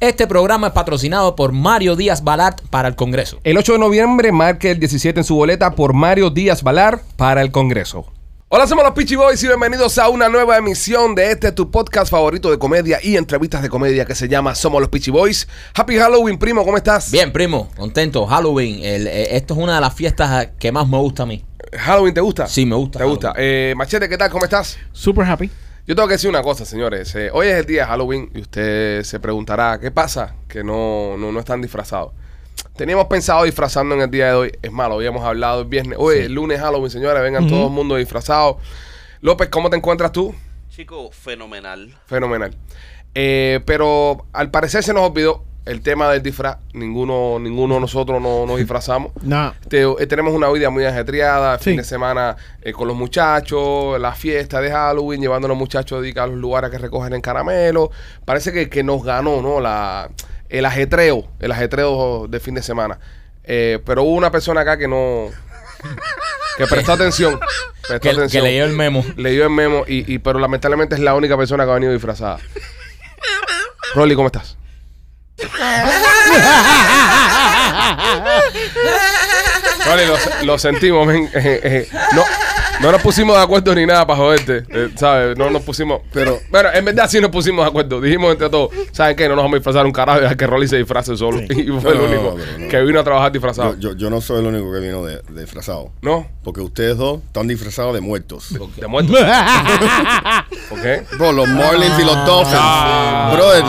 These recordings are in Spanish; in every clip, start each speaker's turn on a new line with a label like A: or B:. A: Este programa es patrocinado por Mario Díaz Balart para el Congreso.
B: El 8 de noviembre marque el 17 en su boleta por Mario Díaz Valar para el Congreso.
C: Hola, somos los Peachy Boys y bienvenidos a una nueva emisión de este tu podcast favorito de comedia y entrevistas de comedia que se llama Somos los Peachy Boys. Happy Halloween, primo, ¿cómo estás?
A: Bien, primo, contento. Halloween, el- eh, esto es una de las fiestas que más me gusta a mí.
C: ¿Halloween te gusta?
A: Sí, me gusta
C: ¿Te gusta? Eh, Machete, ¿qué tal? ¿Cómo estás?
D: Super happy.
C: Yo tengo que decir una cosa, señores. Eh, hoy es el día de Halloween y usted se preguntará, ¿qué pasa que no, no, no están disfrazados? Teníamos pensado disfrazando en el día de hoy. Es malo, habíamos hablado el viernes. Hoy es el lunes Halloween, señores. Vengan todo el mundo disfrazado. López, ¿cómo te encuentras tú?
E: Chico, fenomenal.
C: Fenomenal. Eh, pero al parecer se nos olvidó el tema del disfraz. Ninguno, ninguno de nosotros no- nos disfrazamos.
D: No.
C: Te- eh, tenemos una vida muy ajetreada,
D: Sí.
C: fin de semana eh, con los muchachos, la fiesta de Halloween, llevando a los muchachos de- a los lugares que recogen en caramelo. Parece que, que nos ganó, ¿no? La, el ajetreo, el ajetreo de fin de semana. Eh, pero hubo una persona acá que no. que prestó atención. Prestó
A: Que, que
C: atención.
A: leyó el memo.
C: Leyó el memo, y, y- pero lamentablemente es la única persona que ha venido disfrazada. Rolly, ¿cómo estás? Rolly, lo, lo sentimos, men. Eh, eh, no, no nos pusimos de acuerdo ni nada para joderte, eh, ¿sabes? No nos pusimos, pero... Bueno, en verdad sí nos pusimos de acuerdo. Dijimos entre todos, ¿saben qué? No nos vamos a disfrazar un carajo y dejar que Rolly se disfrace solo. Y fue el
F: No, no,
C: único
F: no, no, no.
C: que vino a trabajar disfrazado.
F: Yo, yo, yo no soy el único que vino de, de disfrazado.
C: ¿No?
F: Porque ustedes dos están disfrazados de muertos.
C: De muerto. ¿Ok?
F: Bro, los Marlins y los Dolphins.
C: Ah.
F: brother,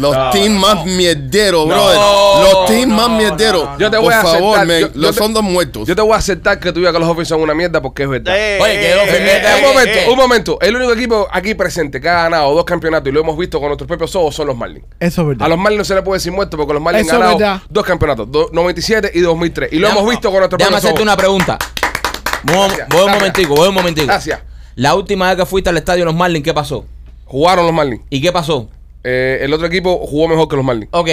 F: los teams más mierderos, brother. Los teams más mierderos.
C: Yo te voy
F: Por
C: a
F: favor,
C: aceptar.
F: man,
C: Yo- yo
F: los
C: te-
F: son dos muertos.
C: Yo te voy a aceptar que tú digas que los Dolphins son una mierda porque es verdad.
A: Oye, quedó
C: Eh, eh,
A: eh,
C: un momento,
A: eh.
C: un momento. El único equipo aquí presente que ha ganado dos campeonatos y lo hemos visto con nuestros propios ojos son los Marlins.
D: Eso es verdad.
C: A los Marlins no se le puede decir muerto porque los Marlins
D: Eso
C: han
D: es
C: ganado
D: verdad.
C: dos campeonatos, do- 97 y 2003. Y lo hemos visto con nuestros
A: Déjame
C: propios
A: hacerte
C: ojos.
A: una pregunta. Voy,
C: Gracias,
A: voy un
C: gracias.
A: momentico, voy un momentico.
C: Gracias.
A: La última vez que fuiste al estadio de los Marlins, ¿qué pasó?
C: Jugaron los Marlins.
A: ¿Y qué pasó?
C: Eh, el otro equipo jugó mejor que los Marlins.
A: Ok,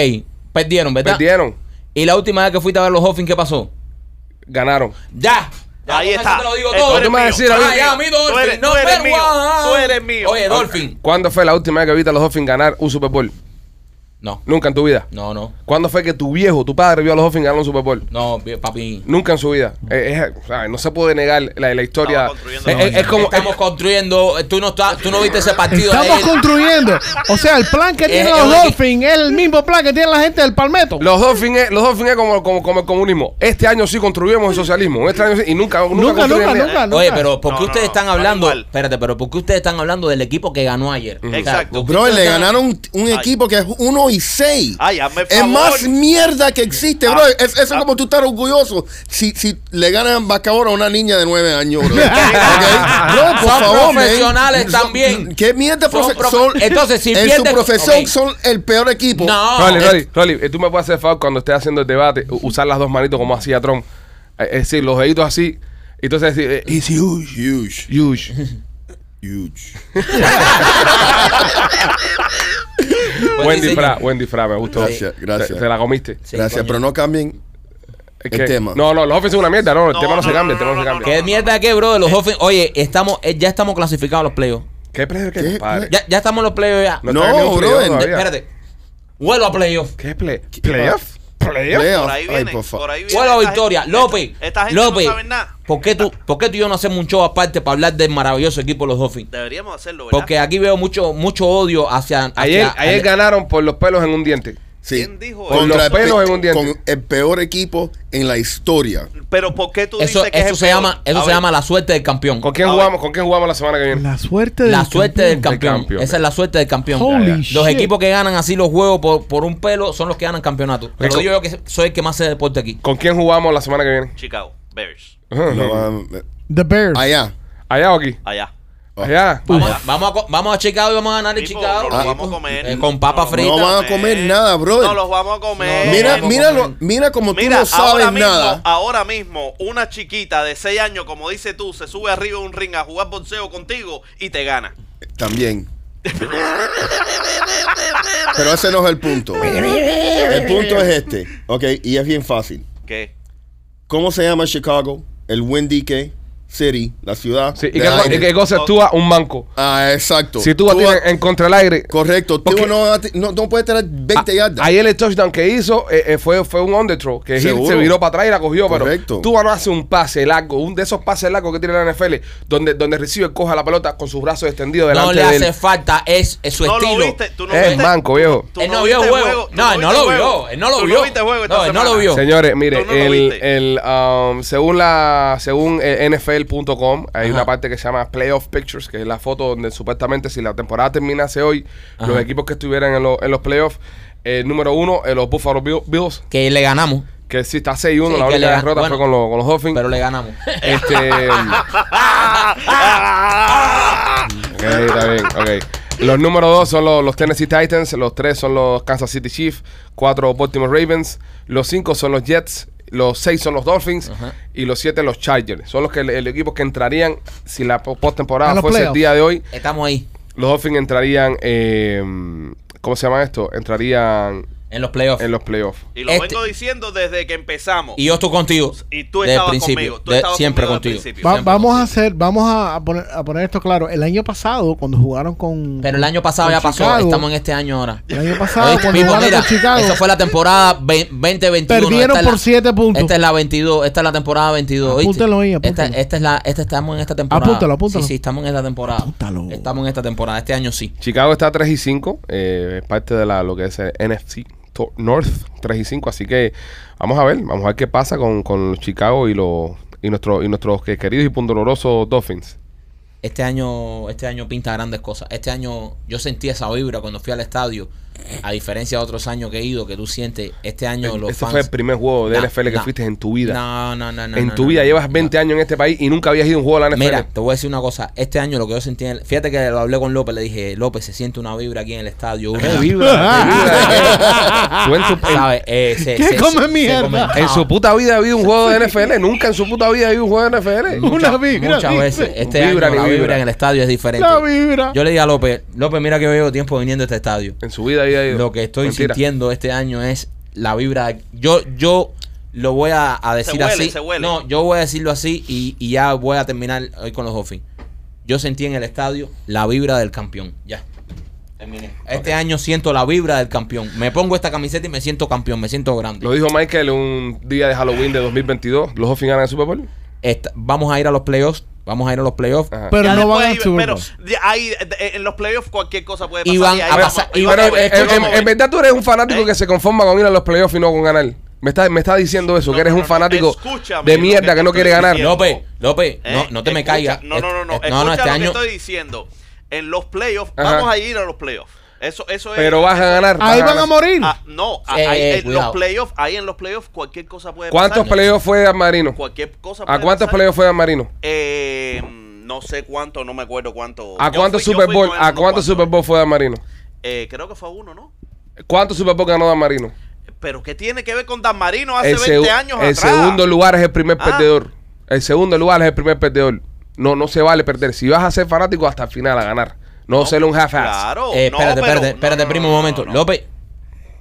A: perdieron, ¿verdad?
C: Perdieron,
A: ¿Y la última vez que fuiste a ver los Hoffins, qué pasó?
C: ganaron.
A: Ya. Ya,
E: Ahí
A: con eso
E: está.
A: Te lo digo
E: Eh,
A: todo.
E: tú eres
C: Tú me vas a
E: mío.
C: decir a mí-
A: Ay, a mí, Dolphin.
E: Tú eres-
A: no
E: tú eres
A: me
E: mío.
A: guau.
E: Tú eres mío.
A: Oye, Dolphin.
C: ¿Cuándo fue la última vez que viste a los Dolphins ganar un Super Bowl?
A: No,
C: Nunca en tu vida.
A: no, no.
C: ¿Cuándo fue que tu viejo, tu padre, vio a los Dolphins ganar un Super Bowl?
A: No, papi.
C: Nunca en su vida. Eh, es- o sea, no se puede negar la, la historia.
E: Estamos construyendo
C: Eh,
E: la
C: eh, es como.
A: Estamos construyendo. eh, Tú no, estás, tú no viste ese partido. de
D: Estamos
A: él.
D: construyendo. O sea, el plan que tienen
A: Es-
D: los
A: es-
D: Dolphins es el mismo plan que tiene la gente del Palmetto.
C: Los Dolphins es, los Dolphins es como, como, como el comunismo. Este año sí construimos el socialismo. Este año sí, y nunca, nunca,
D: Nunca,
C: construyen
D: nunca,
C: nada.
D: nunca, nunca.
A: Oye, pero ¿por qué
E: No,
A: ustedes
E: no,
A: están
E: no,
A: hablando?
E: igual.
A: Espérate, pero ¿por qué ustedes están hablando del equipo que ganó ayer? O sea,
E: Exacto.
A: ¿por qué
F: Bro, le
A: ustedes están-
F: ganaron un, un equipo que es 1 y 6.
E: Ay, hazme el
F: Es
E: favor.
F: más mierda que existe, bro.
E: Ah,
F: Es- eso
E: ah.
F: es como tú estar orgulloso si, si le ganan Bacabora a una niña de 9 años, bro. Ok. Bro, por
A: Ah, Son
F: favor, man.
A: profesionales
F: Son-
A: también.
F: ¿Qué mierda?
A: Son
F: Mm, profe-
A: profe-
F: son-
A: Entonces, si
F: en su
A: pierdes-
F: profesión
A: Ok.
F: son el peor equipo.
A: No.
C: Rolly, Rolly, Rolly, eh, tú me puedes hacer favor cuando estés haciendo el debate, u- usar las dos manitos como hacía Trump. Eh, Es decir, los deditos así. Y Entonces decir, eh, it's huge.
F: Huge.
C: Huge.
F: Huge.
A: Pues
C: buen
A: sí,
C: disfraz,
A: señor.
C: buen disfraz, me gustó.
F: Gracias, gracias.
C: Te, te la comiste.
A: Sí,
F: Gracias,
A: coño.
F: pero no cambien.
C: Es
F: El tema.
C: No, no, los Dolphins son una mierda. No, el
E: No,
C: tema no
E: no,
C: se cambia, el
E: no,
C: tema no
E: no,
C: se
E: no,
C: cambia.
E: no,
A: ¿Qué mierda que, bro? de Los Hoffins. Oye, estamos, eh, ya estamos clasificados a los playoffs.
C: ¿Qué precio que
F: ¿Qué?
C: es, padre?
A: Ya, ya estamos en los playoffs ya.
F: No,
C: está en ningún
F: bro,
C: playoff
F: en-
A: De-
C: todavía.
A: espérate. Vuelvo a playoffs.
C: ¿Qué play? ¿Playoff? ¿Playoff?
F: Playoff.
E: Por ahí
F: Ay,
E: viene.
F: por favor.
E: Por ahí viene.
A: Vuelvo a
E: Esta
A: Victoria.
E: gente-
A: López.
E: Esta gente
A: López.
E: no sabe nada.
A: ¿por qué, tú, ¿Por qué tú y yo no hacemos un show aparte para hablar del maravilloso equipo de los Dolphins?
E: Deberíamos hacerlo, ¿verdad?
A: Porque aquí veo mucho mucho odio hacia. hacia-
C: Ayer, ayer
A: al-
C: ganaron por los pelos en un diente.
F: Sí.
E: ¿Quién dijo eso?
C: Con los
F: el pe-
C: pelos en un diente.
F: Con el peor equipo en la historia.
E: Pero ¿por qué tú
A: Eso,
E: dices que es
A: eso
E: el
A: se
E: peor?
A: llama,
E: A
A: eso se
E: ver,
A: llama la suerte del campeón.
C: ¿Con quién
E: A
C: jugamos? ¿Con quién jugamos la semana que viene?
D: La suerte del
A: La suerte del campeón.
C: Del campeón.
A: Esa es la suerte del campeón.
D: Holy
A: Los
D: shit.
A: equipos que ganan así los juegos por, por un pelo son los que ganan campeonato. Te lo
C: Rico.
A: digo yo que soy el que más hace deporte aquí.
C: ¿Con quién jugamos la semana que viene?
E: Chicago Bears.
F: No, um,
D: The Bears.
F: allá.
C: ¿Allá o aquí?
E: Allá.
F: Ah.
C: Allá.
A: Vamos, a- vamos a, co- vamos a Chicago y vamos a ganar en
E: Tipo,
A: Chicago.
E: no
C: Ah,
E: los vamos a comer.
A: Eh, con papa
E: No los
A: frita.
E: vamos
F: Ah, No van a comer nada, brother.
E: Eh, No los vamos a comer.
F: Mira,
A: no, no,
F: mira,
A: no.
F: lo- mira como tú
E: Mira,
F: no
E: ahora
F: sabes
E: mismo,
F: nada.
E: ahora mismo, una chiquita de 6 años, como dices tú, se sube arriba de un ring a jugar boxeo contigo y te gana.
F: También. Pero ese no es el punto. El punto es este. Ok, y es bien fácil.
E: ¿Qué?
F: ¿Cómo se llama Chicago? El Windy K City, la ciudad.
C: Sí, ¿Y
F: de
C: qué, co-
F: aire. Oh.
C: y qué cosa es tú a un banco?
F: Ah, exacto.
C: Si tú vas en contra del aire.
F: Correcto.
C: Porque- Ah,
F: Tú no, ati- no, no puedes tener 20 yardas.
C: Ayer el touchdown que hizo eh, eh, fue, fue un underthrow, que Hill
F: Seguro.
C: se viró para atrás y la cogió,
F: Correcto.
C: pero tú no hace un pase largo, un de esos pases largos que tiene la NFL, donde, donde recibe, coja la pelota con sus brazos extendidos delante
A: No le
C: de
A: hace
C: él.
A: falta, es, es su
E: No lo
A: estilo.
E: viste, tú no
C: es
E: viste.
C: manco, viejo.
E: tú
A: él no vio
E: viste
A: el juego.
E: tú
A: No, él no
E: viste
A: lo
E: el
A: vio,
E: juego.
A: él no lo
E: Tú
A: vio.
E: viste el juego esta
A: No, él no lo
E: semana.
A: vio.
C: Señores, mire,
E: Tú no lo
C: el,
E: viste.
C: el, um, según la según eh, NFL.com, hay
A: Ajá.
C: una parte que se llama Playoff Pictures, que es la foto donde supuestamente si la temporada terminase hoy,
A: Ajá.
C: los equipos que estuvieran en, los en los playoffs, el número uno, eh, los Buffalo Bill- Bills,
A: Que le ganamos,
C: que sí está 6-1,
A: Sí,
C: la
A: que
C: única
A: le-
C: derrota
A: bueno,
C: fue con los, con los Dolphins.
A: pero le ganamos.
C: Este. ok, está bien, ok. Los números dos son los, los Tennessee Titans, los tres son los Kansas City Chiefs, cuatro Baltimore Ravens, los cinco son los Jets, los seis son los Dolphins y los siete los Chargers. Son los que el, el equipo que entrarían si la po-
D: A
C: postemporada
D: los
C: fuese el
D: playoffs.
C: día de hoy.
A: Estamos ahí,
C: Los Dolphins entrarían, eh, ¿cómo se llama esto? Entrarían
A: en los playoffs.
C: en los playoffs.
E: Y lo
A: Este-
E: vengo diciendo desde que empezamos.
A: Y yo estoy contigo.
E: Y tú
A: desde el
E: estabas
A: principio,
E: conmigo, tú
A: de-
E: estabas
A: siempre
E: conmigo desde el
A: contigo.
E: principio.
D: Va-
A: Siempre
D: vamos a
A: contigo.
D: hacer, vamos a a poner, a poner esto claro. El año pasado, cuando jugaron con.
A: Pero el año pasado
D: con
A: ya pasó,
D: Chicago,
A: estamos en este año ahora.
D: El año pasado,
A: Oye,
D: cuando
A: Pipo,
D: jugaron
A: mira,
D: con Chicago.
A: Esa fue la temporada ve- 2021.
D: Perdieron
A: Esta es
D: por
A: la-
D: siete puntos.
A: Esta es la 22, esta es la temporada 22. ¿oíste?
D: Apúntalo ahí,
A: Esta,
D: apúntalo.
A: esta es la, esta estamos en esta temporada.
D: Apúntalo, apúntalo.
A: Sí, sí, estamos en esta temporada.
D: Apúntalo.
A: Estamos en esta temporada, este año sí.
C: Chicago está 3 y 5, eh, es parte de la, lo que es el NFC to- North 3 y 5, así que vamos a ver, vamos a ver qué pasa con, con Chicago y los y nuestros y nuestros que- queridos y pundolorosos Dolphins.
A: Este año, este año pinta grandes cosas. Este año yo sentí esa vibra cuando fui al estadio. A diferencia de otros años que he ido, que tú sientes, este año los
C: Este
A: fans.
C: fue el primer juego de
A: No,
C: NFL que
A: no.
C: fuiste en tu vida.
A: No, no, no, no.
C: en
A: no,
C: tu
A: no,
C: vida
A: no.
C: llevas 20 años en este país y nunca habías ido a un juego de la NFL.
A: Mira, te voy a decir una cosa. Este año lo que yo sentí. en el- fíjate que lo hablé con López. Le dije, López, se siente una vibra aquí en el estadio. una-
C: Tú en, tu, en-
A: ¿Sabes? Eh, se-
D: ¿Qué
A: se-
D: come
A: se-
D: mierda?
A: se comentaba.
C: en su puta vida ha habido un juego de NFL, nunca en su puta vida ha habido un juego de NFL.
D: Una
A: Muchas-
D: vibra,
A: Ah, Muchas
D: dice.
A: veces. Este
C: Vibra
A: año
C: ni
A: la vibra.
C: vibra.
A: en el estadio es diferente.
D: La vibra.
A: Yo le dije a López, López, mira que yo llevo tiempo viniendo a este estadio.
C: En su vida había ido.
A: Lo que estoy
C: Mentira.
A: sintiendo este año es la vibra. Yo, yo lo voy a, a decir
E: huele,
A: así.
E: se huele.
A: No, yo voy a decirlo así y, y ya voy a terminar hoy con los Dolphins. Yo sentí en el estadio la vibra del campeón. Ya. Terminé. Este año siento la vibra del campeón. Me pongo esta camiseta y me siento campeón, me siento grande.
C: Lo dijo Michael un día de Halloween de 2022. Los Dolphins ganan el Super Bowl.
A: Esta- vamos a ir a los playoffs. Vamos a ir a los playoffs.
C: Ajá.
D: Pero
E: Ya
D: no
E: después
D: van a
E: ahí-
D: Super
E: pero
D: Bowl.
E: ya ahí, de- en los playoffs cualquier cosa puede pasar.
A: Y van
E: ahí
A: a
E: vamos,
A: pasar-
E: ahí
A: y
C: Pero
A: van a-
E: vamos, ahí
C: en, en-
E: vamos.
C: en verdad tú eres un fanático
E: ¿Eh?
C: que se conforma con ir a los playoffs y no con ganar. Me está, me está diciendo eso,
E: No,
C: que eres
E: no,
C: un
E: no,
C: fanático
E: escúchame
C: de
E: lo
C: mierda
E: que
C: que
E: te
C: no
E: estoy
C: quiere ganar.
E: diciendo.
A: López, López,
E: ¿Eh?
A: no, no te me
E: Escucha,
A: caigas.
E: No, no, no, no.
A: Eh, No, no,
E: Escucha
A: este
E: lo
A: año.
E: que estoy diciendo. En los playoffs
C: Ajá.
E: vamos a ir a los playoffs. Eso, eso es.
C: Pero vas a ganar. vas
D: Ahí van
C: ganar.
D: a morir.
E: Ah, no, ah,
A: Eh,
E: ahí,
A: eh,
E: en
A: cuidado.
E: los playoffs, ahí en los playoffs cualquier cosa puede
C: ¿Cuántos
E: pasar.
C: playoffs fue Dan Marino?
E: Cualquier cosa
C: ¿A
E: puede
C: cuántos
E: pasar.
C: playoffs fue Dan Marino?
E: Eh, no sé cuánto, no me acuerdo cuánto.
C: ¿A
E: Yo
C: cuántos
E: fui- yo
C: Super
E: fui
C: Bowl?
E: con él
C: ¿A
E: unos
C: cuántos
E: cuantos.
C: Super Bowl fue Dan Marino?
E: Eh, creo que fue a uno, ¿no?
C: ¿Cuántos Super Bowl ganó Dan Marino?
E: Pero ¿qué tiene que ver con Dan Marino hace
C: el segu-
E: 20 años
C: el
E: atrás?
C: segundo lugar es el primer
E: Ah.
C: perdedor. El segundo lugar es el primer perdedor. No, no se vale perder. Si vas a ser fanático hasta el final a ganar. No, ser un half-ass.
E: Claro.
A: Eh,
E: no,
A: espérate,
E: pero-
A: espérate,
E: no,
A: espérate,
E: no,
A: primo,
E: no,
A: un
E: no,
A: momento.
E: no.
A: López,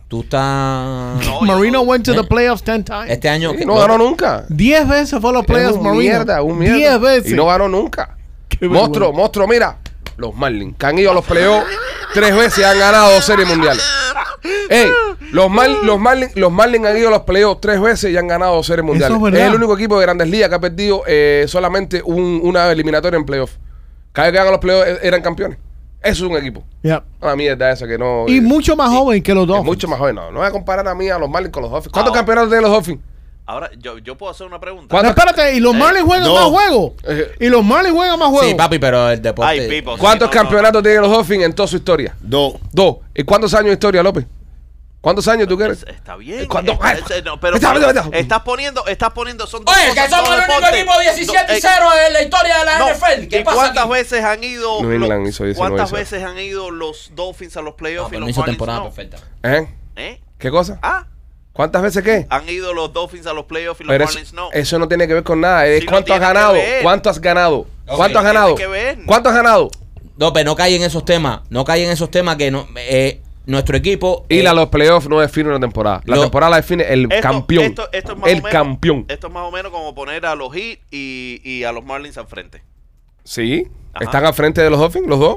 A: tú estás.
E: No, yo-
D: Marino went to the
A: Eh.
D: playoffs 10 times.
A: Este año.
C: Sí,
A: que-
C: no ganó nunca.
D: Diez veces fue a los
C: Es
D: playoffs
C: un
D: Marino.
C: mierda, un mierda.
D: Diez veces.
C: Y no ganó nunca.
D: Qué
C: Monstruo,
D: vergüenza.
C: monstruo, mira. Los Marlins, que han ido a los playoffs tres veces y han ganado dos series mundiales. Ey, los, Mar- los, Marlins, los Marlins han ido a los playoffs tres veces y han ganado dos series mundiales.
D: es
C: es,
D: verdad.
C: el único equipo de Grandes Ligas que ha perdido eh, solamente un- una eliminatoria en playoffs. Cada vez que ganan los playoffs eh, eran campeones. Eso es un equipo.
D: Yeah.
C: Una mierda esa que no.
D: Y
C: eh,
D: mucho más joven que los
C: es
D: dos.
C: mucho más joven. No, no voy a comparar a mí a los Marlins con los Dolphins. ¿Cuántos
E: Ahora.
C: campeonatos tienen los Dolphins?
E: Ahora, yo, yo puedo hacer una pregunta.
C: ¿Cuánto-
D: No, espérate, y los Marlins juegan
F: no.
D: más juegos.
C: Eh.
D: Y los Marlins juegan más juegos.
A: Sí, papi, pero el deporte.
E: Ay, Pipo, sí,
C: ¿Cuántos
E: no, no, no.
C: campeonatos tienen los Dolphins en toda su historia?
F: Dos.
C: Dos. ¿Y cuántos años de historia, López? ¿Cuántos años tú quieres?
E: Está bien.
C: ¿Cuándo?
E: Está-
C: Ay,
E: es- no, pero
C: está-
E: pero
C: está- está-
E: estás poniendo, estás poniendo, son dos
A: Oye, que
E: cosas,
A: somos
E: dos
A: el único
E: deportes. eh,
A: equipo 17 y
E: Dos-
A: 0 en la historia de la
E: No,
A: NFL. Ah, ¿Qué
E: ¿y
A: pasa
E: cuántas
A: aquí?
E: veces han ido
C: New England
E: los-
C: hizo 19
E: cuántas
C: y cero.
E: veces han ido los Dolphins a los
A: No,
E: playoffs y
A: pero no
E: los
A: hizo
E: Marlins
A: temporada
E: no?
A: perfecta.
C: ¿Eh?
E: ¿Eh?
C: ¿Qué cosa?
E: Ah,
C: ¿Cuántas veces qué?
E: han ido los Dolphins a los playoffs y los
C: Pero eso,
E: Marlins no.
C: eso no tiene que ver con nada. Es
E: Sí, no
C: cuánto has
E: tiene que
C: ganado.
E: ver.
C: ¿Cuánto has ganado? ¿Cuánto has
E: tiene
C: ganado?
E: que ver.
C: ¿Cuánto has ganado?
A: No, pero no cae en esos temas. No cae en esos temas que no, eh, nuestro equipo.
C: Y
A: eh,
C: la los playoffs no define una temporada. La
A: Lo-
C: temporada la define el
E: Esto-
C: campeón.
E: esto- esto es más o
C: el
E: menos-
C: campeón.
E: Esto es más o menos como poner a los Heat y, y a los Marlins al frente.
C: Sí.
E: Ajá.
C: Están al frente de los Dolphins, los dos.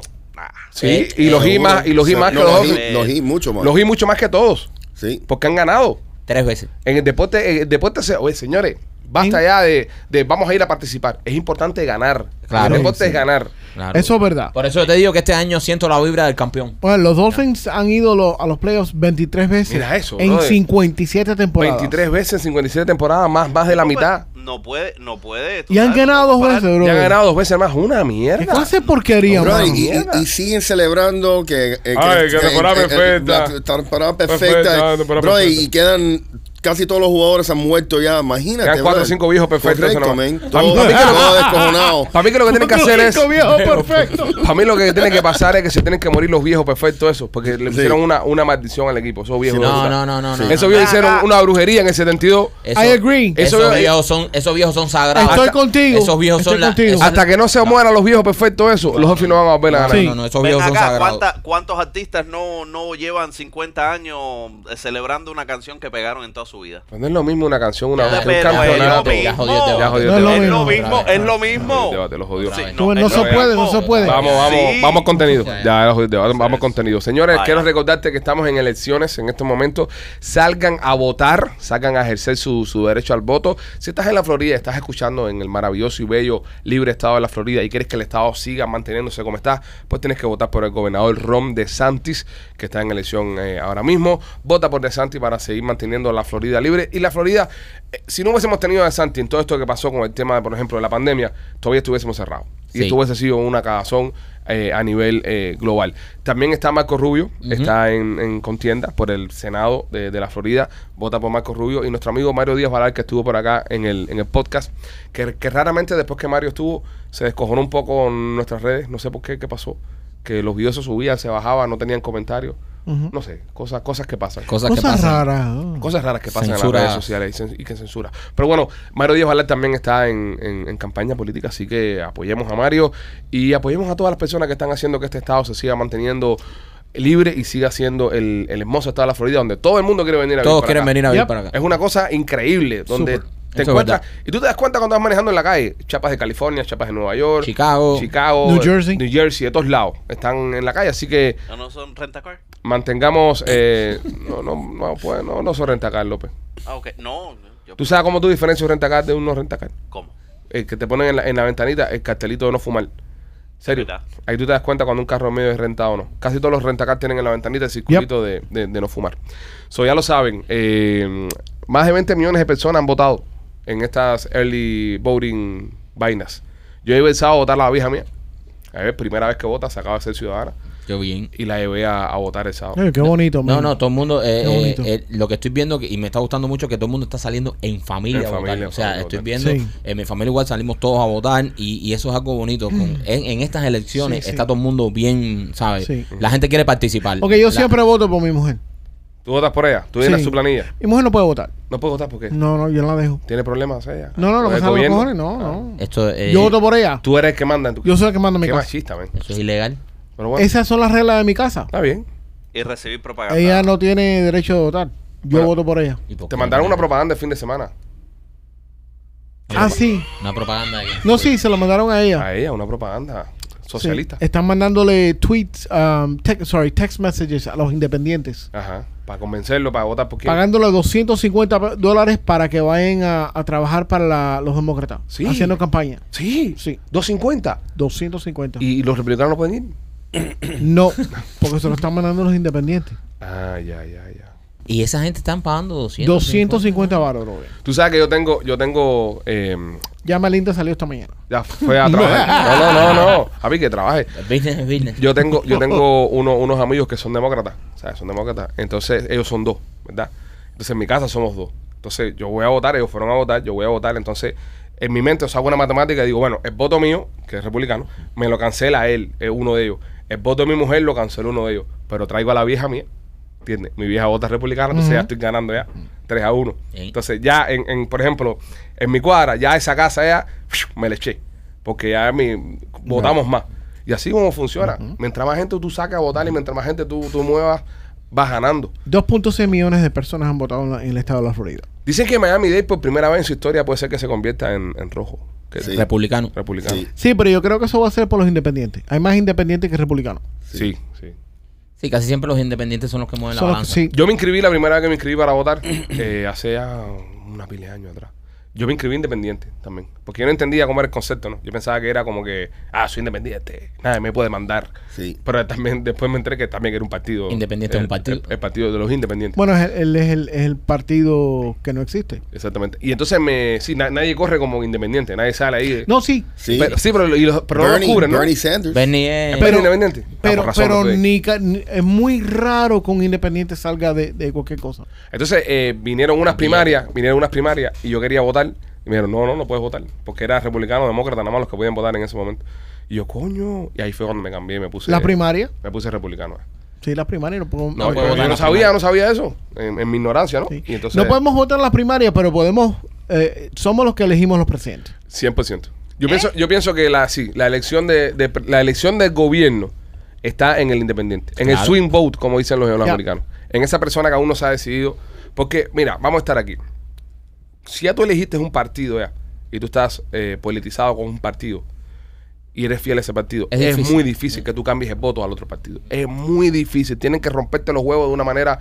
C: Sí.
A: Eh,
C: y los
F: Seguro.
C: I más, y los I
F: Se-
C: más que
F: no,
C: los
F: los
C: Dolphins.
F: I- Los I mucho más.
C: Los I mucho más que todos.
F: Sí.
C: Porque han ganado.
A: Tres veces.
C: En el deporte, el deporte se- oye, señores, basta ya de, de vamos a ir a participar. Es importante ganar.
A: Claro.
C: el deporte
D: Sí.
C: es ganar.
A: Claro.
D: Eso es verdad.
A: Por eso te digo que este año siento la vibra del campeón.
D: Bueno, los Dolphins han ido lo- a los playoffs 23 veces
C: Mira eso,
D: en
C: brother.
D: 57 temporadas.
C: 23 veces en 57 temporadas, más, más de la
E: No,
C: mitad.
E: pues, No puede, no puede. tú
D: Y han
E: sabes,
D: ganado
E: no
D: dos
E: puedes
D: veces,
E: parar.
D: bro.
C: Ya han ganado dos veces más. Una mierda.
D: ¿Qué clase de porquería,
F: Brother,
D: mano?
F: y, y-
C: mierda.
F: y siguen celebrando que. eh, que-
C: Ay, que
F: eh,
C: temporada
F: eh, eh,
C: perfecta.
F: la temporada
C: Perfecta,
F: perfecta.
C: temporada
F: Brother, y
C: perfecta.
F: quedan. Casi todos los jugadores han muerto ya, imagínate.
C: Quedan cuatro o
F: brother.
C: cinco viejos perfectos,
F: Correcto,
C: nada más.
F: men.
C: Pa-
F: Todo,
C: pa' mí que lo-
F: todo descojonado.
C: Para mí que lo que tienen que hacer es...
D: Cinco viejos perfectos.
C: Para mí lo que tiene que pasar es que se tienen que morir los viejos perfectos esos, porque le
F: Sí.
C: pusieron una, una maldición al equipo, esos viejos.
F: Sí,
C: de
A: No,
C: puta.
A: no, no, no.
F: Sí.
A: no,
C: Esos
A: no.
C: viejos hicieron una brujería en el 72.
A: Eso-
D: I agree.
C: Eso-
A: esos, viejos son, esos viejos son sagrados.
D: Estoy
C: hasta-
D: contigo.
A: esos viejos
D: Estoy
A: son la-
D: contigo.
A: esos-
C: Hasta que no se mueran los viejos perfectos esos, los Dolphins no van a volver a
A: No,
C: ganar.
D: Sí.
A: no, no, esos
E: Ven
A: viejos son
E: acá,
A: sagrados.
E: ¿cuánta- ¿cuántos artistas no, no llevan 50 años eh, celebrando una canción que pegaron en toda su vida?
C: Pues No es lo mismo una canción, una
A: Ya,
C: voz, que un
A: pero es lo
C: campeonato.
A: mismo. Ya jodió el
C: Ya
A: debate. este
C: jodió
D: No
C: el
D: es lo
C: debate.
E: Es lo
D: mismo.
E: mismo,
A: Otra
E: es
A: vez,
E: lo
A: otra
C: Jodió
A: vez.
C: el
E: mismo.
C: debate, lo jodió.
A: Sí.
E: No,
D: No, no
E: es
D: se
E: lo
D: puede, no
E: mismo.
D: se puede.
C: Vamos, vamos,
E: Sí.
C: vamos al contenido.
A: Sí.
C: Ya, ya, ya, vamos al
E: Sí.
C: contenido. Señores,
E: Vaya.
C: quiero recordarte que estamos en elecciones en este momento. Salgan a votar, salgan a ejercer su, su derecho al voto. Si estás en la Florida, estás escuchando en el maravilloso y bello libre estado de la Florida y quieres que el estado siga manteniéndose como está, pues tienes que votar por el gobernador Ron DeSantis, que está en elección eh, ahora mismo. Vota por DeSantis para seguir manteniendo la Florida libre. Y la Florida, eh, si no hubiésemos tenido a DeSantis en todo esto que pasó con el tema, por ejemplo, de la pandemia, todavía estuviésemos cerrados. Y
A: Sí.
C: esto hubiese sido una cagazón eh, a nivel eh, global. También está Marco Rubio, está en, en contienda por el Senado de, de la Florida, vota por Marco Rubio. Y nuestro amigo Mario Díaz Valar, que estuvo por acá en el, en el podcast, que, que raramente después que Mario estuvo, se descojonó un poco en nuestras redes, no sé por qué, qué pasó. Que los videos se subían, se bajaban, no tenían comentarios. No sé, cosas, cosas que pasan.
A: Cosas que
D: Cosas
A: pasan.
D: raras. ¿no?
C: Cosas raras que pasan
A: Censura.
C: en las redes sociales y, cen- y que censura. Pero bueno, Mario Díaz Valar también está en, en- en campaña política, así que apoyemos a Mario y apoyemos a todas las personas que están haciendo que este estado se siga manteniendo libre y siga siendo el, el hermoso estado de la Florida, donde todo el mundo quiere venir a vivir
A: Todos
C: para
A: quieren
C: acá.
A: venir a vivir
D: Yep.
A: para acá.
C: Es una cosa increíble, donde te
A: Súper. Eso es
C: encuentras.
A: verdad.
C: Y tú te das cuenta cuando vas manejando en la calle. Chapas de California, chapas de Nueva York,
A: Chicago.
C: Chicago,
D: New Jersey.
C: New Jersey, de todos lados. Están en la calle, así que
E: ¿No, no son rentacar?
C: mantengamos. eh, no, no, no, pues, no, no soy rentacar, López.
E: Ah, ok. No, no, yo-
C: ¿Tú sabes cómo tú diferencias un rentacar de un no rentacar?
E: ¿Cómo?
C: El que te ponen en la, en la ventanita el cartelito de no fumar. Serio.
E: ¿Verdad?
C: Ahí tú te das cuenta cuando un carro medio es rentado o no. Casi todos los rentacar tienen en la ventanita el circulito de, de- de no fumar. So, ya lo saben. eh, más de 20 millones de personas han votado en estas early voting vainas. Yo he pensado votar a la vieja mía. A ver, primera vez que vota, se acaba de ser ciudadana.
A: Yo bien.
C: Y la llevé a, a votar el sábado.
D: Ay, Eh, qué bonito,
A: No,
D: man.
A: no, todo el mundo, eh,
D: Qué
A: eh,
D: bonito.
A: eh, lo que estoy viendo que- y me está gustando mucho que todo el mundo está saliendo en familia
C: En
A: a votar.
C: familia,
A: o sea,
C: familia a
A: estoy
C: votar.
A: viendo,
D: Sí.
A: en mi familia igual salimos todos a votar y, y eso es algo bonito. Con- en, en estas elecciones
D: Mm. Sí, sí.
A: está todo el mundo bien, ¿sabes?
D: Sí.
A: La gente quiere participar.
D: Ok, yo
A: La-
D: siempre voto por mi mujer.
C: ¿Tú votas por ella? ¿Tú llenas
D: Sí.
C: su planilla?
D: Mi mujer no puede votar.
C: ¿No puedo votar porque
D: No, no, yo no la dejo.
C: tiene problemas ella?
D: No, no, no
C: ¿Con
D: me
C: el
D: salen
C: Pues
D: los
C: gobierno?
D: cojones. No, no.
A: Esto, eh,
D: Yo voto por ella.
C: Tú eres el que manda en tu
D: Yo soy la que manda en mi
C: Qué
D: casa.
C: machista, man.
A: Eso es ilegal.
C: Pero bueno,
D: Esas son las reglas de mi casa.
C: está bien.
E: Y recibir propaganda.
D: Ella no tiene derecho de votar. Yo
C: ah. Bueno.
D: voto por ella.
A: ¿Y por
C: Te
A: qué?
C: mandaron una propaganda el fin de semana.
D: Ah, sí.
A: Una propaganda. de que-
D: No, sí, se lo mandaron a ella.
C: A ella, una propaganda
D: Sí.
C: Ah, socialista.
D: Están mandándole tweets, um, tec- sorry, text messages a los independientes.
C: Ajá. Para convencerlo, para votar por quién.
D: Pagándole 250 pa- dólares para que vayan a, a trabajar para la- los demócratas.
C: Sí.
D: Haciendo campaña.
C: Sí.
D: Sí.
C: 250.
D: 250.
C: ¿Y los republicanos no pueden ir?
D: No, porque se lo están mandando los independientes.
C: Ah, ya, ya, ya.
A: Y esa gente están pagando 200.
D: 250 baros, bro.
C: Tú sabes que yo tengo, yo tengo, eh,
D: Ya Melinda salió esta mañana.
C: ya fue a trabajar. No, no, no, no. A mí que trabaje.
A: El business es business.
C: Yo tengo, yo tengo uno- unos amigos que son demócratas, ¿sabes? Son demócratas. Entonces, ellos son dos, ¿verdad? Entonces, en mi casa somos dos. Entonces, yo voy a votar, ellos fueron a votar, yo voy a votar. Entonces, en mi mente, os hago una matemática y digo, bueno, el voto mío, que es republicano, me lo cancela él, es uno de ellos. El voto de mi mujer lo cancela uno de ellos. Pero traigo a la vieja mía, ¿entiendes? Mi vieja vota republicana, entonces ya estoy ganando ya 3 a 1.
A: Sí.
C: Entonces, ya, en, en, por ejemplo, en mi cuadra, ya esa casa ya, me le eché. Porque ya mi, votamos más. Y así como funciona. Mientras más gente tú sacas a votar y mientras más gente tú, tú muevas, vas ganando.
D: 2.6 millones de personas han votado en, la- en el estado de la Florida.
C: Dicen que Miami-Dade por primera vez en su historia puede ser que se convierta en, en rojo. Que
F: Sí.
A: Republicano.
C: Republicano.
F: Sí.
C: Sí.
D: Sí, pero yo creo que eso va a ser por los independientes. Hay más independientes que republicanos.
C: sí,
A: Sí, casi siempre los independientes son los que mueven la
D: Son los-
A: balanza.
D: sí.
C: Yo me inscribí la primera vez que me inscribí para votar eh, hace ya una pila de años atrás. Yo me inscribí independiente también. Porque yo no entendía cómo era el concepto, ¿no? Yo pensaba que era como que, ah, soy independiente, nadie me puede mandar.
F: Sí.
C: Pero también después me enteré que también era un partido.
A: Independiente es
C: el,
A: un partido.
C: El, el partido de los independientes.
D: Bueno, es el, el- es el- es el partido que no existe.
C: Exactamente. Y entonces me. Sí, na- nadie corre como independiente, nadie sale ahí.
D: No, sí.
F: Sí.
C: Pero, sí, pero, y los, pero no
F: Bernie,
C: lo cubren, ¿no?
F: Bernie Sanders.
A: Bernie es-
C: Pero,
D: Pero-
C: independiente. Ah,
D: Pero,
C: por razón,
D: pero
C: no sé.
D: ni ca- ni- es muy raro que un independiente salga de, de cualquier cosa.
C: Entonces eh, vinieron unas primarias, vinieron unas primarias y yo quería votar. Y me dijeron, no, no, no puedes votar. Porque era republicano, demócrata, nada más los que podían votar en ese momento. Y yo, coño. Y ahí fue cuando me cambié y me puse.
D: La primaria.
C: Me puse republicano.
D: Sí, la primaria. No, podemos-
C: No,
A: No
C: yo,
A: puedo votar
C: yo
A: en
C: no
A: la
C: sabía,
A: primaria.
C: no sabía eso. En, en mi ignorancia, ¿no?
D: sí.
C: Y entonces.
D: no podemos votar en la primaria, pero podemos. eh, somos los que elegimos los presidentes.
C: 100%. Yo,
D: ¿Eh?
C: pienso, yo pienso que la, sí, la, elección de, de- la elección del gobierno está en el independiente, en el
A: Claro.
C: swing vote, como dicen los
D: Ya.
C: americanos. En esa persona que aún no se ha decidido. Porque, mira, vamos a estar aquí. Si ya tú elegiste un partido ya, y tú estás eh, politizado con un partido, y eres fiel a ese partido,
A: Es
C: es,
A: difícil.
C: muy difícil que tú cambies el voto al otro partido. Es muy difícil. Tienen que romperte los huevos de una manera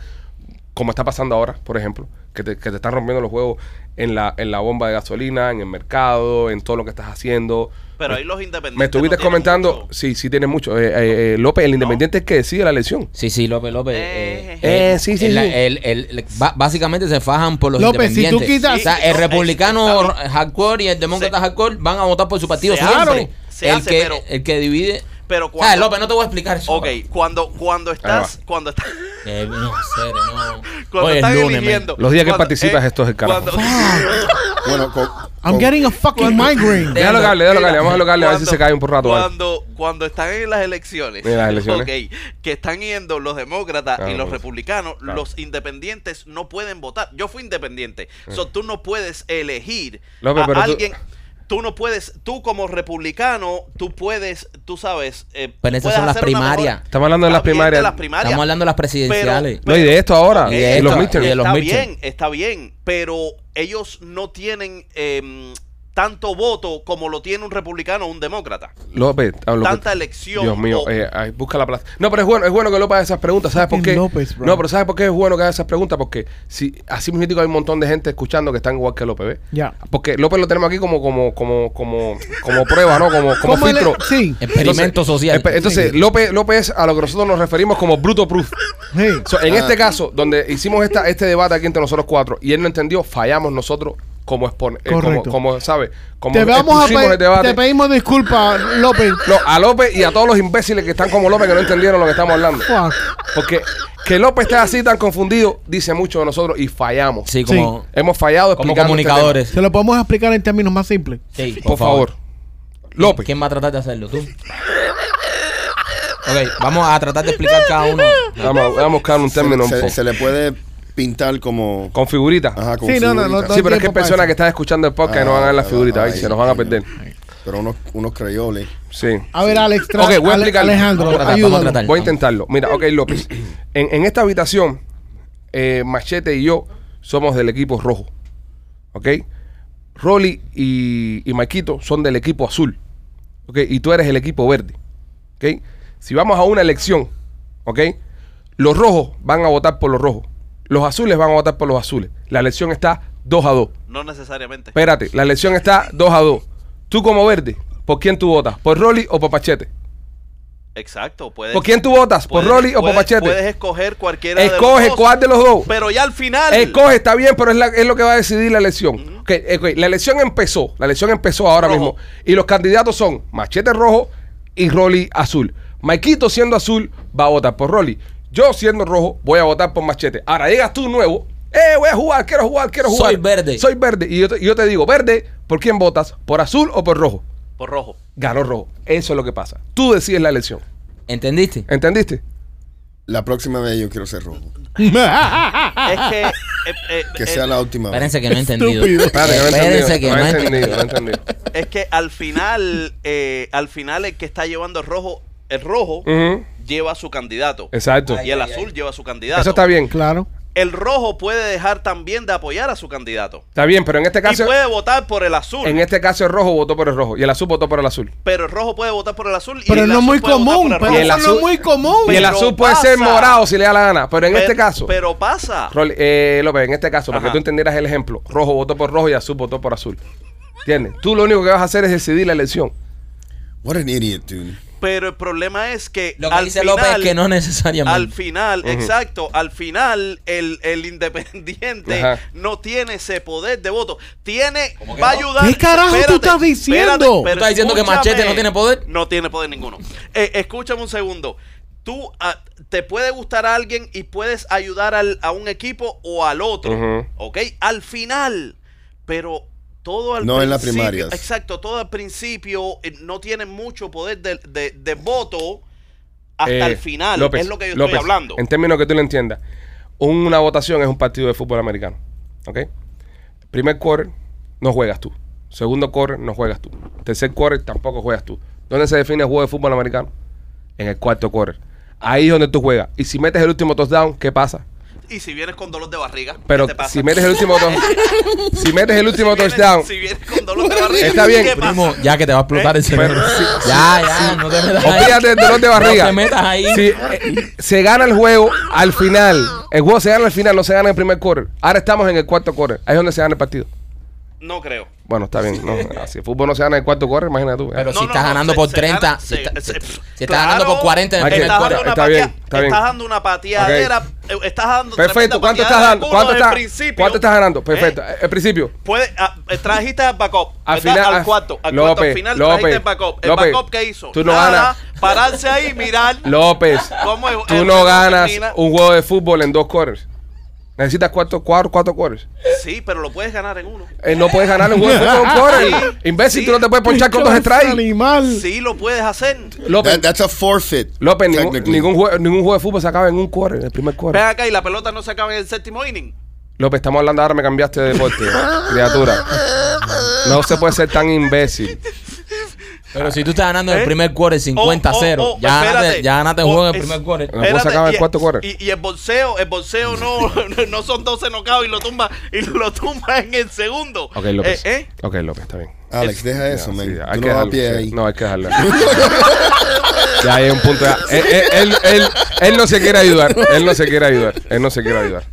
C: como está pasando ahora, por ejemplo, que te, que te están rompiendo los huevos en la, en la bomba de gasolina, en el mercado, en todo lo que estás haciendo.
E: Pero ahí los independientes.
C: Me estuviste
E: no tienen
C: comentando,
E: mucho.
C: sí, sí tiene mucho. Eh, eh, eh, López, el independiente es que decide la elección.
A: Sí, sí, López, López.
E: Eh,
C: eh, sí, sí,
A: el-
C: sí.
A: el- el- el- ba- básicamente se fajan por los
D: López, si tú
A: independientes.
D: quitas-
A: O sea, el
E: Sí,
A: republicano
E: está
A: hardcore y el demócrata
E: Se-
A: hardcore van a votar por su partido
E: se
A: siempre.
E: hace, se
A: el,
E: hace,
A: que,
E: pero-
A: el que divide.
E: Pero
A: O sea,
E: cuando.
A: Ah, López, no te voy a explicar eso.
E: Ok, cuando, cuando estás.
C: va.
E: Cuando estás.
A: Eh, no, serio, no.
E: Cuando
A: Hoy es
E: están
A: lunes, man.
E: eligiendo.
C: Los días que
E: cuando- eh,
C: participas, esto es el carajo.
E: cuando-
F: Bueno, con,
D: I'm
F: con-
D: getting a fucking migraine.
C: Déjalo que hable, déjalo que hable,
E: Mira,
C: vamos a locarle a ver si
E: cuando-
C: se cae un por rato. ¿vale?
E: Cuando, cuando están en las elecciones,
C: En las elecciones.
E: ok, que están yendo los demócratas
C: Claro,
E: y los
C: pues,
E: republicanos,
C: claro.
E: los independientes no pueden votar. Yo fui independiente. So, tú no puedes elegir
C: López,
E: a
C: pero tú-
E: alguien. Tú... no puedes, tú como republicano, tú puedes, tú sabes. eh,
A: Pero esas
E: puedes
A: son las
E: hacer una mejor-
A: primarias.
C: Estamos hablando de
E: Está
C: las
E: bien,
C: primarias.
E: las primarias.
A: Estamos hablando de las presidenciales.
C: No, y de esto ahora,
E: Ok,
C: y,
A: de
C: los
A: esto,
C: midterms.
A: y de los
E: está
A: midterms.
E: bien, está bien, pero ellos no tienen eh, tanto voto como lo tiene un republicano o un demócrata.
C: López, ah, López.
E: Tanta elección.
C: Dios mío,
E: o-
C: eh, ay, busca la plaza. No, pero es bueno, es bueno que López haga esas preguntas, ¿sabes por
D: Fucking
C: qué?
D: López, bro.
C: no, pero ¿sabes por qué es bueno que haga esas preguntas? Porque si así mismo digo, hay un montón de gente escuchando que están igual que López, ¿ves?
D: Ya.
C: Porque López lo tenemos aquí como como como como como prueba, ¿no? Como como
D: ¿Cómo
C: filtro.
D: ele- sí.
A: Experimento social.
C: Espe- Entonces, López, López es a lo que nosotros nos referimos como bruto proof.
D: Sí.
C: So, en
F: Ah.
C: este caso, donde hicimos esta, este debate aquí entre nosotros cuatro y él no entendió, fallamos nosotros como expone, eh, como,
D: Correcto.
C: como ¿sabes? Como
D: Te vamos a
C: expusimos
D: pe-
C: el debate.
D: te pedimos disculpas, López.
C: No, a López y a todos los imbéciles que están como López que no entendieron lo que estamos hablando.
D: Fuck.
C: Porque que López esté así tan confundido dice mucho de nosotros y fallamos.
A: Sí, como,
C: Hemos fallado
A: como
C: explicando este
A: comunicadores.
D: Se lo podemos explicar en términos más simples.
A: Sí,
C: tema. por, favor. López.
A: ¿Quién va a tratar de hacerlo? ¿Tú? Ok, vamos a tratar de explicar cada uno.
C: Vamos, a- vamos a buscar un
F: se,
C: término. un
F: se-
C: poco.
F: se le puede pintar como.
C: Con figuritas.
F: Ajá, como
D: Sí, no, no,
F: figurita.
D: no,
C: sí, pero es
D: tiempo
C: que hay
D: para
C: personas
D: eso.
C: que están escuchando el podcast y no van a ver las
F: Ah,
C: figuritas ahí,
F: ay,
C: se los van a
F: ay,
C: perder.
F: Pero unos, unos crayoles.
C: Sí.
D: A ver, Alex, tra-
C: Ok, voy a
D: Ale-
C: explicar.
D: Alejandro,
A: Vamos a tratar,
D: ayúdalo.
A: vamos a tratar.
C: Voy a intentarlo. Mira, ok, López. En, en esta habitación, eh, Machete y yo somos del equipo rojo. ¿Ok? Rolly y, y Maquito son del equipo azul. ¿Ok? Y tú eres el equipo verde. ¿Ok? Si vamos a una elección, ¿ok? Los rojos van a votar por los rojos. Los azules van a votar por los azules. La elección está 2 a 2.
E: No necesariamente.
C: Espérate, la elección está 2 a 2. Tú como verde, ¿por quién tú votas? ¿Por Rolly o por Machete?
E: Exacto, puedes.
C: ¿Por quién tú votas? ¿Por
E: puedes-
C: Rolly o por
E: puedes-
C: Machete?
E: Puedes escoger cualquiera de
C: Escoge
E: los dos.
C: cuál de los dos.
E: Pero ya al final.
C: Escoge, Eh, está bien, pero es, la- es lo que va a decidir la elección. Ok, ok, La elección empezó, la elección empezó ahora
E: Rojo.
C: mismo. Y los candidatos son Machete Rojo y Rolly Azul. Maikito siendo azul va a votar por Rolly. Yo siendo rojo voy a votar por Machete. Ahora llegas tú nuevo. Eh, voy a jugar, quiero jugar, quiero jugar.
A: Soy verde.
C: Soy verde. Y yo te, y yo te digo, verde, ¿por quién votas? ¿Por azul o por rojo?
E: Por rojo.
C: Ganó rojo. Eso es lo que pasa. Tú decides la elección.
A: ¿Entendiste?
C: ¿Entendiste?
F: La próxima vez yo quiero ser rojo.
E: Es que. eh, eh,
F: Que
E: eh,
F: sea la última vez.
A: Espérense que no he entendido.
D: Estúpido.
C: Espérate, que no he
A: Espérense que
C: entendido, no
A: no he
C: he entendido, no he
A: entendido.
C: entendido.
E: Es que al final. eh, al final el que está llevando el rojo. El rojo
C: Ujú.
E: lleva a su candidato.
C: Mm. Exacto.
E: Y el azul lleva a su candidato.
C: Eso está bien.
D: Claro.
E: El rojo puede dejar también de apoyar a su candidato.
C: Está bien, pero en este
E: Y
C: caso.
E: puede votar por el azul.
C: En este caso el rojo votó por el rojo y el azul votó por el azul.
E: Pero el rojo puede votar por el azul. y
D: Pero
E: el
D: no es
E: azul
D: muy
E: puede votar
D: común.
E: por el
D: Pero
C: pues. Y
E: rojo.
C: el
D: eso no
C: azul-
D: es muy común.
C: y el
E: Pero
C: azul puede
E: pasa.
C: ser morado si le da la gana, pero en este
E: Pero-
C: caso,
E: Pero pasa.
C: Rolly, eh, López, en este caso, para que
E: Ajá.
C: tú entendieras el ejemplo, rojo votó por rojo y azul votó por azul. ¿Entiendes? Tú lo único que vas a hacer es decidir la elección.
F: What an idiot, dude.
E: Pero el problema es que
A: Lo que
E: al
A: dice
E: final,
A: López es que no
E: al
A: necesariamente.
E: final, exacto, al final el, el independiente
C: Ajá.
E: no tiene ese poder de voto. Tiene,
A: ¿Cómo que
E: va a
A: no?
E: ayudar.
D: ¿Qué carajo tú estás diciendo?
E: pero
A: ¿Tú estás diciendo que
E: escúchame.
A: Machete no tiene poder?
E: No tiene poder ninguno. Eh, escúchame un segundo. Tú ah, te puede gustar a alguien y puedes ayudar al- a un equipo o al otro,
C: Ujú.
E: ¿ok? Al final, pero todo al
F: No en las
E: principio-
F: primarias.
E: Exacto, todo al principio eh, no tiene mucho poder de, de- de voto hasta
C: Eh,
E: el final.
C: López,
E: es lo que yo
C: López,
E: estoy hablando.
C: En términos que tú lo entiendas, una votación es un partido de fútbol americano. ¿Ok? Primer quarter, no juegas tú. Segundo quarter, no juegas tú. Tercer quarter, tampoco juegas tú. ¿Dónde se define el juego de fútbol americano? En el cuarto quarter. Ahí es donde tú juegas. Y si metes el último touchdown, ¿qué pasa?
E: Y si vienes con dolor de barriga,
C: Pero
E: ¿qué te pasa?
C: si metes el último touchdown, si metes el último
E: vienes-
C: touchdown,
E: Si vienes con dolor de barriga,
C: Está bien.
E: ¿qué pasa?
A: Primo, ya que te va a explotar el cerebro.
C: Pero sí,
A: Ya, ya, no te metas ahí.
C: olvídate del dolor de barriga.
A: No te metas ahí.
C: Si, eh, se gana el juego al final. El juego se gana al final, no se gana en el primer quarter. Ahora estamos en el cuarto quarter. Ahí es donde se gana el partido.
E: No creo.
C: Bueno, está bien. No, si el fútbol no se gana en el cuarto quarter, imagínate tú.
A: Pero
E: No,
A: si
E: no,
A: estás
E: no,
A: ganando
E: se-
A: por
E: se
A: 30,
E: gana-
A: si,
E: se-
A: está-
E: se-
A: si
E: claro,
A: estás ganando por 40 en el primer
E: estás
C: cuarto.
E: dando una
C: Está
E: patea-
C: bien, está bien.
E: Estás dando una pateadera. eh, Estás dando
C: Perfecto,
E: tremenda
C: ¿cuánto estás
E: pateadera de
C: dando?
E: culo
C: ¿Cuánto
E: al
C: estás,
E: principio.
C: ¿Cuánto estás ganando?
E: ¿Eh?
C: Perfecto. El principio.
E: Puede, ah, eh, trajiste al backup.
C: Al
E: Al
C: final- ah,
E: Al cuarto. Al
C: López,
E: cuarto. Al final
C: López,
E: trajiste el backup. El
C: López,
E: backup que hizo.
C: tú no
E: Nada,
C: ganas.
E: Pararse ahí, mirar.
C: López,
E: ¿Cómo es-
C: tú
E: el
C: no
E: juego
C: ganas
E: termina?
C: un juego de fútbol en dos quarters. Necesitas cuatro, cuatro, cuatro quarters.
E: Sí, pero lo puedes ganar en uno.
C: Eh, no puedes ganar un juego de fútbol en un quarter. Imbécil,
E: sí.
C: tú no te puedes ponchar con dos strikes.
D: Animal.
E: Sí, lo puedes hacer.
C: López,
F: That- that's a forfeit.
C: López, ningún,
F: technically.
C: ningún juego, ningún juego de fútbol se acaba en un quarter, en el primer
E: Ven
C: quarter.
E: acá y la pelota no se acaba en el séptimo inning.
C: López, estamos hablando ahora, me cambiaste de deporte, criatura. No se puede ser tan imbécil.
A: Pero si tú estás ganando en
E: ¿Eh?
A: el primer quarter 50 0,
E: Oh, oh, oh,
A: ya, ganaste,
E: espérate.
A: ya ganaste el juego en el
E: Oh,
A: primer
E: es-
A: quarter.
C: ¿Me puedo
E: espérate,
C: sacar el
E: y-
C: cuarto quarter?
E: Y, y el bolseo, el bolseo no, no son 12 nocaos y lo tumba y lo tumba en el segundo.
C: Ok, López.
E: Eh, eh.
C: Ok, López, está bien.
F: Alex, deja eso,
C: Sí,
F: man.
C: hay
F: Tú
C: que
F: no vas a
C: dejarlo,
F: pie
C: sí.
F: ahí.
C: No, hay que dejarlo. ya hay un punto. ya- Él, él- él- él- él no se quiere ayudar. Él no se quiere ayudar. Él no se quiere ayudar.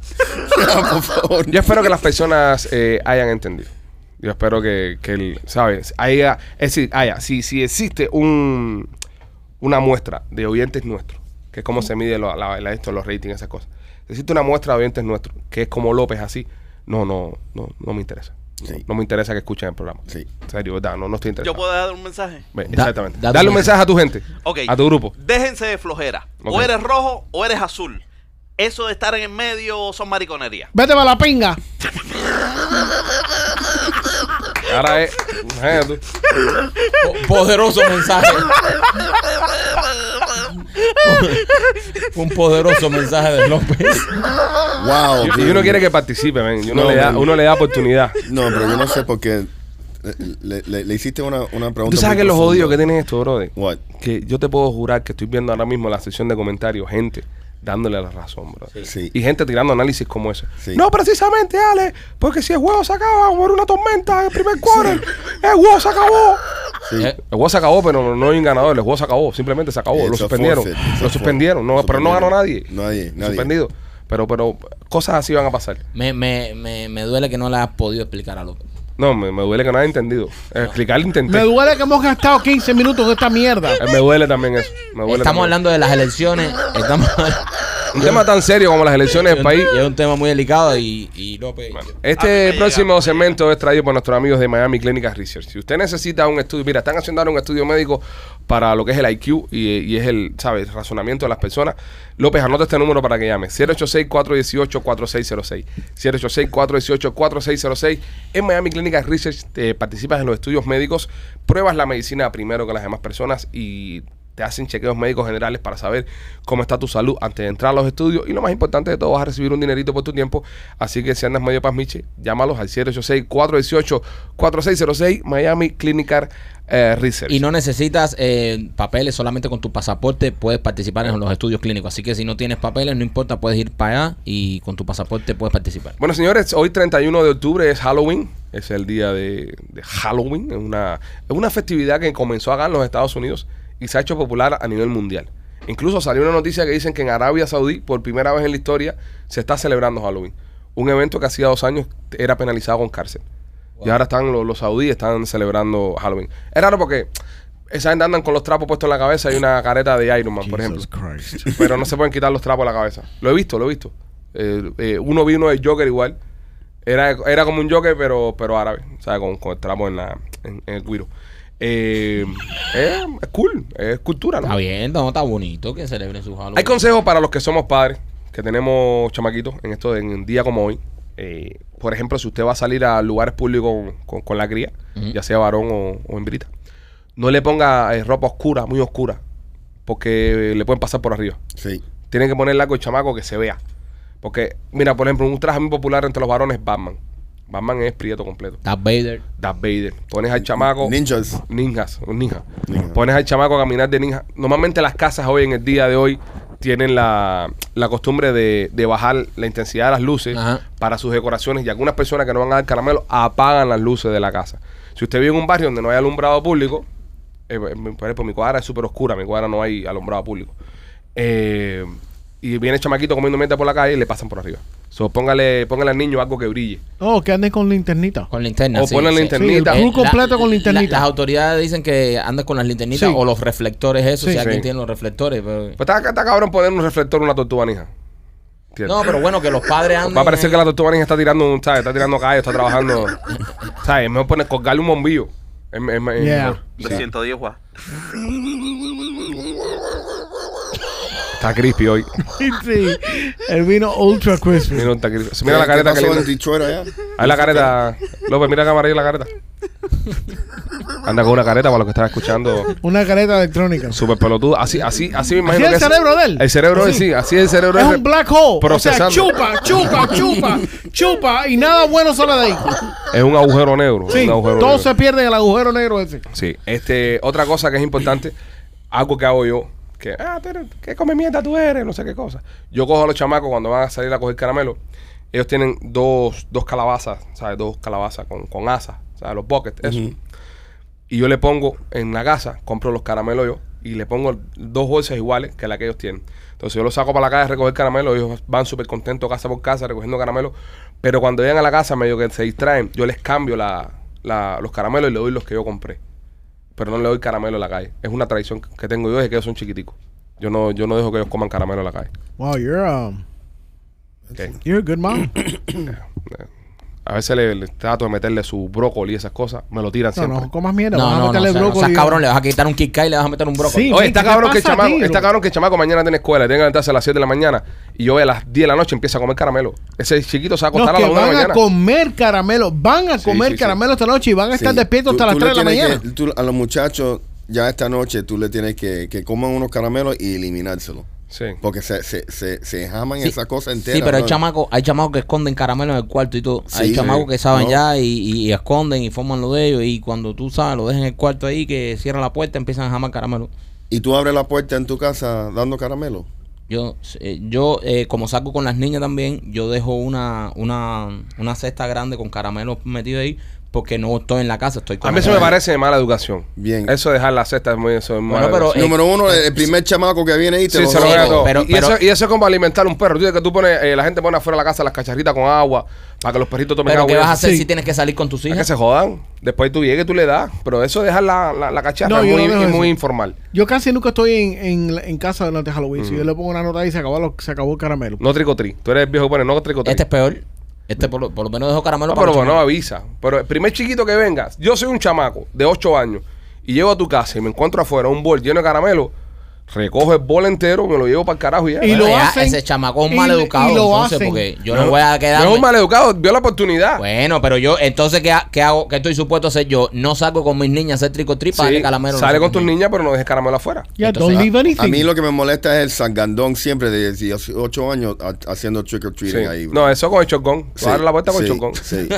F: Ah, Por favor.
C: Yo espero que las personas eh, hayan entendido. Yo espero que, que el- ¿sabes? Haya, es decir, haya, si, si existe un, una muestra de oyentes nuestros, que es como se mide lo- la- la- esto, los ratings, esas cosas. Si existe una muestra de oyentes nuestros, que es como López así, no, no, no, no me interesa. No,
F: Sí.
C: no me interesa que escuchen el programa.
F: Sí.
C: En serio, verdad, no, no estoy interesado.
E: Yo puedo dar un mensaje.
C: Ve,
A: Da-
C: Exactamente.
A: da tu
C: Dale un
A: mensaje.
C: mensaje a tu gente.
E: Ok.
C: A tu grupo.
E: Déjense de flojera.
C: Ok.
E: O eres rojo o eres azul. Eso de estar en el medio son mariconería.
D: Vete para la pinga.
C: Ahora es. imagínate tú.
A: Po- Poderoso mensaje. Un poderoso mensaje de López.
F: Wow.
C: Y
F: dude.
C: uno quiere que participe, man. Y uno,
F: No,
C: le da,
F: man.
C: uno le da oportunidad.
F: No, pero yo no sé por qué. eh, Le, le- le hiciste una, una pregunta.
C: Tú sabes
F: muy
C: que los
F: profunda.
C: odios que tiene esto, brother.
F: What?
C: Que yo te puedo jurar que estoy viendo ahora mismo la sección de comentarios, gente dándole la razón, brother.
F: Sí.
C: Y gente tirando análisis como ese.
F: Sí.
C: No, precisamente, Ale, porque si el juego se acaba por una tormenta en el primer quarter, el juego se acabó.
F: Sí.
A: Eh,
C: El juego se acabó, pero no hay un ganador. El juego se acabó, simplemente se acabó.
F: It's
C: Lo
F: a
C: suspendieron.
F: forfeit. It's a
C: Lo
F: forfeit.
C: suspendieron, no, pero no ganó nadie.
F: Suspendieron. Nadie, nadie.
C: Suspendido. Pero, pero cosas así van a pasar.
A: Me, me, me, me duele que no la has podido explicar a López.
C: No, me, me duele que no haya entendido. Explicar intenté.
D: Me
C: Eh,
D: duele que hemos gastado 15 minutos en esta mierda.
C: Me, duele. también eso. Me duele
A: Estamos
C: también.
A: hablando de las elecciones. Estamos
C: Un tema tan serio como las elecciones
A: y
C: del
A: un-
C: país.
A: y es un tema muy delicado y, y López.
C: Este
E: Ah, me
C: próximo segmento es traído por nuestros amigos de Miami Clinical Research. Si usted necesita un estudio, mira, están haciendo ahora un estudio médico para lo que es el IQ y, y es el, ¿sabes?, razonamiento de las personas. López, anota este número para que llame. 086-418-4606. 086-418-4606. En Miami Clinical Research eh, participas en los estudios médicos, pruebas la medicina primero que las demás personas y te hacen chequeos médicos generales para saber cómo está tu salud antes de entrar a los estudios. Y lo más importante de todo, vas a recibir un dinerito por tu tiempo. Así que si andas medio pasmiche, llámalos al 786-418-4606 Miami Clinical eh, Research.
A: Y no necesitas eh, papeles, solamente con tu pasaporte puedes participar en los estudios clínicos. Así que si no tienes papeles, no importa, puedes ir para allá y con tu pasaporte puedes participar.
C: Bueno, señores, hoy 31 de octubre es Halloween. Es el día de, de Halloween. Es una, es una festividad que comenzó acá en los Estados Unidos y se ha hecho popular a nivel mundial. Incluso salió una noticia que dicen que en Arabia Saudí, por primera vez en la historia, se está celebrando Halloween. Un evento que hacía dos años era penalizado con cárcel. Y ahora están los, los saudíes están celebrando Halloween. Es raro porque esa gente andan con los trapos puestos en la cabeza y una careta de Iron Man, por ejemplo
G: Jesus Christ.
C: pero no se pueden quitar los trapos a la cabeza. Lo he visto, lo he visto. Eh, eh, uno vi uno de Joker igual. Era, era como un Joker, pero, pero árabe. O sea, con, con el trapo en, la, en, en el cuiro. Eh, eh, es cool, es cultura, ¿no?
A: Está bien, no, está bonito que celebren su Halloween.
C: Hay consejos para los que somos padres, que tenemos chamaquitos en esto en un día como hoy. Eh, por ejemplo, si usted va a salir a lugares públicos con, con- con la cría, ya sea varón o, o hembrita, no le ponga eh, ropa oscura, muy oscura, porque eh, le pueden pasar por arriba.
F: Sí.
C: Tienen que ponerle algo al chamaco que se vea. Porque, mira, por ejemplo, un traje muy popular entre los varones es Batman. Batman es prieto completo.
A: Darth Vader.
C: Darth Vader. Pones al chamaco.
F: Ninjas.
C: Ninjas, un ninja.
F: Ninja.
C: Pones al chamaco a caminar de ninja. Normalmente las casas hoy, en el día de hoy, tienen la, la costumbre de, de bajar la intensidad de las luces
A: Ajá.
C: para sus decoraciones. Y algunas personas que no van a dar caramelo apagan las luces de la casa. Si usted vive en un barrio donde no hay alumbrado público, eh, mi- por ejemplo, mi cuadra es súper oscura, mi cuadra no hay alumbrado público. Eh, y viene el chamaquito comiendo mierda por la calle y le pasan por arriba. So, póngale, póngale al niño algo que brille.
D: Oh, que anden con linternita.
A: Con linterna.
C: O ponle linternita.
D: Sí, el club
A: la-
D: completo con linternita.
A: la- las autoridades dicen que andas con las linternitas
D: Sí.
A: o los reflectores, eso.
D: Sí.
A: Si alguien
C: Sí.
A: tiene los reflectores. pero-
C: Pues está, está cabrón poner un reflector en una tortuga ninja. ¿Entiendes?
A: No, pero bueno, que los padres anden.
C: Va a parecer que la tortuga ninja está tirando, un- ¿sabes? Está tirando callos, está trabajando. ¿Sabes? Es mejor poner, colgarle un bombillo. Es, es- es
D: Yeah.
C: mejor.
E: 310 watts.
C: Está crispy hoy.
D: sí, el vino ultra crispy.
C: Mira, está crispy. Mira la
F: ¿Qué
C: careta que
F: pasó en
C: le
F: Tichuera ya?
C: Ahí la careta. López, mira la cámara ahí la careta. Anda con una careta para los que están escuchando.
D: Una careta electrónica.
C: Súper pelotudo. Así, así, así me imagino
D: es
C: que
D: el cerebro de él.
C: El cerebro de él,
D: Así.
C: sí. Así es el cerebro
D: Es
C: de él.
D: un black hole.
C: Procesando.
D: O sea, chupa, chupa, chupa, chupa y nada bueno sale de ahí.
C: Es un agujero negro.
D: Sí,
C: un agujero
D: todo
C: negro.
D: se pierde en el agujero negro ese.
C: Sí, este, otra cosa que es importante, algo que hago yo, que, ah, tú eres- ¿qué come mierda tú eres? No sé qué cosa. Yo cojo a los chamacos cuando van a salir a coger caramelo, ellos tienen dos, dos calabazas, ¿sabes? Dos calabazas con, con asas, ¿sabes? Los buckets, eso. Y yo le pongo en la casa, compro los caramelos yo, y le pongo dos bolsas iguales que la que ellos tienen. Entonces yo los saco para la calle a recoger caramelo, ellos van súper contentos casa por casa recogiendo caramelo, pero cuando llegan a la casa medio que se distraen, yo les cambio la, la- los caramelos y les doy los que yo compré pero no le doy caramelo a la calle. Es una tradición que tengo yo desde que ellos son chiquiticos. Yo no, yo no dejo que ellos coman caramelo a la calle.
D: Wow, you're um,
C: Ok.
D: you're a good mom.
C: A veces le, le trato de meterle su brócoli y esas cosas, me lo tiran
D: No,
C: siempre.
D: no, comas mierda.
A: No,
D: vas a
A: no, no.
D: meterle
A: o sea, no
D: brócoli.
A: seas cabrón, le vas a quitar un kick y le vas a meter un brócoli.
D: Sí,
C: Oye,
D: men,
C: está
D: ¿qué
C: cabrón
D: te
C: que el
D: pasa a
C: chamaco,
D: ti,
C: está
D: loco?
C: cabrón que el chamaco mañana tiene escuela, tiene que levantarse a las 7 de la mañana y yo a las 10 de la noche empiezo a comer caramelo. Ese chiquito se va a
D: Los
C: acostar a
D: que
C: las 1 de la
D: van a
C: mañana.
D: comer caramelo, van a
C: Sí,
D: comer
C: sí, sí.
D: caramelo esta noche y van a estar
F: Sí.
D: despiertos
F: Tú-
D: hasta las
F: tú le
D: 3 de la
F: tienes
D: mañana.
F: que- tú- a los muchachos, ya esta noche tú le tienes que, que coman unos caramelos y eliminárselo.
C: Sí.
F: Porque se, se, se, se jaman
A: Sí,
F: esa cosa entera.
A: Sí, pero hay
F: ¿no?
A: chamacos, hay chamacos que esconden caramelo en el cuarto y todo. hay
F: Sí,
A: chamacos
F: sí.
A: que saben
F: No.
A: ya y, y- y esconden y forman lo de ellos. Y cuando tú sabes, lo dejan en el cuarto ahí, que cierra la puerta, empiezan a jamar caramelo.
F: Y tú abres la puerta en tu casa dando caramelo.
A: Yo, eh, yo eh, como saco con las niñas también, yo dejo una, una, una cesta grande con caramelo metido ahí porque no estoy en la casa, estoy con
C: A mí eso me parece de mala educación.
F: Bien.
C: Eso de dejar la cesta es muy. Eso es mala
A: pero-
C: educación.
A: eh,
F: Número uno, el primer chamaco que viene ahí te
C: Sí,
F: lo
C: se lo
A: pero-
C: gana todo.
A: pero-
C: y, y
A: pero-
C: eso, y eso es como alimentar un perro. Tú dices que tú pones, eh, la gente pone afuera de la casa las cacharritas con agua para que los perritos tomen
A: Pero
C: agua.
A: ¿qué
C: y
A: vas a
C: eso.
A: hacer
D: Sí.
A: si tienes que salir con tus
C: Es que
A: hijas?
C: se jodan. Después tú llegues y tú le das. Pero eso de dejar la, la, la cacharra
D: No,
C: es
D: yo
C: muy,
D: no dejo
C: es
D: eso.
C: muy informal.
D: Yo casi nunca estoy en, en, en casa durante Halloween. Si yo le pongo una nota ahí, se acabó, lo- se acabó el caramelo.
C: No tricotri. Tú eres el viejo que pone no tricotri.
A: Este es peor. Este por lo, por lo menos dejó caramelo
C: No,
A: para
C: pero
A: los
C: bueno,
A: chamaquitos.
C: avisa. Pero el primer chiquito que venga, yo soy un chamaco de 8 años y llego a tu casa y me encuentro afuera un bol lleno de caramelo, recojo el bol entero, me lo llevo para el carajo y ya.
D: Y
A: Bueno,
D: lo
A: ya,
D: hacen,
A: Ese chamacón
D: y-
A: mal educado.
D: y lo
A: entonces,
D: hacen.
A: porque yo no, voy a Pues, quedar.
C: No es un maleducado, vio la oportunidad.
A: Bueno, pero yo, entonces, ¿qué, ha- qué hago? ¿Qué estoy supuesto a hacer yo? No salgo con mis niñas a hacer trico
C: Sí,
A: tripa, darle caramelo.
C: sale con tus
A: niños.
C: niñas, pero no dejes caramelo afuera.
D: Ya,
A: Entonces,
D: don't leave anything.
F: Ah, A mí lo que me molesta es el sangandón siempre de 18 años ha- haciendo trick or treating
C: Sí.
F: ahí. bro.
C: No, eh, eso con el chocón.
F: Sí,
C: Abre la puerta con
F: sí,
C: el chocón.
F: sí.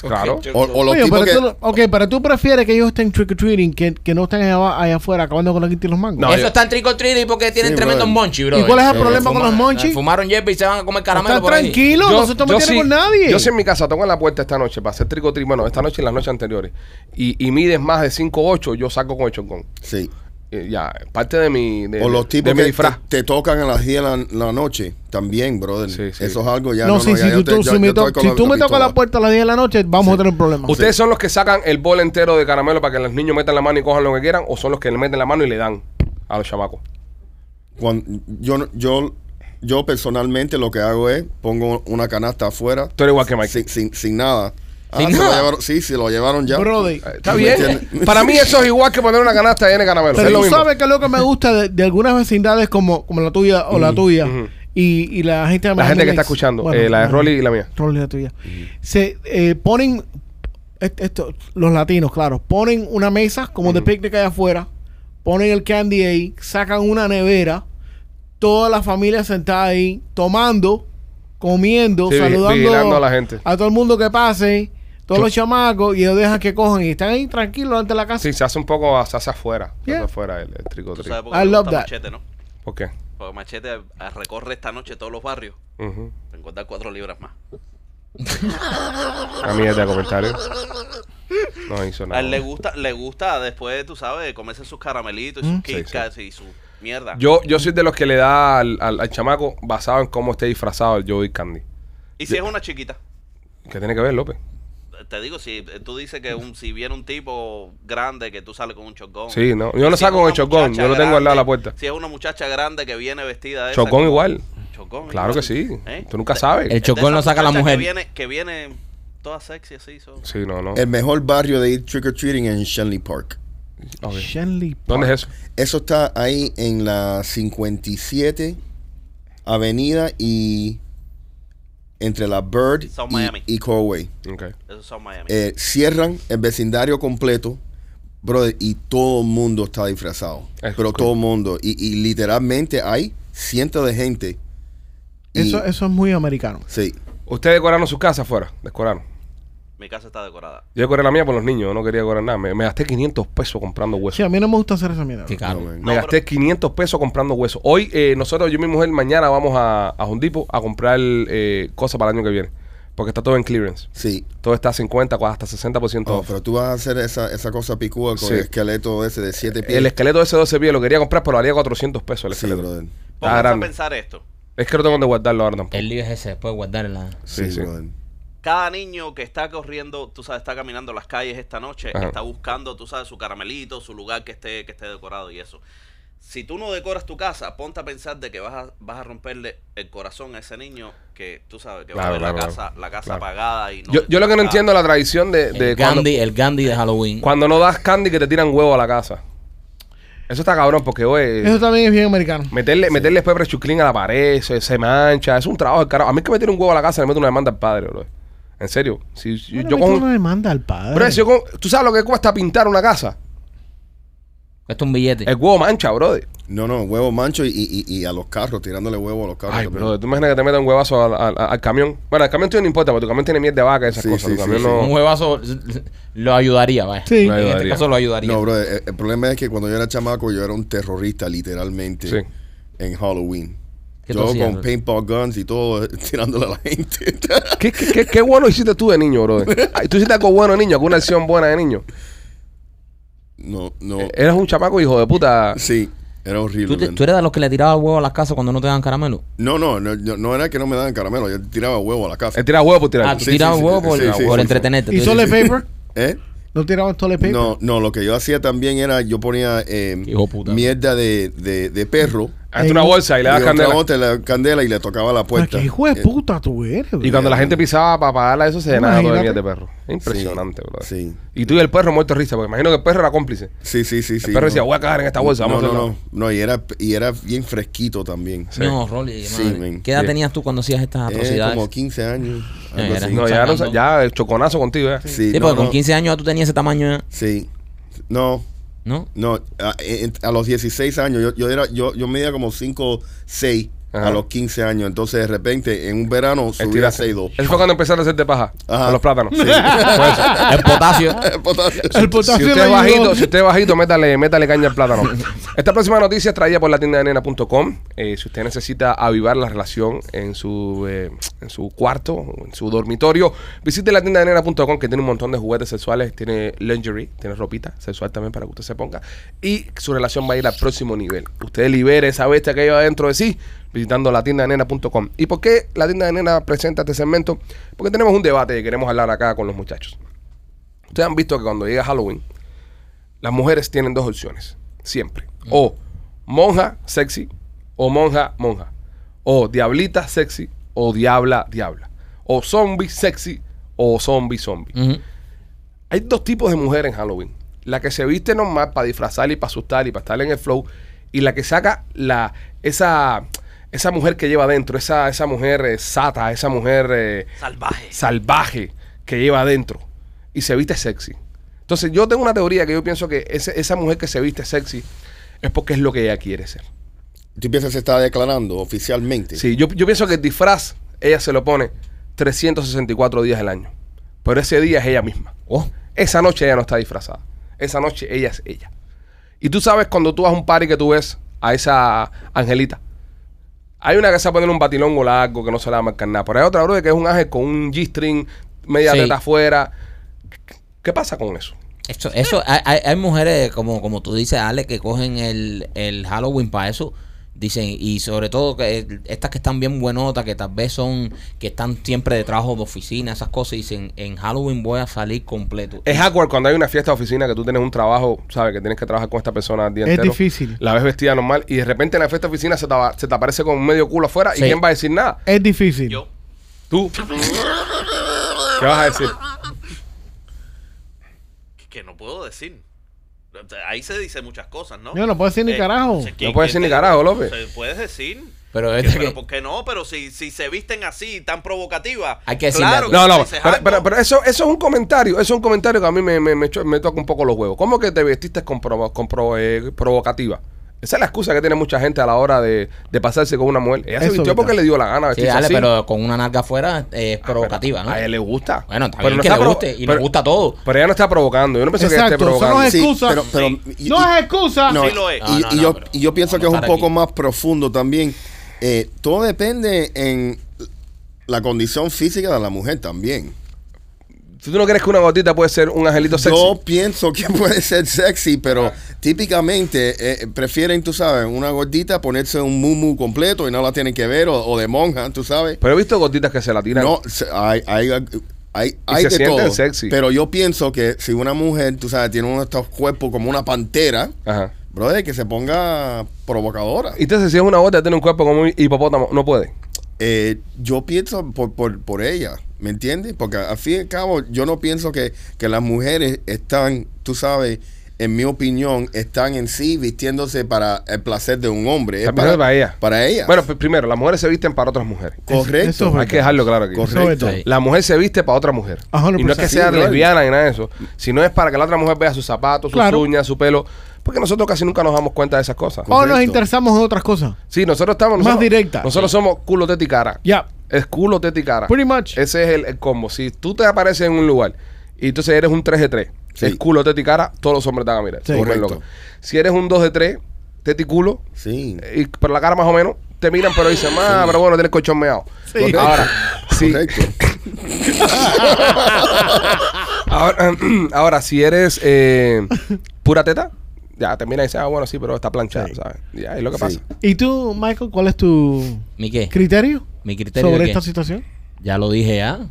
C: Claro.
F: O, o los
D: Oye,
F: tipos
D: pero
F: que.
D: tú, lo- ok, pero tú prefieres que ellos estén trick-or-treating que, que no estén allá, allá afuera acabando con la quinta y los mangos.
C: No,
A: Eso
C: yo-
A: está en trico treating porque tienen
F: Sí,
A: tremendos
F: brother.
A: monchi, bro.
D: ¿Y cuál es el problema con los monchis?
A: Fumaron yerba y se van a comer caramelo.
D: Están
A: por ahí.
D: tranquilos, no se están metiendo
C: sí-
D: con nadie.
C: Yo sí en mi casa toco en la puerta esta noche para hacer tricotri, bueno, esta noche y las noches anteriores. Y, y mides más de 5 8, yo saco con el chocón.
F: Sí.
C: Eh, ya, parte de mi, de,
F: O los tipos
C: de mi
F: que te,
C: disfraz.
F: te tocan a las 10 de la, la noche también, brother.
C: Sí, sí.
F: Eso es algo ya.
D: No, sí,
F: ya
D: si,
F: yo
D: tú,
F: te- yo-
D: si
F: yo
D: me
F: estoy
D: to-
F: con
D: si tú me tocas
F: pistola.
D: la puerta a las 10 de la noche, vamos a tener un problema.
C: ¿Ustedes son los que sacan el bol entero de caramelo para que los niños metan la mano y cojan lo que quieran? ¿O son los que le meten la mano y le dan a los chamacos?
F: Cuando- yo, no- yo, yo personalmente lo que hago es pongo una canasta afuera
C: Tú eres igual que Mike.
F: sin, sin, sin nada. Ah,
A: ¿Sin
F: se lo
A: nada?
F: llevaron- sí, se lo llevaron ya.
D: Brother.
C: Está
F: ¿Me
C: bien.
F: entiendes?
C: Para mí eso es igual que poner una canasta llena de caramelo.
D: Pero
C: es lo
D: tú
C: mismo.
D: sabes que es lo que me gusta de, de algunas vecindades como, como la tuya o la tuya y, y la gente de
C: La gente
D: Miami
C: que está
D: Lakes.
C: escuchando,
D: Bueno,
C: eh, la de
D: bueno,
C: Rolly y la mía.
D: Rolly y la tuya. Se eh, ponen, est- esto- los latinos, claro, ponen una mesa como de picnic allá afuera, ponen el candy ahí, sacan una nevera, toda la familia sentada ahí, tomando, comiendo,
C: Sí, vi- vigilando
D: saludando
C: a la gente.
D: a todo el mundo que pase. Todos los chamacos y ellos dejan que cojan y están ahí tranquilos ante la casa.
C: Sí, se hace un poco, se hace afuera. Se hace
D: Ah, Yeah.
C: afuera el, el
E: Tú
C: tricotri.
E: sabes
D: I
E: por qué le
D: love
E: gusta
D: that.
E: Machete, ¿no?
C: ¿Por qué?
E: Porque Machete ah, recorre esta noche todos los barrios.
C: Ujú.
E: Te encuentras cuatro libras más.
C: A mí es de comentario. No hizo
E: A él le
C: nada.
E: gusta, le gusta después, tú sabes, comerse sus caramelitos y sus Kit Kats y su mierda.
C: Mm, Yo, yo soy de los que le da al, al- al chamaco basado en cómo esté disfrazado el Joey Candy.
E: y si es una chiquita.
C: ¿Qué tiene que ver, López?
E: Te digo, si eh, tú dices que un, si viene un tipo grande que tú sales con un chocón.
C: Sí, no. Yo no
E: Si
C: saco con
E: es
C: el
E: una
C: chocón.
E: muchacha
C: Yo lo tengo al lado de la
E: Oh. grande,
C: puerta.
E: Si es una muchacha grande que viene vestida de esa,
C: Chocón
E: como-
C: igual.
E: Chocón.
C: Claro que
E: igual.
C: sí.
E: ¿Eh?
C: Tú nunca
E: De-
C: sabes.
A: El
E: de
A: chocón
E: esas
A: lo saca la
E: muchachas
A: mujer.
E: Que viene, que viene toda sexy así. so-
C: Sí, no, no.
F: El mejor barrio de ir trick or treating es en Shenley Park.
C: Ok.
D: Shenley
C: ¿Dónde es eso?
F: Eso está ahí en la 57 Avenida y entre la Bird
E: South
F: y,
E: Miami.
F: y Conway.
C: Ok.
E: Esos son Miami.
F: Eh, cierran el vecindario completo, brother, y todo el mundo está disfrazado.
C: Es
F: pero
C: cool.
F: todo el mundo. Y, y literalmente hay cientos de gente. Y-
D: Eso, eso es muy americano.
F: Sí.
C: Ustedes decoraron sus casas afuera. Decoraron.
E: Mi casa está decorada.
C: Yo decoré la mía por los niños. Yo no quería decorar nada. Me, me gasté 500 pesos comprando
D: Sí,
C: huesos.
D: a mí no me gusta hacer esa mierda.
A: Qué caro.
F: No, man.
C: Me gasté 500 pesos comprando huesos. Hoy, eh, nosotros, yo y mi mujer, mañana vamos a, a Home Depot a comprar eh, cosas para el año que viene. Porque está todo en clearance.
F: Sí.
C: Todo está a 50, hasta 60%
F: Oh,
C: off.
F: pero tú vas a hacer esa, esa cosa picúa con
C: Sí.
F: el esqueleto ese de 7 pies.
C: El esqueleto de ese 12 pies lo quería comprar, pero haría 400 pesos el
F: Sí,
C: esqueleto.
F: brother.
C: Está
E: Vamos a
C: grande.
E: pensar esto.
C: Es que no tengo donde guardarlo ahora tampoco.
A: El lío es ese, después guardar en la.
C: Sí,
F: Sí,
C: sí.
F: brother.
E: Cada niño que está corriendo, tú sabes, está caminando las calles esta noche,
C: Ajá.
E: está buscando, tú sabes, su caramelito, su lugar que esté, que esté decorado y eso. Si tú no decoras tu casa, ponte a pensar de que vas a, vas a romperle el corazón a ese niño que tú sabes que
C: Claro,
E: va a ver la
C: claro,
E: casa,
C: claro.
E: la casa
C: Claro.
E: apagada y no.
C: Yo, yo lo que no
E: decorada.
C: entiendo es la tradición de, de
A: El
C: cuando,
A: Gandhi, el Gandhi de Halloween.
C: cuando no das candy que te tiran huevo a la casa. Eso está cabrón porque, oye,
D: Eso también es bien americano.
C: meterle, meterle después prechuclín a la pared, se, se mancha, es un trabajo de carajo. A mí que me tire un huevo a la casa, le meto una demanda al padre, bro. En serio. Si, si-
D: Bueno,
C: yo
D: mete
C: cojo-
D: una demanda al padre.
C: Bro, si yo cojo- ¿Tú sabes lo que cuesta pintar una casa?
A: Esto es un billete.
C: El huevo mancha, brother.
F: No, no, huevo mancho y, y- y a los carros, tirándole huevo a los carros.
C: Ay,
F: también.
C: bro, tú imaginas que te metan un huevazo al, al- al camión. Bueno, el camión tuyo no importa, porque tu camión tiene miel de vaca y esas
F: Sí,
C: cosas.
F: sí,
C: Tu
F: sí,
C: camión
F: sí.
C: no-
A: Un huevazo lo ayudaría, vaya.
D: Sí.
C: Lo
A: En este
C: ayudaría.
A: caso lo ayudaría.
F: No, bro, eh, el, el problema es que cuando yo era chamaco yo era un terrorista literalmente
C: Sí.
F: en Halloween.
A: ¿Qué tú
F: yo
A: hacías,
F: con
A: bro?
F: paintball guns y todo, eh, tirándole a la gente.
C: ¿Qué, qué, qué- qué bueno hiciste tú de niño, brother? Ay, ¿Tú hiciste algo bueno de niño? ¿Alguna acción buena de niño?
F: no, no.
C: Eres un chapaco, hijo de puta.
F: Sí, era horrible.
A: Eh, ¿Tú, te-
F: man.
A: tú eres de los que le tiraba huevo a las casas cuando no te dan caramelo?
F: No, no, no, yo- no era que no me daban caramelo, yo tiraba huevo a la casa.
C: Él tira huevo por tirar.
A: Ah, tú
F: sí,
A: tirabas
F: sí,
A: huevo
F: sí,
A: por,
F: sí, sí,
A: por
F: sí.
A: entretenerte.
D: ¿Y
A: tú
D: Sole
A: dices,
D: Paper?
F: ¿Eh?
D: ¿No tiraban Sole Paper? Ah,
F: No, no, lo que yo hacía también era, yo ponía eh,
A: Hijo puta.
F: mierda de, de, de perro.
C: Hazte una bolsa y le das
F: y otra
C: candela. Ah,
F: otra, la candela y le tocaba la
D: Pues
F: puerta.
D: qué hijo de
F: Eh,
D: puta tú eres,
C: Y cuando la gente pisaba para pagarla, eso se llenaba todo de mierda de
D: Imagínate.
C: perro. Impresionante, brother.
F: sí.
C: Y tú y el perro muerto de risa, porque imagino que el perro era cómplice.
F: Sí, sí, sí, sí.
C: el perro
F: no.
C: decía, voy a cagar en esta bolsa,
F: No,
C: vamos
F: no,
C: a
F: no,
C: hacerlo.
F: no, y era, y era bien fresquito también.
A: No, Rolly,
F: Sí,
A: madre.
F: man.
A: ¿Qué edad
C: Sí.
A: tenías tú cuando hacías estas
F: Eh,
A: atrocidades?
F: como 15 años.
A: No,
F: algo
A: era-
F: así.
C: No, ya, no,
A: Sacando.
C: ya el choconazo contigo, ¿eh?
F: Sí,
A: sí,
F: no,
A: porque con
F: no.
A: 15 años ya tú tenías ese tamaño, ya,
F: Sí. No,
A: ¿no?
F: no. A, en- a los 16 años, yo, yo era, yo, yo medía como 5, 6
C: Ajá.
F: a los 15 años. Entonces, de repente, en un verano, subí a
C: Estiraste.
F: 6, 2.
C: Eso fue cuando empezaron a hacerte paja
F: Ajá.
C: con los plátanos.
A: El potasio.
D: El
C: Si
D: potasio
C: usted es
D: le ayudó.
C: bajito, si usted es bajito, métale, métale caña al plátano. Esta próxima noticia es traída por la tienda de nena.com. Eh, si usted necesita avivar la relación en su, eh, en su cuarto, o en su dormitorio, visite la tienda de nena.com que tiene un montón de juguetes sexuales, tiene lingerie, tiene ropita sexual también para que usted se ponga. Y su relación va a ir al próximo nivel. Usted libere esa bestia que lleva dentro de sí visitando la tienda de nena.com. ¿Y por qué la tienda de nena presenta este segmento? Porque tenemos un debate que queremos hablar acá con los muchachos. Ustedes han visto que cuando llega Halloween, las mujeres tienen dos opciones, siempre. O monja sexy o monja monja. O diablita sexy o diabla diabla. O zombie sexy o zombie zombie.
A: Ujú.
C: Hay dos tipos de mujeres en Halloween. La que se viste normal para disfrazar y para asustar y para estar en el flow. Y la que saca la esa, esa mujer que lleva adentro, esa, esa mujer eh, sata, esa mujer... eh,
E: Salvaje.
C: salvaje que lleva adentro y se viste sexy. Entonces yo tengo una teoría que yo pienso que ese- esa mujer que se viste sexy es porque es lo que ella quiere ser.
F: ¿Tú piensas que se está declarando oficialmente?
C: Sí, yo, yo pienso que el disfraz ella se lo pone 364 días al año. Pero ese día es ella misma.
A: Oh,
C: Esa noche ella no está disfrazada. Esa noche ella es ella. Y tú sabes cuando tú vas a un party que tú ves a esa angelita. Hay una que se va a poner un batilongo largo que no se le va a marcar nada. Pero hay otra, bro, que es un ángel con un G-string, media
A: Sí.
C: teta afuera. ¿Qué pasa con eso?
A: eso, eso hay, hay- hay mujeres, como, como tú dices, Ale, que cogen el, el Halloween para eso. Dicen, y sobre todo que el- estas que están bien buenotas, que tal vez son, que están siempre de trabajo de oficina, esas cosas, dicen, en Halloween voy a salir completo.
C: Es awkward cuando hay una fiesta de oficina que tú tienes un trabajo, ¿sabes? Que tienes que trabajar con esta persona el día
D: Es
C: entero.
D: difícil.
C: La ves vestida normal y de repente en la fiesta de oficina se te, va- se te aparece con medio culo afuera
A: Sí.
C: y ¿quién va a decir nada?
D: Es difícil.
E: Yo.
C: Tú. ¿Qué vas a decir?
E: que no puedo decir. Ahí se dice muchas cosas, ¿no?
D: Yo no puedo
E: Eh,
D: decir ni carajo.
E: o sea, ¿quién-
C: No puedes
E: quién
C: decir ni
E: te-
C: carajo, López.
E: se- Puedes decir.
A: Pero
E: Que-
A: este
E: pero
A: que-
E: ¿por qué no? Pero si, si se visten así, tan provocativas.
A: Hay que decirle
E: claro,
A: algo.
C: No,
E: que
C: no,
E: se
C: pero,
E: jactan.
C: pero- pero eso, eso es un comentario, eso es un comentario que a mí me, me, me cho- me toca un poco los huevos. ¿Cómo que te vestiste con, provo- con provo- eh, provocativa? Esa es la excusa que tiene mucha gente a la hora de, de pasarse con una mujer. Ella se
D: Eso,
C: vistió porque
D: ¿verdad?
C: le dio la gana
A: Sí,
C: vestirse
A: Ale,
C: así.
A: pero con una narga afuera eh, es
C: Ah, pero
A: provocativa, ¿no?
C: A él le gusta.
A: Bueno, está
C: Pero
A: bien
C: no
A: que
C: está
A: le
C: provo-
A: guste y
C: pero-
A: nos gusta todo.
C: Pero ella no está provocando. Yo no pienso que esté
D: Exacto, eso no
C: provocando.
D: es excusa.
F: pero, pero- y-
D: No
F: y-
D: es excusa.
F: No,
E: Sí lo es.
F: Y,
A: Ah, no,
F: y
A: no,
F: yo,
A: pero
F: y yo pienso que es
A: vamos a
F: un
A: estar
F: poco
A: aquí.
F: más profundo también. Eh, todo depende en la condición física de la mujer también.
C: Si tú no crees que una gotita puede ser un angelito sexy.
F: Yo pienso que puede ser sexy, pero
A: Ah.
F: típicamente eh, prefieren, tú sabes, una gordita ponerse un mumu completo y no la tienen que ver, o, o de monja, tú sabes.
C: Pero he visto gotitas que se la tiran.
F: No, se- hay, hay, hay,
C: Y
F: hay
C: se
F: de
C: sienten
F: todo.
C: sexy.
F: Pero yo pienso que si una mujer, tú sabes, tiene uno de estos cuerpos como una pantera,
C: Ajá.
F: brother, que se ponga provocadora.
C: Y entonces si es una gota tiene un cuerpo como un hipopótamo, no puede.
F: Eh, yo pienso por, por, por ella, ¿me entiendes? Porque al fin y al cabo, yo no pienso que, que las mujeres están, tú sabes, en mi opinión, están en sí vistiéndose para el placer de un hombre. Es
C: Está primero para ella.
F: Para ella.
C: Bueno, pues, primero, las mujeres se visten para otras mujeres.
F: correcto.
D: Eso es
C: Hay que dejarlo claro aquí.
D: Eso es
F: correcto.
D: verdad.
C: La mujer se viste para otra mujer.
D: A hundred
C: Y no es que
D: percent.
C: sea
F: Sí, claro.
C: lesbiana ni nada de eso, sino es para que la otra mujer vea sus zapatos, sus
D: Claro.
C: uñas, su pelo. Porque nosotros casi nunca nos damos cuenta de esas cosas.
D: O nos
F: Correcto.
D: interesamos en otras cosas.
C: Sí, nosotros estamos.
D: Más
C: nosotros-
D: directa.
C: Nosotros somos culo, teta y cara.
D: Ya.
C: Es culo, teta y cara.
D: Pretty much.
C: Ese Ah, es el, el combo. Si tú te apareces en un lugar y entonces eres un 3 de 3,
F: Sí.
C: es culo, teta y cara, todos los hombres te van a mirar. Tú
D: Sí.
C: eres
F: Correcto.
C: loca. Si eres un 2 de 3, teta y culo,
F: Sí.
C: y, pero la cara más o menos, te miran, pero dicen, ah, pero bueno, tienes colchón meado.
D: Sí.
C: Ahora, sí.
F: Correcto.
C: Ahora, ahora, si eres eh, pura teta, ya te miran y dicen, ah, bueno, sí, pero está planchada, ¿sabes? Ya, es lo que
F: Sí.
C: pasa.
D: ¿Y tú, Michael, cuál es tu
A: ¿Mi qué?
D: criterio
A: ¿Mi criterio
D: sobre
A: de qué?
D: esta situación?
A: Ya lo dije ya.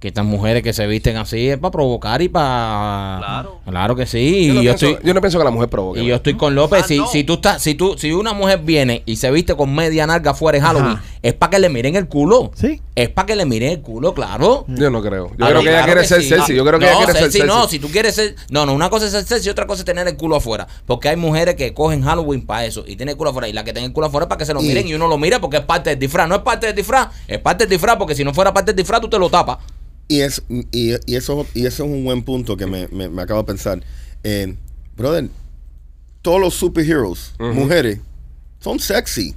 A: Que estas mujeres que se visten así es para provocar y para...
E: Claro.
A: que sí.
C: no
A: y yo
C: pienso,
A: estoy...
C: no pienso que la mujer provoque.
A: Y yo estoy con López.
E: Ah,
A: si,
E: no.
A: si tú estás, si tú, si una mujer viene y se viste con media nalga fuera en Halloween,
D: Ajá.
A: es para que le miren el culo.
D: Sí.
A: Es para que le miren el culo, claro.
C: Yo no creo. Yo
A: Ah,
C: creo
A: no,
C: que ella
A: claro
C: quiere ser
A: sí.
C: sexy. Yo creo que
A: No,
C: ella quiere ser
A: sexy
C: sexy.
A: No, si tú quieres ser. No, no, una cosa es ser sexy y otra cosa es tener el culo afuera. Porque hay mujeres que cogen Halloween para eso y tienen el culo afuera. Y la que tiene el culo afuera es para que se lo
F: Y-
A: miren y uno lo mira porque es parte del disfraz. No es parte del disfraz, es parte del disfraz porque si no fuera parte del disfraz tú te lo tapas.
F: Y, es, y, y eso, y eso es un buen punto que me, me- me acabo de pensar. Eh, brother, todos los superheroes, mujeres, son sexy.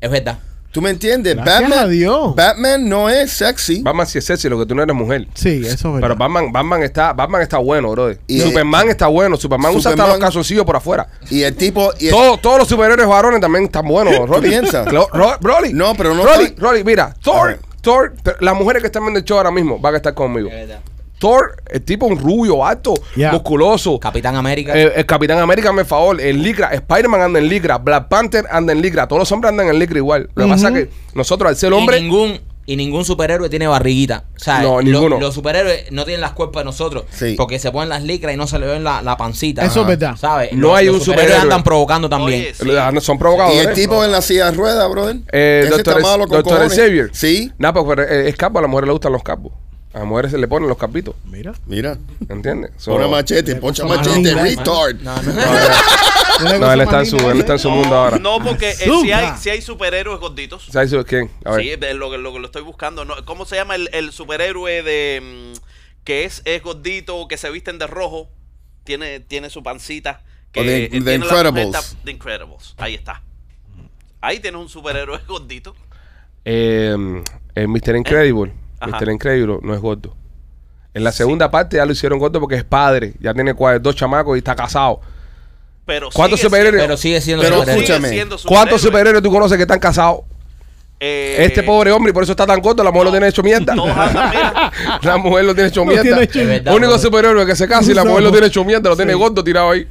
A: Es verdad.
F: ¿Tú me entiendes?
D: Gracias a Dios.
F: Batman no es sexy.
C: Batman sí es sexy, lo que tú no eres mujer.
D: Sí, eso es verdad.
C: Pero Batman, Batman está, Batman está bueno, brother.
F: Y- eh,
C: Superman está bueno. Superman, usa hasta
F: Superman-
C: los calzoncillos por afuera.
F: Y el tipo... y el-
C: Todos, todos los superhéroes varones también están buenos, Rolly.
F: piensas?
C: Cla- Ro- Rolly.
F: No, pero no
C: Rolly,
F: estoy-
C: Rolly, mira, Thor,
F: Ajá.
C: Thor, te- las mujeres que están viendo el show ahora mismo van a estar conmigo.
A: Es verdad.
C: Thor, el tipo un rubio, alto,
D: Yeah.
C: musculoso.
A: Capitán América.
C: Eh, el Capitán América, me favor, en Licra, Spider-Man anda en Licra, Black Panther anda en Licra, todos los hombres andan en Licra igual. Lo que pasa es que nosotros, al ser hombre,
A: Y ningún, y ningún superhéroe tiene barriguita. O sea,
C: No,
A: lo-
C: ninguno.
A: los superhéroes no tienen las cuerpas de nosotros.
F: Sí.
A: Porque se ponen las licras y no se le ven la, la pancita.
D: Eso es
A: Ajá.
D: verdad.
A: ¿Sabes?
C: No
A: Los-
C: hay
A: los
C: un
A: superhéroes
C: superhéroe.
A: andan provocando también.
E: Oye, sí.
C: eh, son
F: y el
C: provocadores.
F: tipo en la silla de ruedas, brother.
C: Eh,
F: Ese
C: doctor,
F: está malo con
C: doctor
F: cojones.
C: Xavier.
F: Sí.
C: Nah, pues, pero eh, es capo, a las mujeres le gustan los capos. A las mujeres se le ponen los capitos,
D: Mira.
F: Mira.
C: ¿entiendes? So-
F: Pon machete, poncha
D: cosa más
F: machete,
D: linda,
F: retard.
A: No, no, no.
D: Una
C: No,
D: cosa
C: él está, en
D: más
C: su,
D: linda
C: él
D: que
C: está en
D: esa.
C: su mundo ahora.
E: No, porque eh, si,
D: Azúcar.
E: hay, si hay superhéroes gorditos.
C: ¿Sabes eso de quién? A ver.
E: Sí, es lo que, lo que lo estoy buscando. no, ¿Cómo se llama el, el superhéroe de mm, que es, es gordito, que se visten de rojo? Tiene, tiene su pancita. Que
F: O de-
E: eh,
F: de
E: tiene la
F: Incredibles.
E: sujeta- de Incredibles. Ahí está. Ahí tienes un superhéroe gordito.
C: Eh, el Mr. Incredible.
E: Ajá.
C: Mr. Incredible no es gordo. En la segunda parte ya lo hicieron gordo porque es padre. Ya tiene cua- dos chamacos y está casado.
E: Pero
C: ¿Cuántos
E: sigue
C: superhéroes?
A: Pero sigue siendo
F: Pero
E: siendo- sigue
A: superhéroe.
F: escúchame,
E: siendo
C: ¿Cuántos superhéroes tú conoces que están casados?
E: Eh,
C: Este pobre hombre, y por eso está tan gordo, la mujer lo tiene hecho mierda.
E: todos andan, mira,
C: La mujer lo tiene hecho
D: Lo tiene
C: mierda.
D: hecho-
A: Es verdad,
C: Único
A: brother.
C: superhéroe que se casa y la
D: No.
C: mujer lo tiene hecho mierda, lo tiene
D: Sí.
C: gordo tirado ahí.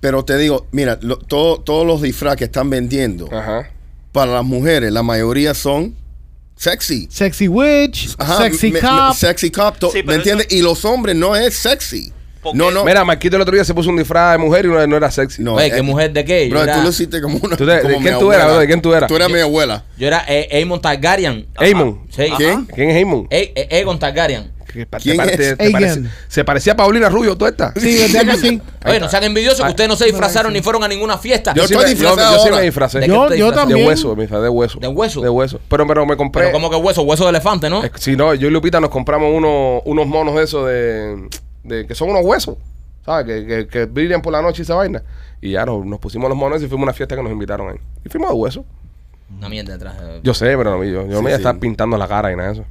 F: Pero te digo, mira, lo- todo- todos los disfraz que están vendiendo
C: Ajá.
F: para las mujeres, la mayoría son sexy.
D: Sexy Witch,
F: Ajá,
D: Sexy
F: me- me-
D: Cop.
F: sexy cop. to-
E: Sí, pero
F: ¿Me entiendes? Y los hombres no es sexy.
E: Porque-
F: No, no.
C: Mira, Marquito el otro día se puso un disfraz de mujer y no, no era sexy.
F: no,
A: Oye,
F: eh,
A: ¿qué mujer de qué?
F: Bro,
A: yo,
F: tú
A: era,
F: lo hiciste como una.
C: ¿Tú de- de
F: como mi
C: quién tú eras,
F: abuela.
C: bro? ¿De quién tú eras?
F: Tú eras mi abuela.
A: yo era eh, Aemon Targaryen.
C: Amon.
A: Sí.
F: ¿Quién?
C: ¿Quién es Amon?
A: Eh, eh, Aegon Targaryen.
C: Que pa- te
F: ¿Quién
C: pare- te-
F: es?
C: te parece-
D: Egan.
C: se parecía a Paulina Rubio, ¿tú estás?
D: Sí, ¿verdad que sí?
A: Oye, no sean envidiosos que ustedes no se disfrazaron ni fueron a ninguna fiesta.
F: Yo
C: sí
F: estoy
C: me-
F: disfrazado
C: Ah, yo sí
F: ahora.
C: me disfracé.
A: ¿De
C: De,
A: qué te
D: Yo, yo
A: disfrazas?
D: también.
C: hueso, me disfracé de hueso.
A: ¿De hueso?
C: De hueso. Pero, pero me compré.
A: Pero como que hueso, hueso de elefante, ¿no?
C: Eh, Si no, yo y Lupita nos compramos uno- unos monos de esos de, de- que son unos huesos, ¿sabes? Que, que, que brillan por la noche y esa vaina. Y ya nos, nos pusimos los monos y fuimos a una fiesta que nos invitaron ahí. Y fuimos de hueso.
A: Una mierda detrás. eh.
C: Yo sé, pero no, yo, yo no me voy a
F: sí.
C: estar pintando la cara y nada de eso.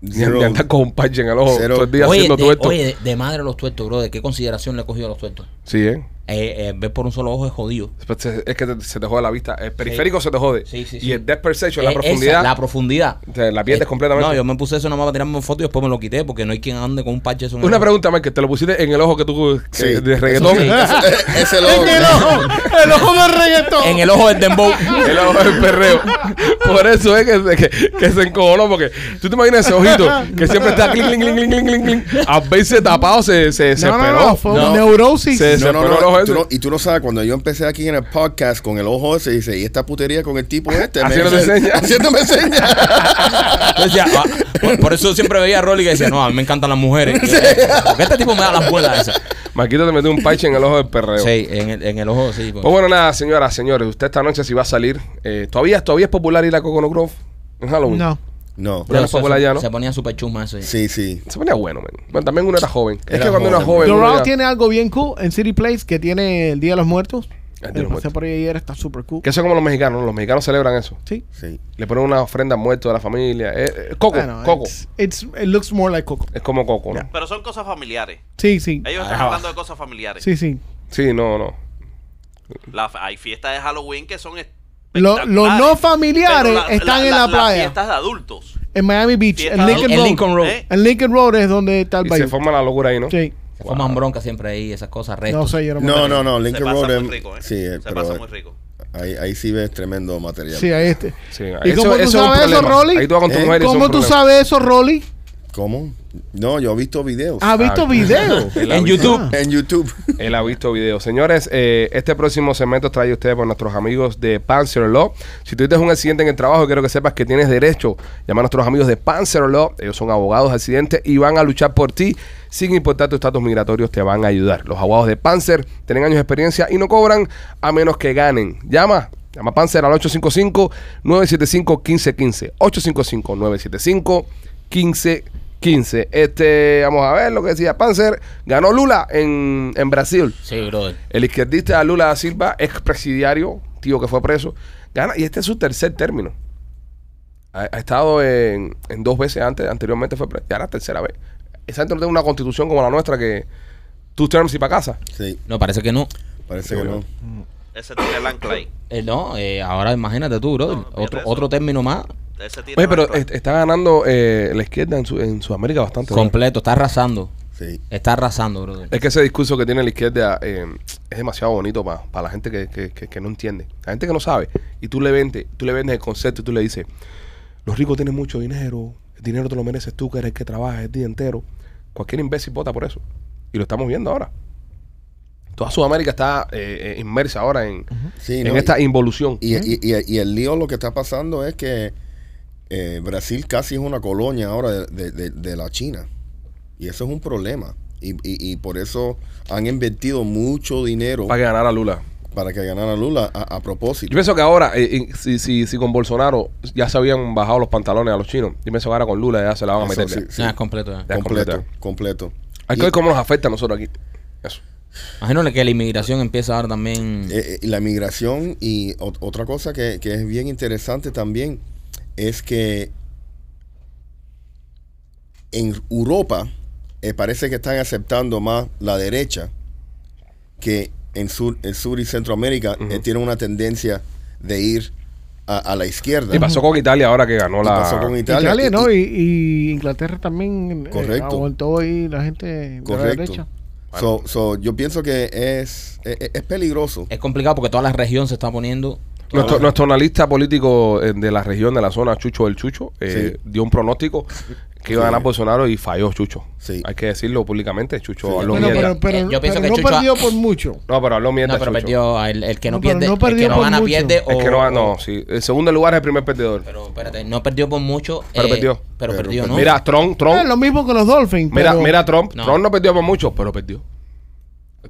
C: Ni,
F: Zero.
C: ni andar con un parche en el ojo
F: Cero.
C: todo el día
A: Oye,
C: haciendo
A: de,
C: tuerto.
A: oye, de- de madre los tuertos, bro. ¿De qué consideración le he cogido a los tuertos?
C: Sí, ¿eh?
A: Eh, eh, ver por un solo ojo es jodido.
C: Pues se- Es que te- se te jode la vista. El periférico se te jode.
A: Sí, sí,
C: Y
A: sí.
C: el depth perception,
A: Eh,
C: la
A: esa,
C: profundidad.
A: la profundidad.
C: Te la pierdes
A: Eh,
C: completamente.
A: No, yo me puse eso nomás para tirarme una foto y después me lo quité porque no hay quien ande con un parche eso en el
C: Una
A: ojo.
C: pregunta, Mike, ¿te lo pusiste en el ojo que tú que-
F: Sí.
C: eh, de reggaetón?
A: Eso sí.
F: Ese- Ese loco.
D: El ojo, el ojo del reggaetón.
A: En el ojo del dembow.
C: El ojo del perreo. Por eso es que, que- que se encojonó, porque tú te imaginas ese ojito que siempre está clink, clink, clink, clink, clink, clink. A veces tapado se, se, se
D: no, no,
C: peló.
D: no, fue
A: No.
D: un neurosis.
C: Se-
F: No, no,
C: Pero no
F: no,
C: es
F: tú
C: ese.
F: no- Y tú no sabes, cuando yo empecé aquí en el podcast con el ojo ese, dice, y esta putería con el tipo este. me
C: Haciéndote
F: dice-
C: señas.
F: Haciéndome señas.
A: Yo decía, ah, por, por eso siempre veía a Rolly que decía, no, a mí me encantan las mujeres. Porque este tipo me da las buenas esas.
C: Marquito te metió un parche en el ojo del perreo.
A: Sí, en el, en el ojo, sí. pues.
C: Pues bueno, nada, señoras, señores, usted esta noche si va a salir, eh, ¿todavía, ¿todavía es popular ir a Cocono Grove en Halloween?
D: No.
F: No.
C: Pero
A: Yo,
C: no
A: eso-
C: fue por allá, ¿no?
A: Se ponía súper chusma eso. ya.
F: Sí, sí.
C: Se ponía bueno, man. Bueno, también uno era joven. es
F: Era
C: que cuando uno era
F: joven.
C: joven...
D: The
C: uno
D: Raw
C: ya-
D: tiene algo bien cool en City Place que tiene el Día de los Muertos.
C: El Día de los
D: Eh, pasé
C: Muertos.
D: por ahí ayer, está súper cool.
C: Que eso es como los mexicanos, ¿no? los mexicanos celebran eso.
D: Sí.
F: Sí.
C: Le ponen una ofrenda al muerto de la familia. Eh, eh, coco,
D: Bueno,
C: coco.
D: it's- it's- it looks more like Coco.
C: Es como coco, ¿no?
E: Pero son cosas familiares.
D: Sí, sí.
E: Ellos
F: Ah,
E: están hablando de cosas familiares.
D: Sí, sí.
C: Sí, no, no.
E: La- hay fiestas de Halloween que son es-
D: Lo- los no familiares
E: Pero la-
D: están en la, playa.
E: Las fiestas de adultos.
D: en Miami Beach,
E: Fiestas
D: en
E: de
D: Lincoln,
A: En
D: Road.
A: Lincoln Road.
E: ¿eh?
D: En Lincoln Road es donde está el
C: Y se
D: baile.
C: forma la locura ahí, ¿no?
D: Sí.
A: Se forman broncas siempre ahí, esas cosas, restos.
D: No sé, yo no me
F: No,
D: acuerdo.
F: no, no.
E: Se
F: Lincoln
E: pasa
F: Road.
E: muy
F: es-
E: rico, ¿eh?
F: Sí, eh,
E: Se
F: pero
E: pasa muy rico.
F: Ahí, ahí sí ves tremendo material.
D: Sí, ahí este.
C: Sí,
D: ¿Y
C: eso-
D: cómo tú
C: eso es un
D: sabes eso,
C: problema. Ahí
D: Rolly?
C: tú vas con tu
F: ¿Eh?
C: mujer y eso es un
D: ¿Cómo tú
C: problema.
D: sabes eso, Rolly?
F: ¿Cómo? No, yo he visto videos.
D: ¿Has visto
C: Ah,
D: videos?
C: él ha
A: En
C: visto-
A: YouTube.
F: En YouTube.
C: Él ha visto videos. Señores, eh, este próximo segmento trae ustedes por nuestros amigos de Panzer Law. Si tuviste un accidente en el trabajo, quiero que sepas que tienes derecho. Llama a nuestros amigos de Panzer Law. Ellos son abogados de accidentes y van a luchar por ti. Sin importar tu estatus migratorio, te van a ayudar. Los abogados de Panzer tienen años de experiencia y no cobran a menos que ganen. Llama. Llama a Panzer al 855-975-1515. 855-975-1515. 15. Este, vamos a ver lo que decía Panzer. Ganó Lula en, en Brasil.
A: Sí, brother.
C: El izquierdista Lula da Silva, expresidiario, tío que fue preso, gana. Y este es su tercer término. Ha, ha estado en, en dos veces antes, anteriormente fue preso. Ya la tercera vez. Esa gente no tiene una constitución como la nuestra que two terms y para casa.
F: Sí,
A: No, parece que no.
F: parece que no.
E: Ese tiene el ancla ahí.
A: Eh, no, eh, ahora imagínate tú, brother.
E: No, mira
A: otro,
E: eso.
A: otro término más.
E: Ese tiene
C: Oye,
E: el
C: pero este-
E: ancla.
C: est- está ganando eh, la izquierda en, su- en Sudamérica bastante. ¿no?
A: Completo, está arrasando.
F: Sí.
A: Está arrasando, brother.
C: Es que ese discurso que tiene la izquierda eh, es demasiado bonito para la gente que, que- que- que no entiende. La gente que no sabe. Y tú le, vendes, tú le vendes el concepto y tú le dices, los ricos tienen mucho dinero, el dinero te lo mereces tú, que eres el que trabajas el día entero. Cualquier imbécil vota por eso. Y lo estamos viendo ahora. Toda Sudamérica está eh, eh, inmersa ahora en,
F: Sí,
C: en
F: ¿no?
C: esta involución.
F: Y, y- y- y el lío lo que está pasando es que eh, Brasil casi es una colonia ahora de, de- de- de la China. Y eso es un problema. Y, y- y por eso han invertido mucho dinero
C: para que ganara Lula.
F: para que ganara Lula a, a
C: Yo
F: propósito.
C: pienso que ahora, eh, eh, si, si, si con Bolsonaro ya se habían bajado los pantalones a los chinos, yo pienso que ahora con Lula ya se la van a
F: Eso
C: meter.
F: sí,
C: ya.
F: sí.
A: No, es completo. ya.
C: Ya,
F: completo,
C: completa.
F: completo.
C: Hay
F: Y-
C: que ver cómo nos afecta a nosotros aquí. Eso.
A: Imagínate que la inmigración empieza ahora también.
F: Eh, eh, la migración y ot- otra cosa que, que es bien interesante también es que en Europa eh, parece que están aceptando más la derecha que en Sur, en sur y Centroamérica eh, tienen una tendencia de ir a, a la izquierda.
C: Y pasó con Italia ahora que ganó
F: Y
C: la.
F: pasó con Italia.
D: Italia,
F: Y-
D: ¿no?
F: y-
D: Y, y Inglaterra también eh,
F: Correcto.
D: aguantó ahí la gente de la
F: correcto.
D: derecha.
F: So- so, yo pienso que es, es, es peligroso.
A: Es complicado porque toda la región se está poniendo.
C: Nuestro, nuestro analista político eh, de la región, de la zona, Chucho del Chucho, eh,
F: Sí.
C: dio un pronóstico que iba a
F: Sí.
C: ganar Bolsonaro y falló Chucho.
F: Sí.
C: Hay que decirlo públicamente. Chucho
F: Sí.
C: habló
D: Bueno,
C: mierda.
D: pero, pero-
A: Eh, yo pienso
D: pero
A: que
D: no
A: Chucho ha-
D: perdió por mucho.
C: no, pero habló mierda.
A: No, pero
C: Chucho.
A: perdió. Oh. El, el que no,
D: No, pero
A: pierde.
D: no
A: el
D: perdió
A: que no
D: por
A: gana
D: mucho.
A: pierde.
C: Es
A: o-
C: que no,
A: o-
C: no, sí. El segundo lugar es el primer perdedor.
A: Pero espérate, no perdió por mucho. eh,
C: Pero perdió.
A: Pero,
F: Pero
A: perdió, ¿no? Ah,
F: perdió.
C: Mira, Trump,
D: Es Ah, lo
C: Trump.
D: mismo que los Dolphins.
C: Mira,
D: pero-
C: mira Trump.
A: No.
C: Trump no perdió por mucho, pero perdió.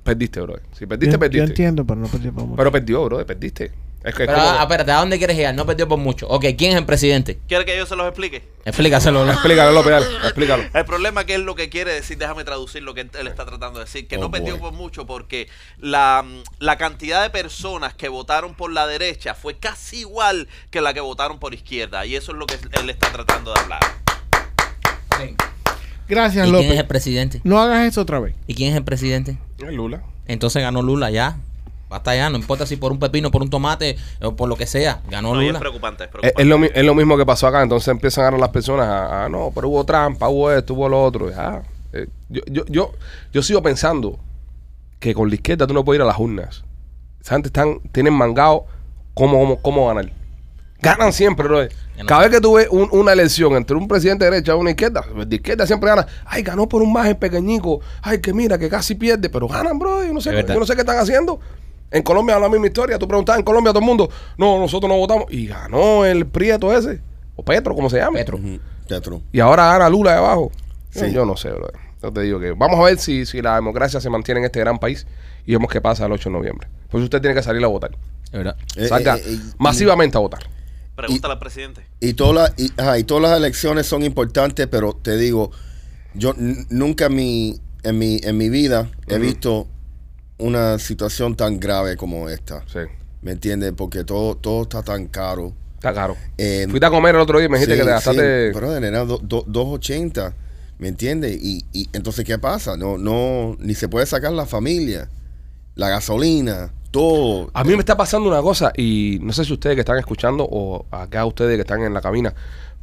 C: Perdiste, bro. Si
D: yo,
C: perdiste,
D: yo
C: perdiste.
D: entiendo, pero no perdió por mucho.
C: Pero perdió, bro. Perdiste. Es que es
A: Pero
C: como-
A: ah, espérate, ¿a dónde quieres llegar? No perdió por mucho. Ok, ¿quién es el presidente?
E: ¿Quiere que yo se los explique?
A: Explícaselo. Lolo.
C: Explícalo, López, dale, explícalo.
E: El problema que es lo que quiere decir, déjame traducir lo que él, él está tratando de decir, que
F: Oh,
E: no perdió
F: boy.
E: por mucho porque la, la cantidad de personas que votaron por la derecha fue casi igual que la que votaron por izquierda y eso es lo que él está tratando de hablar.
A: Sí.
D: Gracias,
A: ¿Y quién es
D: López.
A: el presidente?
D: No hagas eso otra vez.
A: ¿Y quién es el presidente?
C: Lula.
A: Entonces ganó Lula ya. Basta ya, no importa si por un pepino, por un tomate o por lo que sea.
C: Oh,
A: Ganó
E: No, y es
A: Lula.
E: preocupante, es
C: Es,
E: preocupante.
C: es lo, mi- es lo mismo que pasó acá, entonces empiezan ahora las personas a, a, no, pero hubo trampa, hubo esto, hubo lo otro. Ya. Eh, yo, yo, yo, yo sigo pensando que con la izquierda tú no puedes ir a las urnas. Esa gente están, tienen mangado cómo, cómo, cómo ganar. Ganan siempre, bro. Cada vez que tú ves un- una elección entre un presidente de derecha y una izquierda, Pues, de izquierda siempre gana. Ay, ganó por un margen pequeñico. Ay, que mira, que casi pierde, pero ganan, bro. Yo no sé,
A: Es verdad.
C: yo no sé qué están haciendo. En Colombia es la misma historia. Tú preguntabas en Colombia a todo el mundo, no, nosotros no votamos. Y ganó el Prieto ese, o Petro, como se llama.
A: Petro.
F: Ujú, Tetro.
C: Y ahora gana Lula de abajo. Yo-
F: Sí.
C: Yo no sé, bro. Yo te digo que vamos a ver si, si la democracia se mantiene en este gran país y vemos qué pasa el 8 de noviembre. Pues usted tiene que salir a votar.
A: Es verdad.
F: Eh,
C: Salga
F: eh, eh, y-
C: masivamente a votar.
E: Pregúntale al presidente.
F: Y, todas las- y, ajá, y todas las elecciones son importantes, pero te digo, yo n- nunca en mi, en mi, en mi vida he
C: Ujú.
F: visto una situación tan grave como esta.
C: Sí.
F: ¿Me entiendes? Porque todo, todo está tan caro.
C: Está caro.
F: Eh,
C: Fuiste a comer el otro día y me dijiste
F: sí,
C: que te
F: sí,
C: gastaste.
F: brother, era do- do- 280, ¿me entiendes? Y, y entonces, ¿qué pasa? No, no, ni se puede sacar la familia, la gasolina, todo.
C: A mí me está pasando una cosa y no sé si ustedes que están escuchando o acá ustedes que están en la cabina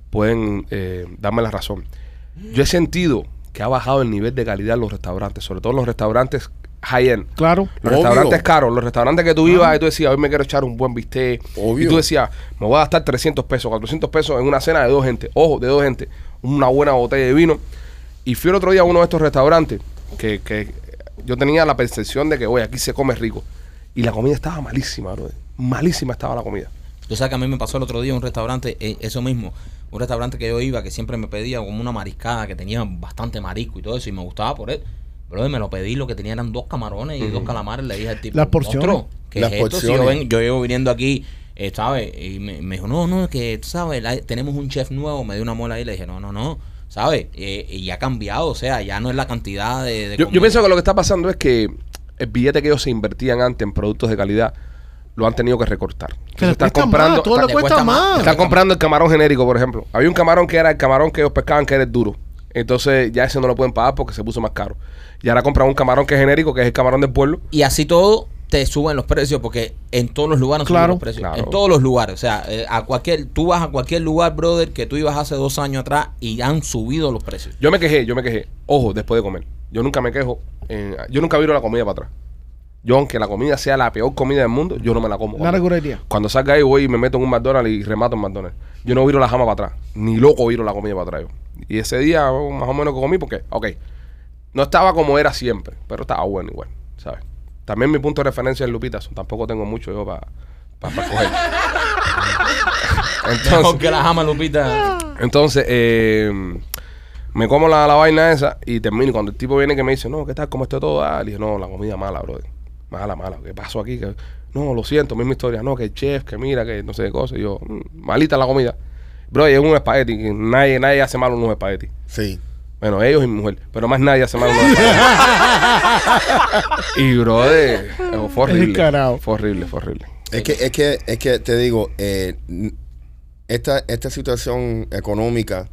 C: pueden eh, darme la razón. Yo he sentido que ha bajado el nivel de calidad en los restaurantes, sobre todo en los restaurantes high-end.
D: Claro.
C: Los
F: Obvio.
C: restaurantes caros, los restaurantes que tú ibas y tú decías, hoy me quiero echar un buen bistec.
F: Obvio.
C: Y tú decías, me voy a gastar 300 pesos, 400 pesos en una cena de dos gente. Ojo, de dos gente. Una buena botella de vino. Y fui el otro día a uno de estos restaurantes que, que yo tenía la percepción de que, oye, aquí se come rico. Y la comida estaba malísima, bro. Malísima estaba la comida.
A: Tú sabes que a mí me pasó el otro día en un restaurante, eh, eso mismo, un restaurante que yo iba, que siempre me pedía como una mariscada, que tenía bastante marisco y todo eso, y me gustaba por él. Pero me lo pedí, lo que tenía eran dos camarones y dos calamares. Le dije al tipo,
D: Las porciones.
A: "Ostro, ¿qué
F: Las
A: es esto? Si yo,
F: porciones.
A: ven- yo llevo viniendo aquí, eh, ¿sabes? Y me, me dijo, no, no, que tú sabes, la- tenemos un chef nuevo, me dio una mola ahí y le dije, no, no, no, ¿sabes? Eh, y ha cambiado, o sea, ya no es la cantidad de. de
C: Yo, yo
A: comida.
C: pienso que lo que está pasando es que el billete que ellos se invertían antes en productos de calidad lo han tenido que recortar. Entonces,
D: Pero
C: están
D: cuesta
C: comprando,
D: más, todo
C: están-
D: le cuesta, más.
C: Están comprando el camarón genérico, por ejemplo. Había un camarón que era el camarón que ellos pescaban, que era el duro. Entonces ya ese no lo pueden pagar porque se puso más caro. Y ahora compran un camarón que es genérico, que es el camarón del pueblo.
A: Y así todo te suben los precios porque en todos los lugares han subido
D: Claro.
A: los precios.
C: Claro.
A: En todos los lugares. O sea, eh, a cualquier, tú vas a cualquier lugar, brother, que tú ibas hace dos años atrás y han subido los precios.
C: Yo me quejé, yo me quejé. Ojo, después de comer. Yo nunca me quejo. eh, yo nunca viro la comida para atrás. Yo, aunque la comida sea la peor comida del mundo, yo no me la como.
D: La regularidad.
C: Cuando salga ahí voy y me meto en un McDonald's y remato en McDonald's. Yo no viro la jama para atrás. Ni loco viro la comida para atrás. yo. Y ese día oh, más o menos que comí porque, ok, no estaba como era siempre, pero estaba bueno igual, ¿sabes? También mi punto de referencia es Lupita. so, Tampoco tengo mucho yo para coger. Entonces,
A: Porque la jama, Lupita.
C: entonces eh, me como la, la vaina esa y termino. Y Cuando el tipo viene que me dice, no, ¿qué tal? ¿Cómo está todo? Ah, le dije, no, la comida mala, brother. Mala, mala. ¿Qué pasó aquí? Que- No, lo siento, misma historia. No, que el chef, que mira, que no sé qué cosa. Y yo, "Mm, malita la comida. Bro, es un espagueti. que Nadie, nadie hace mal unos espaguetis.
F: Sí.
C: Bueno, ellos y mi mujer. Pero más nadie hace mal unos espaguetis. y, brother, fue horrible.
D: Descarado.
C: Fue horrible, fue horrible.
F: Es que, es que, es que te digo, eh, n- esta, esta situación económica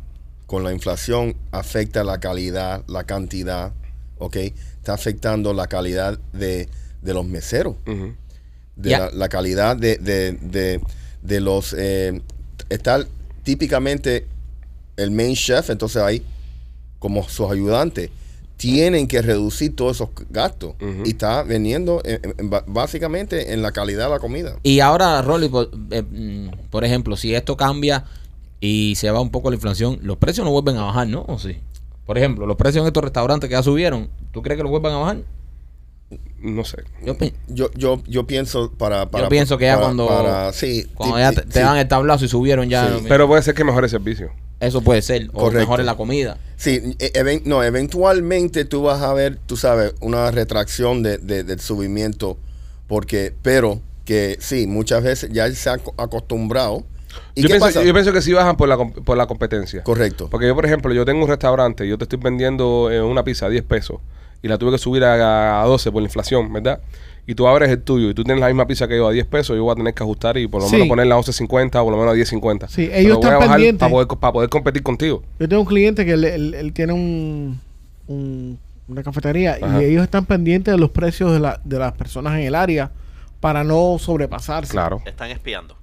F: con la inflación afecta la calidad, la cantidad, ¿ok? Está afectando la calidad de, de los meseros,
C: Ujú.
F: de
A: Ya.
F: la, la calidad de, de, de- de los... eh, está típicamente el main chef, entonces ahí, como sus ayudantes, tienen que reducir todos esos gastos
C: Ujú.
F: y está vendiendo eh, en- ba- básicamente en la calidad de la comida.
A: Y ahora, Rolly, por, eh, mm, por ejemplo, si esto cambia y se va un poco la inflación, los precios no vuelven a bajar, ¿no? ¿O sí? Por ejemplo, los precios en estos restaurantes que ya subieron, ¿tú crees que los vuelvan a bajar?
C: No sé.
A: Yo pi-
F: Yo, yo, yo pienso para, para-
A: pienso que ya
F: para-
A: cuando-
F: para- sí,
A: cuando
F: ti-
A: ya
F: ti-
A: te, te
F: sí.
A: dan el tablazo y subieron ya,
F: Sí.
C: Pero puede ser que mejore el servicio.
A: eso puede ser. O
F: Correcto.
A: mejor en la comida.
F: Sí, e- even- no, eventualmente tú vas a ver, tú sabes, una retracción de- de- del subimiento, porque, pero que sí, muchas veces ya él se ha ac- acostumbrado. ¿Y
C: Yo
F: qué
C: pienso,
F: pasa?
C: yo pienso que sí bajan por la, com- por la competencia.
F: Correcto.
C: Porque yo, por ejemplo, yo tengo un restaurante, yo te estoy vendiendo eh, una pizza a 10 pesos y la tuve que subir a, a 12 por la inflación, ¿verdad? Y tú abres el tuyo y tú tienes la misma pizza que yo a 10 pesos, yo voy a tener que ajustar y por lo
D: Sí.
C: menos ponerla a 11.50 o por lo menos a 10.50.
D: Sí, ellos
C: Pero voy
D: están
C: a bajar
D: pendientes.
C: Para poder, co- para poder competir contigo.
D: Yo tengo un cliente que él, él- él tiene un, un- una cafetería
C: Ajá.
D: y ellos están pendientes de los precios de, la- de las personas en el área para no sobrepasarse.
C: Claro.
E: Están espiando.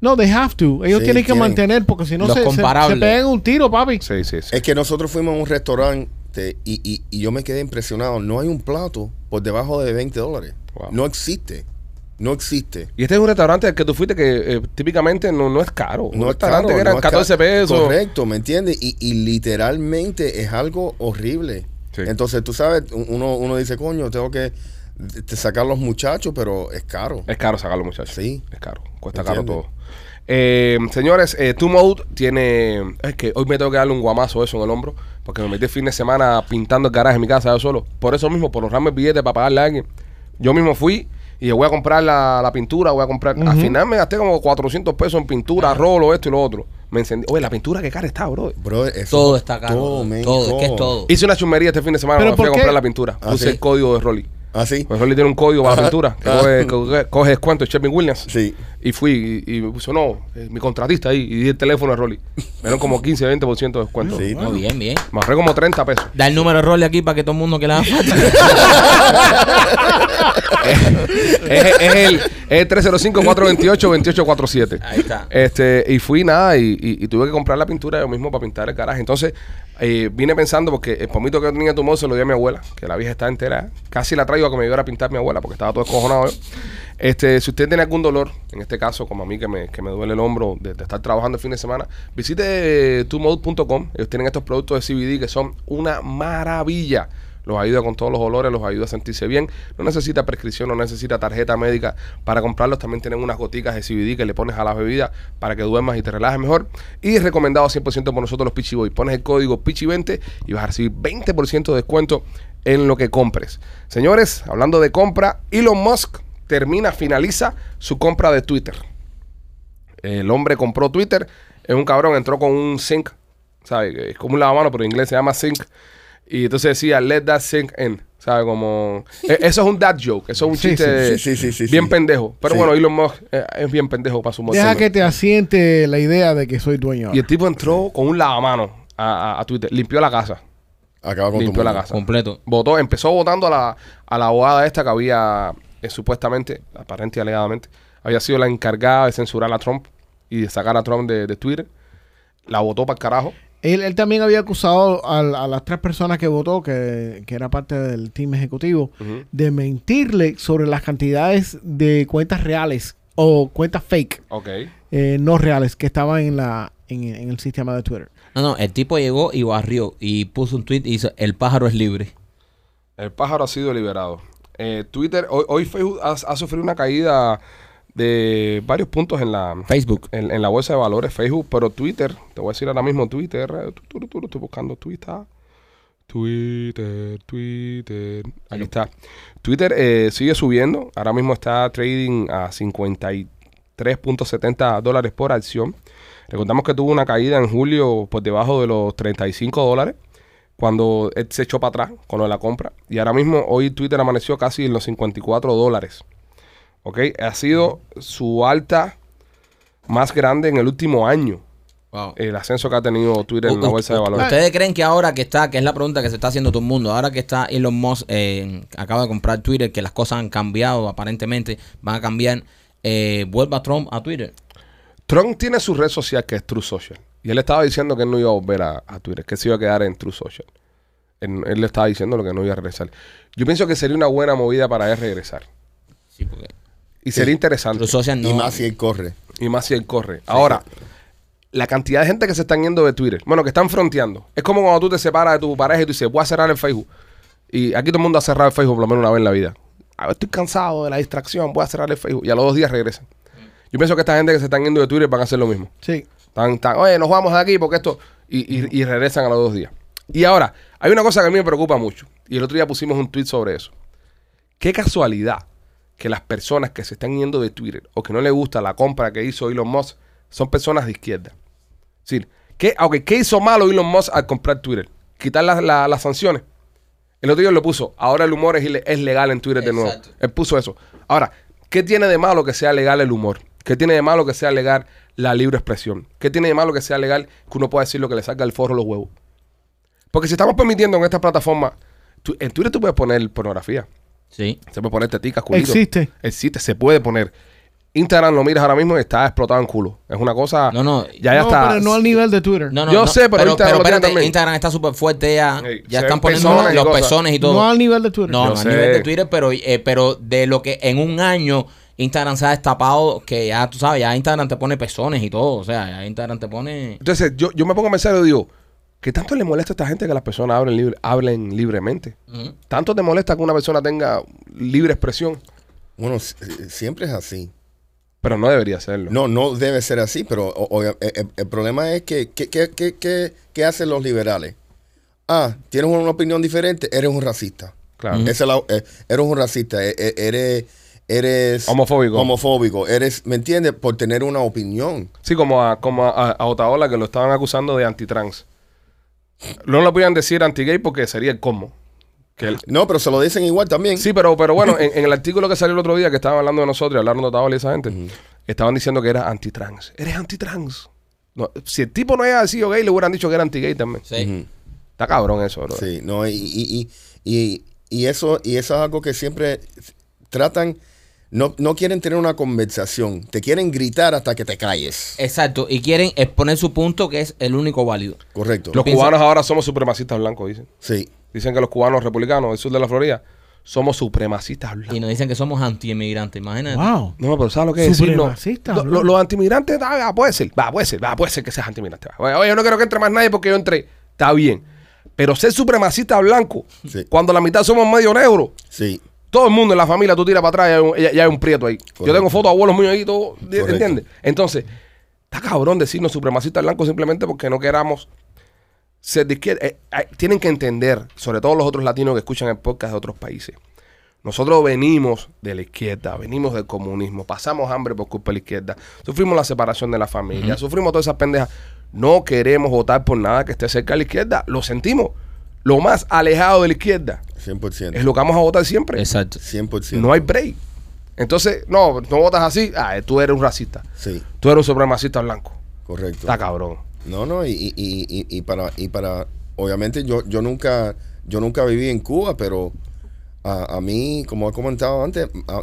D: No, they have to. Ellos
F: Sí,
D: tienen que
F: tienen.
D: mantener porque si no
A: Los
D: se, se, se
A: comparables.
D: pegan un tiro, papi.
C: Sí, sí, sí.
F: Es que nosotros fuimos a un restaurante y, y- y yo me quedé impresionado. No hay un plato por debajo de 20 dólares.
C: Wow.
F: No existe. No existe.
C: Y este es un restaurante al que tú fuiste que eh, típicamente no, no es caro. un
F: es
C: restaurante
F: caro,
C: que eran
F: no es
C: 14
F: caro.
C: pesos.
F: Correcto, ¿me entiendes? Y, y literalmente es algo horrible.
C: Sí.
F: Entonces, tú sabes, un- uno, uno dice, coño, tengo que te- sacar los muchachos, pero es caro.
C: Es caro sacarlo, muchachos.
F: Sí.
C: Es caro. Cuesta
F: Entiendo.
C: caro todo. Eh, señores, eh, Two Mode tiene. Es que hoy me tengo que darle un guamazo eso en el hombro. Porque me metí el fin de semana pintando el garaje en mi casa yo solo. Por eso mismo, por ahorrarme el billete para pagarle a alguien. Yo mismo fui y voy a comprar la, la pintura, voy a comprar. Al final me gasté como 400 pesos en pintura, rolo, esto y lo otro. Me encendí. Oye, la pintura que cara está, bro.
F: Bro, eso-
A: Todo está caro.
F: todo,
A: Todo,
F: man,
A: Es que es todo.
C: Hice una chumería este fin de semana
D: ¿Pero
C: cuando fui a
D: por qué?
C: comprar la pintura.
F: Ah,
C: Puse
F: sí. Ah.
C: el código de Rolly.
F: Así.
C: Pues Rolly tiene un código para la
F: Ajá.
C: pintura. Que
F: Ajá.
C: coge, coge- coge descuento de Sherwin Williams.
F: Sí.
C: Y fui y, y me puso, no, eh, mi contratista ahí. Y di el teléfono a Rolly. Me dieron como 15, 20% de descuento.
F: Sí.
A: Muy bien, bien.
C: Me ahorré como 30 pesos.
A: Da el número de rol aquí para que todo el mundo que le haga falta.
C: es, es el, es el 305-428-2847.
A: Ahí está.
C: Este, y fui nada, y, y- y tuve que comprar la pintura yo mismo para pintar el garaje. Entonces, eh, vine pensando, porque el pomito que tenía tu mozo se lo di a mi abuela, que la vieja está entera. Casi la traigo a que me ayudara a pintar mi abuela, porque estaba todo escojonado yo. Este, si usted tiene algún dolor, en este caso, como a mí que me, que me duele el hombro de, de estar trabajando el fin de semana, visite eh, tumode.com. Ellos tienen estos productos de CBD que son una maravilla. Los ayuda con todos los olores, los ayuda a sentirse bien. No necesita prescripción, no necesita tarjeta médica para comprarlos. También tienen unas goticas de CBD que le pones a la bebida para que duermas y te relajes mejor. Y recomendado 100% por nosotros los Pichi Boys. Pones el código Pichi20 y vas a recibir 20% de descuento en lo que compres. Señores, hablando de compra, Elon Musk termina, finaliza su compra de Twitter. El hombre compró Twitter, es un cabrón, entró con un sync, ¿sabes? Es como un lavamano, pero en inglés se llama sync. Y entonces decía, let that sink in. ¿Sabes? Como. e- Eso es un dad joke. Eso es un
D: Sí,
C: chiste
F: sí, sí, sí, sí, sí.
C: bien pendejo. Pero
F: Sí.
C: bueno, Elon Musk eh, es bien pendejo para su modo.
D: Deja que te asiente la idea de que soy dueño.
C: Y
D: ahora.
C: el tipo entró con un lavamano a, a- a Twitter. Limpió la casa.
F: Acaba con tu
C: Limpió la
F: mundo.
C: casa.
A: Completo.
C: Votó, empezó votando a la, a la abogada esta que había, eh, supuestamente, aparente y alegadamente, había sido la encargada de censurar a Trump y de sacar a Trump de, de Twitter. La votó para el carajo.
D: Él, él también había acusado al- a, las tres personas que votó, que, que era parte del team ejecutivo, de mentirle sobre las cantidades de cuentas reales o cuentas fake,
C: Ok.
D: eh, no reales, que estaban en, la, en, en el sistema de Twitter.
A: No, no, el tipo llegó y barrió y puso un tweet y hizo, el pájaro es libre.
C: El pájaro ha sido liberado. Eh, Twitter, hoy, hoy Facebook ha, ha sufrido una caída de varios puntos en la,
A: Facebook.
C: en, en la bolsa de valores, Facebook, pero Twitter, te voy a decir ahora mismo Twitter, eh, tu, tu, tu, tu, estoy buscando Twitter. Twitter, Twitter. Aquí está. Twitter eh, sigue subiendo. Ahora mismo está trading a 53.70 dólares por acción. Recordamos que tuvo una caída en julio por debajo de los 35 dólares cuando él se echó para atrás con lo de la compra. Y ahora mismo, hoy Twitter amaneció casi en los 54 dólares. ¿Ok? Ha sido su alta más grande en el último año.
A: Wow.
C: El ascenso que ha tenido Twitter en la
A: U-
C: bolsa de
A: u-
C: valores.
A: ¿Ustedes creen que ahora que está, que es la pregunta que se está haciendo todo el mundo, ahora que está Elon Musk, eh, acaba de comprar Twitter, que las cosas han cambiado aparentemente, van a cambiar, eh, vuelva Trump a Twitter?
C: Trump tiene su red social que es True Social. Y él estaba diciendo que él no iba a volver a, a Twitter, que se iba a quedar en True Social. Él, él le estaba diciendo lo que no iba a regresar. Yo pienso que sería una buena movida para él regresar.
A: Sí, porque
C: Y sería interesante.
A: los social no.
F: Y más si él corre.
C: Y más si él corre. Ahora, la cantidad de gente que se están yendo de Twitter, bueno, que están fronteando. Es como cuando tú te separas de tu pareja y tú dices, voy a cerrar el Facebook. Y aquí todo el mundo ha cerrado el Facebook por lo menos una vez en la vida. A ver, estoy cansado de la distracción, voy a cerrar el Facebook. Y a los dos días regresan. Yo pienso que esta gente que se están yendo de Twitter van a hacer lo mismo.
D: Sí.
C: Tan, tan, oye, nos vamos de aquí porque esto. Y, y- y regresan a los dos días. Y ahora, hay una cosa que a mí me preocupa mucho. Y el otro día pusimos un tweet sobre eso. Qué casualidad que las personas que se están yendo de Twitter o que no les gusta la compra que hizo Elon Musk son personas de izquierda. Es decir, ¿qué, aunque ¿qué hizo malo Elon Musk al comprar Twitter? Quitar las, la- las sanciones. El otro día lo puso. Ahora el humor es, ile- es legal en Twitter de nuevo.
A: Exacto.
C: Él puso eso. Ahora, ¿qué tiene de malo que sea legal el humor? ¿Qué tiene de malo que sea legal la libre expresión? ¿Qué tiene de malo que sea legal que uno pueda decir lo que le salga el forro a los huevos? Porque si estamos permitiendo en esta plataforma, tú- en Twitter tú puedes poner pornografía.
A: Sí.
C: Se puede poner teticas, culito.
D: Existe.
C: Existe, se puede poner. Instagram lo miras ahora mismo y está explotado en culo. Es una cosa.
A: No, no.
C: Ah, Ya, ya
D: no,
C: está.
D: pero no al nivel de Twitter.
A: No, no,
C: Yo
A: no,
C: sé, pero Instagram lo tiene también.
A: Instagram está súper fuerte ya.
C: Sí,
A: ya
C: se ven
A: están poniendo
C: pezones y
A: los
C: cosas.
A: pezones y todo.
D: No al nivel de Twitter.
A: No,
C: Yo
A: no a
C: sé.
A: nivel de Twitter, pero, eh, pero de lo que en un año Instagram se ha destapado, que ya tú sabes, ya Instagram te pone pezones y todo. O sea, ya Instagram te pone.
C: Entonces, yo, yo me pongo a pensar y digo, ¿qué tanto le molesta a esta gente que las personas hablen, libre, hablen libremente?
A: Ujú.
C: ¿Tanto te molesta que una persona tenga libre expresión?
F: Bueno, si- eh, siempre es así.
C: Pero no debería serlo.
F: No, no debe ser así, pero o- o- eh, eh, el, problema es que ¿qué hacen los liberales? Ah, tienes una opinión diferente, eres un racista.
C: Claro.
F: Esa es la- eh, eres un racista, eh, eh, eres, eres
C: Homofóbico.
F: homofóbico, eres, ¿me entiendes? Por tener una opinión.
C: Sí, como a, como a, a Otaola que lo estaban acusando de antitrans. No lo podían decir anti-gay porque sería el cosmo. Que el-
F: No, pero se lo dicen igual también.
C: Sí, pero, pero bueno, en, en el artículo que salió el otro día que estaban hablando de nosotros y hablaron de Otavalo y esa gente, estaban diciendo que era antitrans. Eres antitrans. No, si el tipo no hubiera sido gay, le hubieran dicho que era anti-gay también.
A: Sí.
F: Ujú.
C: Está cabrón eso, bro.
F: Sí, no, y, y, y, y- y eso, y eso es algo que siempre tratan, no, no quieren tener una conversación, te quieren gritar hasta que te calles.
A: Exacto. Y quieren exponer su punto que es el único válido.
F: Correcto.
C: Los
A: pienso-
C: cubanos ahora somos supremacistas blancos, dicen.
F: Sí.
C: Dicen que los cubanos republicanos del sur de la Florida somos supremacistas
A: Y
C: blancos.
A: nos dicen que somos anti-inmigrantes. Imagínate.
D: Wow.
C: No, pero ¿sabes lo que es decir? No.
D: Supremacistas
C: Lo- lo-
D: blancos.
C: los antimigrantes, ah, ah, puede ser, va, puede ser, va, puede ser que seas antimigrante. va. Oye, oye, yo no quiero que entre más nadie porque yo entré. Está bien. Pero ser supremacista blanco,
F: Sí.
C: cuando la mitad somos medio negro,
F: Sí,
C: todo el mundo en la familia, tú tiras para atrás y hay un- ya, ya hay un prieto ahí. Yo
F: Correcto.
C: tengo fotos de abuelos míos ahí, todo, ¿de-
F: Correcto.
C: ¿entiendes? Entonces, está cabrón decirnos supremacistas blancos simplemente porque no queramos ser de izquierda. Eh, eh, tienen que entender, sobre todo los otros latinos que escuchan el podcast de otros países. Nosotros venimos de la izquierda, venimos del comunismo, pasamos hambre por culpa de la izquierda, sufrimos la separación de la familia, sufrimos todas esas pendejas. No queremos votar por nada que esté cerca de la izquierda, lo sentimos. Lo más alejado de la izquierda
F: 100%.
C: es lo que vamos a votar siempre.
A: Exacto.
F: 100%.
C: No hay break. Entonces, no, no votas así. Ah, tú eres un racista.
F: Sí,
C: Tú eres un supremacista blanco.
F: correcto.
C: Está cabrón.
F: No, no, y, y, y- y- y para, y para, obviamente yo, yo nunca, yo nunca viví en Cuba, pero a, a mí, como he comentado antes, a-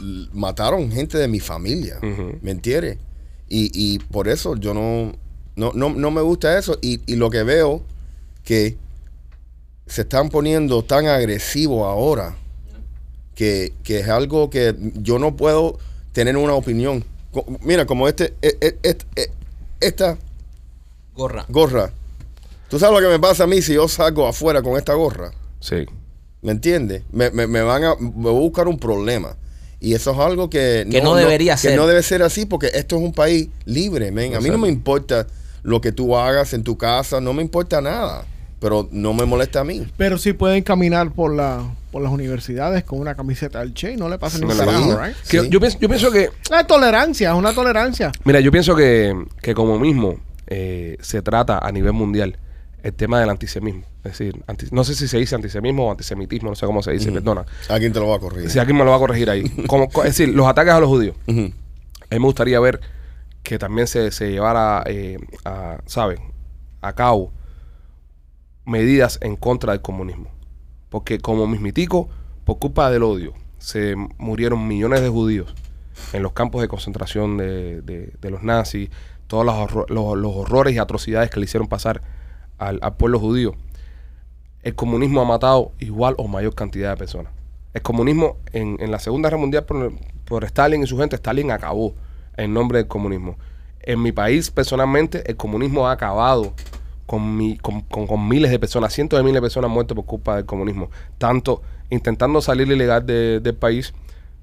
F: l- mataron gente de mi familia,
C: Ujú.
F: ¿me entiendes? Y, y por eso yo no, no, no, no me gusta eso. Y, y lo que veo que se están poniendo tan agresivos ahora que, que es algo que yo no puedo tener una opinión. Co- Mira, como este, e- e- et- e- esta
A: Gorra.
F: gorra. ¿Tú sabes lo que me pasa a mí si yo salgo afuera con esta gorra?
C: Sí.
F: ¿Me entiendes? Me, me- me van a, me voy a buscar un problema. Y eso es algo que
A: Que no debería
F: Que
A: ser.
F: no debe ser así porque esto es un país libre, men. A mí no me importa lo que tú hagas en tu casa, no me importa nada. Pero no me molesta a mí.
D: Pero sí pueden caminar por, la, por las universidades con una camiseta del Che y no le pasa
C: Sí,
D: ni un
C: me lo
D: carajo,
F: imagino.
D: right?
C: Que
F: Sí.
C: yo, pienso, yo pienso que,
D: La tolerancia, es una tolerancia.
C: mira, yo pienso que, que como mismo eh, se trata a nivel mundial el tema del antisemismo. Es decir, anti- no sé si se dice antisemismo o antisemitismo, no sé cómo se dice, perdona.
F: Alguien te lo va a corregir.
C: Si alguien me lo va a corregir ahí. Como, co- es decir, los ataques a los judíos.
F: Ujú.
C: A mí me gustaría ver que también se, se llevara, eh, a, ¿saben? A cabo medidas en contra del comunismo. Porque como mismitico, por culpa del odio, se murieron millones de judíos en los campos de concentración de, de- de los nazis, todos los, horro- los- los horrores y atrocidades que le hicieron pasar al, al pueblo judío. El comunismo ha matado igual o mayor cantidad de personas. El comunismo en, en la Segunda Guerra Mundial por, por Stalin y su gente, Stalin acabó en nombre del comunismo. En mi país, personalmente, el comunismo ha acabado con, mi- con- con- con miles de personas, cientos de miles de personas muertas por culpa del comunismo. Tanto intentando salir ilegal de- del país,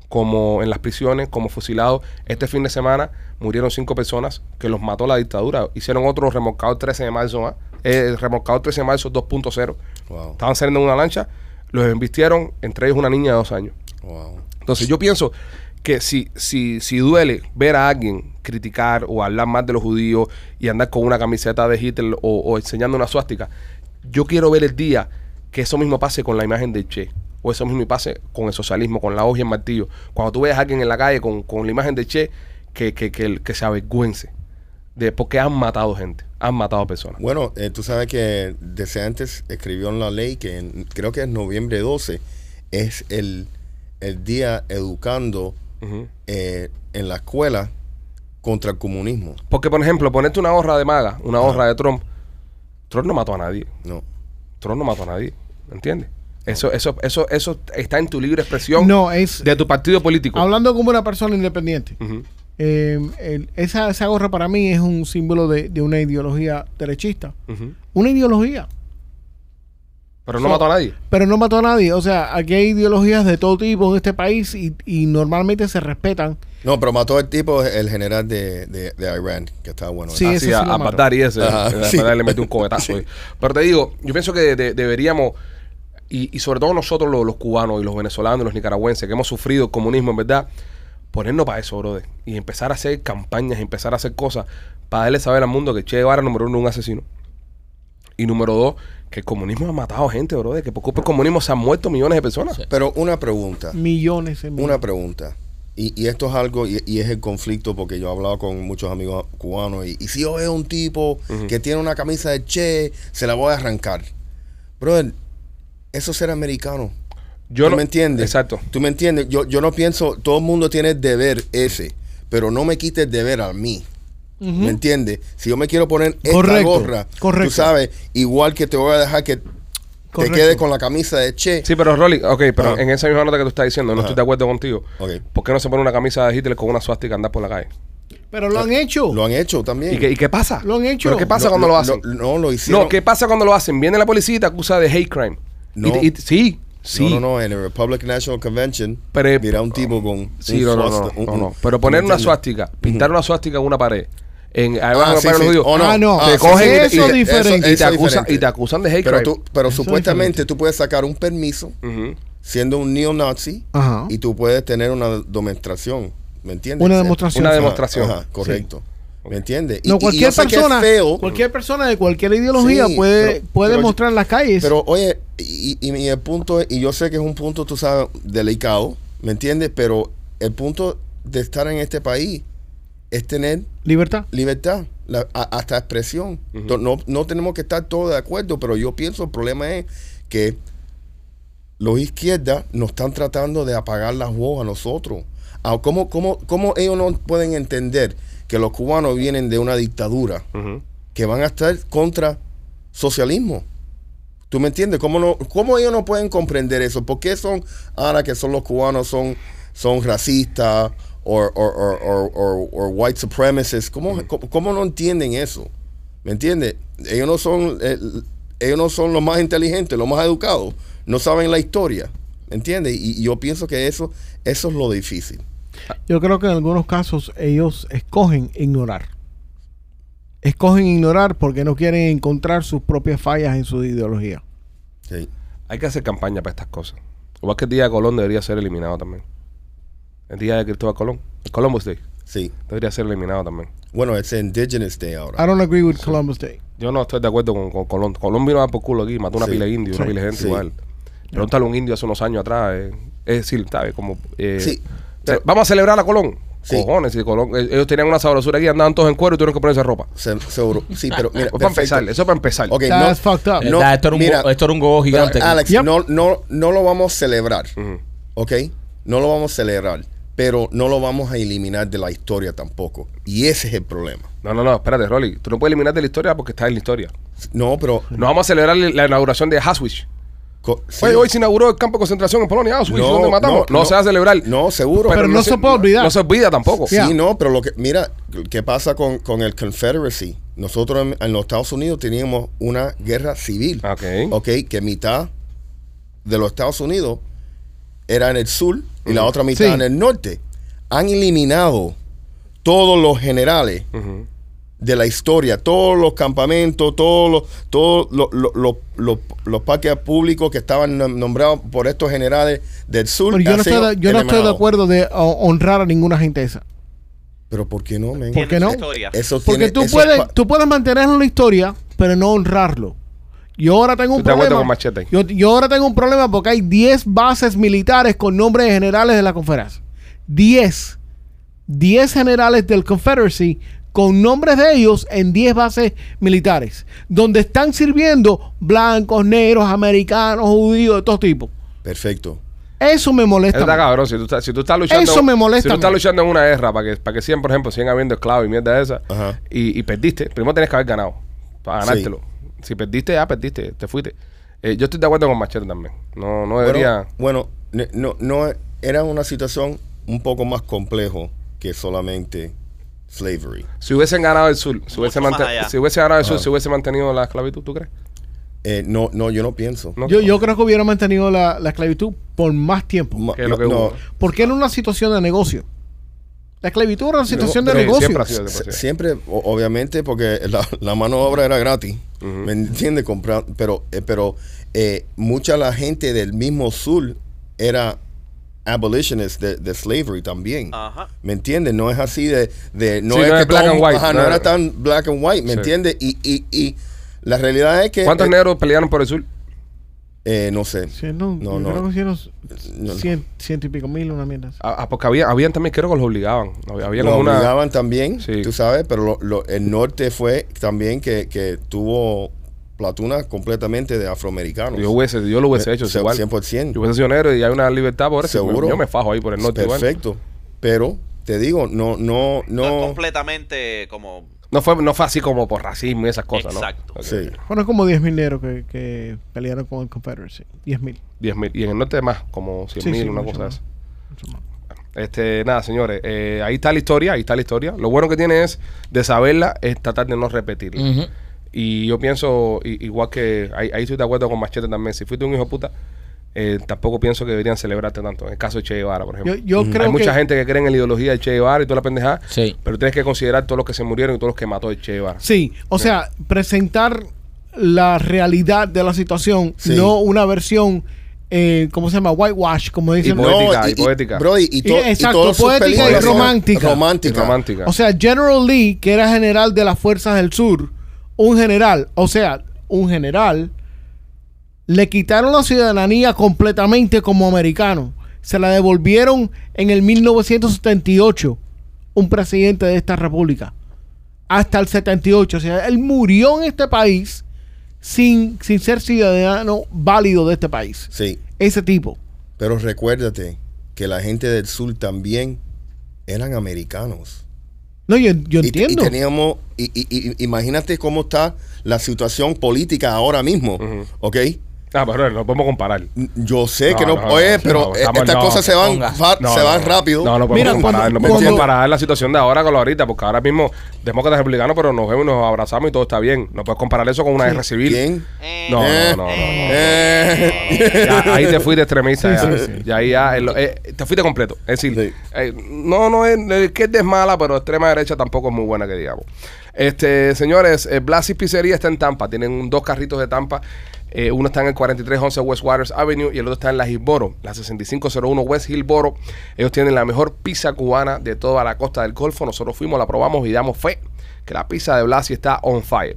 C: como en las prisiones, como fusilados. Este fin de semana murieron cinco personas que los mató la dictadura. Hicieron otro remolcado el 13 de marzo, más. Eh, remolcado el 13 de marzo 2.0.
F: Wow.
C: Estaban saliendo en una lancha, los embistieron, entre ellos una niña de dos años.
F: Wow.
C: Entonces yo pienso que si, si, si duele ver a alguien criticar o hablar más de los judíos y andar con una camiseta de Hitler o, o enseñando una suástica, yo quiero ver el día que eso mismo pase con la imagen del Che. O eso mismo pase con el socialismo, con la hoja y el martillo. Cuando tú veas a alguien en la calle con, con la imagen del Che, que, que, que, el- que se avergüence. De, porque han matado gente, han matado personas.
F: Bueno, eh, tú sabes que desde antes escribió en la ley que en- creo que es noviembre 12, es el, el día educando
C: Ujú.
F: eh, en la escuela contra el comunismo.
C: Porque, por ejemplo, ponerte una horra de maga, una horra de Trump, Trump no mató a nadie.
F: No.
C: Trump no mató a nadie, ¿entiendes? Eso, eso, eso, eso está en tu libre expresión
D: No, es.
C: de tu partido político.
D: Hablando como una persona independiente,
C: Ujú.
D: eh, el- esa, esa gorra para mí es un símbolo de, de una ideología derechista.
C: Ujú.
D: Una ideología.
C: Pero no
D: So-
C: mató a nadie.
D: Pero no mató a nadie. O sea, aquí hay ideologías de todo tipo en este país y, y normalmente se respetan.
F: No, pero mató el tipo, el general de, de, de Irán, que está bueno.
D: Sí.
F: Ah,
C: Así
D: ese
C: a,
D: lo
C: a
D: mató.
C: Bagdadi ese.
F: Ajá,
C: a
F: sí.
C: Bagdadi le metió un cohetazo.
F: Sí.
C: eh. Pero te digo, yo pienso que de- deberíamos, y, y sobre todo nosotros los, los cubanos y los venezolanos y los nicaragüenses que hemos sufrido el comunismo, en verdad, ponernos para eso, brother. Y empezar a hacer campañas, empezar a hacer cosas para darle saber al mundo que Che Guevara, número uno, es un asesino. Y número dos, que el comunismo ha matado gente, bro. De que por culpa del comunismo se han muerto millones de personas.
F: Pero una pregunta.
D: Millones en
F: Una pregunta. Y, y esto es algo, y, y es el conflicto, porque yo he hablado con muchos amigos cubanos, y, y si yo veo un tipo que tiene una camisa de Che, se la voy a arrancar. Brother, eso es ser americano.
C: Yo
F: ¿Tú
C: no-
F: me entiendes?
C: Exacto.
F: ¿Tú me entiendes? Yo, yo no pienso, todo el mundo tiene el deber ese, pero no me quites el deber a mí. ¿Me entiendes? Si yo me quiero poner esta
D: Correcto,
F: gorra,
D: correcto.
F: tú sabes, igual que te voy a dejar que
D: Correcto.
F: te quedes con la camisa de Che.
C: Sí, pero Rolly, ok, pero
F: Ajá.
C: en esa misma nota que tú estás diciendo, no
F: Ah. Ajá.
C: estoy de acuerdo contigo.
F: Ok.
C: ¿Por qué no se pone una camisa de Hitler con una suástica andar por la calle?
D: Pero lo han hecho.
F: Lo han hecho también.
C: ¿Y qué, y qué pasa?
D: Lo han hecho.
C: ¿Pero qué pasa
F: No,
C: cuando lo,
F: no,
C: hacen?
F: No, no, lo hicieron.
C: No, ¿qué pasa cuando lo hacen? Viene la policía y te acusa de hate crime.
F: No.
C: Y- y- sí, sí.
F: No, no, no, en el Republican National Convention
C: Pero-
F: mira un tipo con
C: Sí,
F: un
C: no, no, no,
F: swasta-
C: no,
F: un-
C: no,
F: un-
C: no. Pero poner
F: ¿me
C: una
F: entiendes?
C: suástica, pintar una suástica en una pared, en ahí abajo
F: Ah,
C: en la
F: sí,
C: pared de los
F: sí.
C: judíos,
F: Oh,
D: Ah, no.
F: Ah,
C: Te cogen
D: eso
C: y-
D: es
C: y-
D: diferente.
F: eso
C: y te,
F: es
C: acusan,
F: diferente.
C: y te acusan de hate
F: Pero,
C: crime.
F: tú, pero
D: Eso es
F: supuestamente
D: diferente.
F: tú puedes sacar un permiso
C: Ujú.
F: siendo un neonazi
D: Ajá.
F: y tú puedes tener una demostración. ¿Me entiendes?
D: Una
F: O sea,
D: demostración.
C: Una
F: ajá,
C: demostración.
F: ajá, correcto. ¿Me entiendes? Y-
D: No,
F: y- y
D: cualquier
F: yo sé que es
D: persona,
F: feo,
D: cualquier persona de cualquier ideología
F: Sí,
D: puede,
F: pero-
D: puede
F: pero yo-
D: mostrar en las calles.
F: Pero oye, y, y- y el punto, es- y yo sé que es un punto, tú sabes, delicado, ¿me entiendes? Pero el punto de estar en este país es tener
D: Libertad.
F: libertad, la- a- hasta expresión. To- no, no tenemos que estar todos de acuerdo, pero yo pienso el problema es que los izquierdas nos están tratando de apagar las voz a nosotros. Ah, ¿Cómo, cómo, ¿Cómo ellos no pueden entender que los cubanos vienen de una dictadura?
C: Ujú.
F: que van a estar contra socialismo. ¿Tú me entiendes? ¿Cómo, no, cómo ellos no pueden comprender eso? ¿Por qué son ahora que son los cubanos son, son racistas o or, or- or- or- or- or white supremacists? ¿Cómo, cómo, cómo no entienden eso? ¿Me entiendes? Ellos no son eh, ellos no son los más inteligentes, los más educados, no saben la historia. ¿Me entiendes? Y, y yo pienso que eso, eso es lo difícil.
D: Yo creo que en algunos casos ellos escogen ignorar. Escogen ignorar porque no quieren encontrar sus propias fallas en su ideología.
F: Sí.
C: Hay que hacer campaña para estas cosas. Igual que el día de Colón debería ser eliminado también. El día de Cristóbal Colón, el Columbus Day,
F: sí.
C: debería ser eliminado también.
F: Bueno, es Indigenous Day ahora.
D: I don't agree with Columbus Day.
C: Yo no estoy de acuerdo con, con Colón. Colón vino a dar por culo aquí, mató una
F: Sí.
C: pila de indios, una
D: Sí.
C: pila de gente
F: Sí.
C: igual. Pregúntale a un indio hace unos años atrás. eh, Es decir, ¿sabes? Como, eh,
F: Sí,
C: pero-
F: pero-
C: Vamos a celebrar a Colón.
F: Sí.
C: Cojones, si Colón, eh, ellos tenían una sabrosura aquí, andaban todos en cuero y tuvieron que ponerse ropa.
F: Se- seguro. Sí, pero mira,
C: Eso para
F: perfecto.
C: empezar, eso para empezar.
F: Ok,
D: That's fucked up.
A: Eh, esto era un go- esto era un gogo
F: pero,
A: gigante.
F: Alex,
D: Yep.
F: no, no, no lo vamos a celebrar,
C: Ujú.
F: ¿ok? No lo vamos a celebrar, pero no lo vamos a eliminar de la historia tampoco. Y ese es el problema.
C: No, no, no, espérate, Rolly. Tú no puedes eliminar de la historia porque está en la historia.
F: No, pero...
C: No vamos a celebrar la inauguración de Auschwitz.
F: co- sí.
C: Oye, hoy se inauguró el campo de concentración en Polonia, Auschwitz,
F: No,
C: donde matamos. No,
F: no,
C: se va a celebrar.
F: No, seguro.
D: Pero no se puede olvidar.
C: No se olvida tampoco.
F: Sí,
D: Yeah.
F: no, pero lo que... Mira, ¿qué pasa con, con el Confederacy? Nosotros en, en los Estados Unidos teníamos una guerra civil.
C: Ok.
F: Ok, que mitad de los Estados Unidos era en el sur y la otra mitad
D: Mm. Sí.
F: en el norte. Han eliminado todos los generales
C: Ujú.
F: de la historia, todos los campamentos, todos los, todos los, los- los- los- los parques públicos que estaban nom- nombrados por estos generales del sur.
D: Pero yo no
F: han sido
D: estoy de, yo no estoy de
F: eliminados.
D: acuerdo de oh, honrar a ninguna gente esa.
F: Pero ¿por qué no, men?
D: ¿Por qué no?
E: Historia.
F: Eso
D: Porque
F: tiene-
D: tú
F: eso
D: puedes,
F: pa-
D: tú puedes mantenerlo en la historia, pero no honrarlo. Yo ahora tengo un
C: Estoy de acuerdo
D: problema.
C: con Machete.
D: Yo, yo ahora tengo un problema porque hay 10 bases militares con nombres de generales de la Confederación. 10. 10 generales del Confederacy con nombres de ellos en 10 bases militares. Donde están sirviendo blancos, negros, americanos, judíos, de todo tipo.
F: Perfecto.
D: Eso me molesta.
C: Eso está
D: man.
C: cabrón. Si tú, estás- si tú estás luchando.
D: Eso me molesta,
C: Si tú estás
D: man.
C: luchando en una guerra para que, para que sigan, por ejemplo, sigan habiendo esclavos y mierda de esa,
F: Ajá.
C: y, y perdiste, primero tenés que haber ganado para
F: Sí.
C: ganártelo. Si perdiste, ya perdiste, te fuiste. Eh, yo estoy de acuerdo con Machete también. No, no
F: Bueno,
C: debería.
F: Bueno, ne- no, no, era una situación un poco más complejo que solamente slavery.
C: Si hubiesen ganado el sur, si hubiesen,
E: Mucho más
C: manten-
E: allá.
C: si hubiesen ganado el sur,
F: Ajá.
C: si hubiese mantenido la esclavitud, ¿tú crees?
F: Eh, no, no, yo no pienso.
C: No.
D: Yo, yo creo que hubiera mantenido la, la esclavitud por más tiempo.
F: Ma-
C: Que lo que hubo.
D: Porque era una situación de negocio. La esclavitud era una situación
C: pero eh,
D: de negocio.
C: siempre ha sido.
F: se- siempre, o- obviamente, porque la, la mano de obra era gratis. ¿Me entiendes? Comprar, pero eh, pero eh, mucha la gente del mismo sur era abolitionist de, de slavery
D: Ah,
F: también.
E: Ajá.
F: ¿Me entiendes? No es así de... de no
C: Sí,
F: es
C: no
F: que
C: es black
F: todo-
C: and white,
F: ajá, no
C: no
F: era
C: era.
F: tan black and white, ¿me
C: Sí.
F: entiendes? Y, y, y La realidad es que.
C: ¿Cuántos
F: eh,
C: negros pelearon por el sur?
F: eh, no sé.
D: Ciento,
F: No,
D: yo
F: no.
D: creo que ciento,
F: No, no.
D: cien- ciento y pico mil, una mierda. así.
C: Ah, ah, porque había, habían también, creo que los obligaban. Había, había
F: Lo
C: como una.
F: obligaban también,
C: Sí.
F: tú sabes, pero lo- lo- el norte fue también que, que tuvo platunas completamente de afroamericanos.
C: Yo, hubiese, yo lo hubiese hecho,
F: Eh, Se-
C: igual.
F: 100%.
C: Yo hubiese sido negro y hay una libertad por eso.
F: Seguro.
C: Yo me fajo ahí por el norte. igual.
F: Perfecto. Pero te digo, no, no,
E: No, es
F: no.
E: completamente como...
C: No fue, no fue así como por racismo y esas cosas,
E: Exacto.
C: ¿no?
F: Sí.
D: Fueron como 10 mil negros que, que pelearon con el Confederacy. 10 mil.
C: 10.000. Y en el norte más, como 100.000,
D: Sí, sí,
C: una cosa
D: mucho más.
C: así. Este, nada, señores, eh, ahí está la historia, ahí está la historia. Lo bueno que tiene es de saberla, es tratar de no repetirla.
A: Ujú.
C: Y yo pienso, i- igual que ahí, ahí estoy de acuerdo con Machete también, si fuiste un hijo de puta, eh, tampoco pienso que deberían celebrarte tanto. En el caso de Che Guevara, por ejemplo.
D: Yo, yo creo
C: Hay
D: que,
C: mucha gente que cree en la ideología de Che Guevara y toda la pendejada,
A: Sí.
C: pero tienes que considerar todos los que se murieron y todos los que mató el Che Guevara.
D: Sí, o sea, presentar la realidad de la situación,
F: Sí.
D: no una versión, eh, ¿cómo se llama? Whitewash, como dicen.
C: Y poética,
F: No,
C: y poética.
F: Brody, y, to-
D: Y-
F: y
D: exacto,
F: todas sus
D: poética y
F: películas son
D: romántica.
C: Y
F: Romántica.
C: romántica.
D: O sea, General Lee, que era general de las fuerzas del sur, un general, o sea, un general, le quitaron la ciudadanía completamente como americano. Se la devolvieron en el 1978, un presidente de esta república. Hasta el 78. O sea, él murió en este país sin, sin ser ciudadano válido de este país.
F: Sí.
D: Ese tipo.
F: Pero recuérdate que la gente del sur también eran americanos.
D: No, yo, yo
F: Y-
D: entiendo.
F: Y, teníamos, y, y- y- imagínate cómo está la situación política ahora mismo,
C: Ujú.
F: ¿ok?
C: Ah, pero no podemos comparar.
F: N- Yo sé
C: No,
F: que no,
C: no,
F: oye,
C: no,
F: pero
C: no,
F: eh,
C: estamos-
F: estas
C: no,
F: cosas se
C: que
F: van,
A: pongas.
F: va-
C: No,
F: se
C: no,
F: van
C: no.
F: rápido.
C: No, no podemos
D: Mira,
C: comparar,
D: cuando-
C: no podemos
D: cuando-
C: comparar la situación de ahora con la ahorita, porque ahora mismo demócratas y republicanos, pero nos vemos y nos abrazamos y todo está bien. No puedes comparar eso con una guerra civil.
F: ¿Quién?
E: eh,
C: No,
F: Eh,
C: no, no, no, no.
F: eh.
C: Ya, ahí te fuiste extremista.
D: Sí,
C: ya.
D: sí, sí.
C: Ya ahí ya, eh, lo- eh, te fuiste completo. Es decir,
F: Sí.
C: eh, no, no es eh, que es mala, pero extrema derecha tampoco es muy buena que digamos. Este, señores, eh, Blasis Pizzería está en Tampa. Tienen un- dos carritos de Tampa. Eh, uno está en el 4311 West Waters Avenue y el otro está en la Gilboro, la 6501 West Gilboro. Ellos tienen la mejor pizza cubana de toda la costa del Golfo. Nosotros fuimos, la probamos y damos fe que la pizza de Blasi está on fire.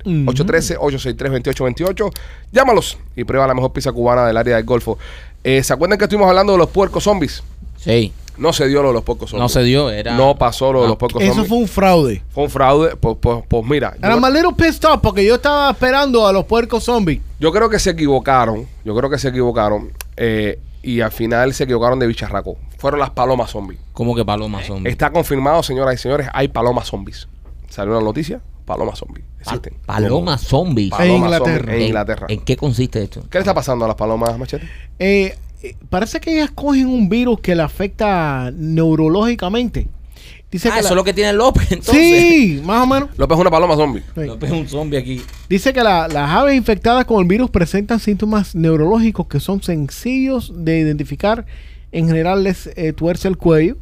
C: 813-863-2828. Llámalos y prueba la mejor pizza cubana del área del Golfo. Eh, ¿Se acuerdan que estuvimos hablando de los puercos zombies?
A: Sí.
C: No se dio lo de los puercos zombies.
A: No se dio, era. Ah,
C: No pasó lo de
A: No.
C: los puercos
D: Eso
C: zombies.
D: fue un fraude.
C: Fue un fraude. Pues, pues- pues mira, yo,
D: Era a little pissed off porque yo estaba esperando a los puercos zombies.
C: yo creo que se equivocaron. Yo creo que se equivocaron. eh, y al final se equivocaron de bicharraco. Fueron las palomas zombies.
A: ¿Cómo que palomas son?
C: Está confirmado, señoras y señores, hay palomas zombies. Salió la noticia, palomas zombies.
A: Pa-
C: Existen.
A: palomas zombies.
C: Palomas
D: En Inglaterra.
C: zombies En Inglaterra.
A: Ah, ¿En qué consiste esto?
C: ¿Qué le está pasando a las palomas, Machete?
D: Eh, eh, parece que ellas cogen un virus que le afecta neurológicamente. Dice
A: ah,
D: que
A: eso
D: la-
A: es lo que tiene López, entonces.
D: Sí, más o menos.
C: López es una paloma zombie.
D: Sí.
A: López es un zombie aquí.
D: Dice que la- las aves infectadas con el virus presentan síntomas neurológicos que son sencillos de identificar. En general les eh, tuerce el cuello.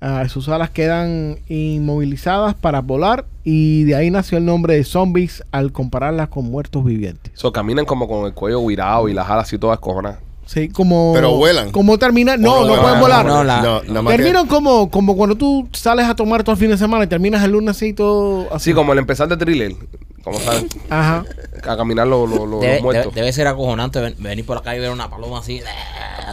D: Ah, sus alas quedan inmovilizadas para volar y de ahí nació el nombre de zombies al compararlas con muertos vivientes.
C: So, caminan como con el cuello virado y las alas así todas cojonadas.
D: Sí, como.
F: Pero vuelan.
D: Como terminar. No, no,
F: vuelan.
D: pueden
A: no,
D: volar.
A: no, la-
F: No, nada más que-
D: Terminan como, como cuando tú sales a tomar todo el fin de semana y terminas el lunes así todo así.
C: Así como el empezar de thriller. Como saben,
D: Ajá.
C: a caminar los, los- los-
A: Debe,
C: los muertos.
A: debe- debe ser acojonante ven- venir por acá y ver una paloma así.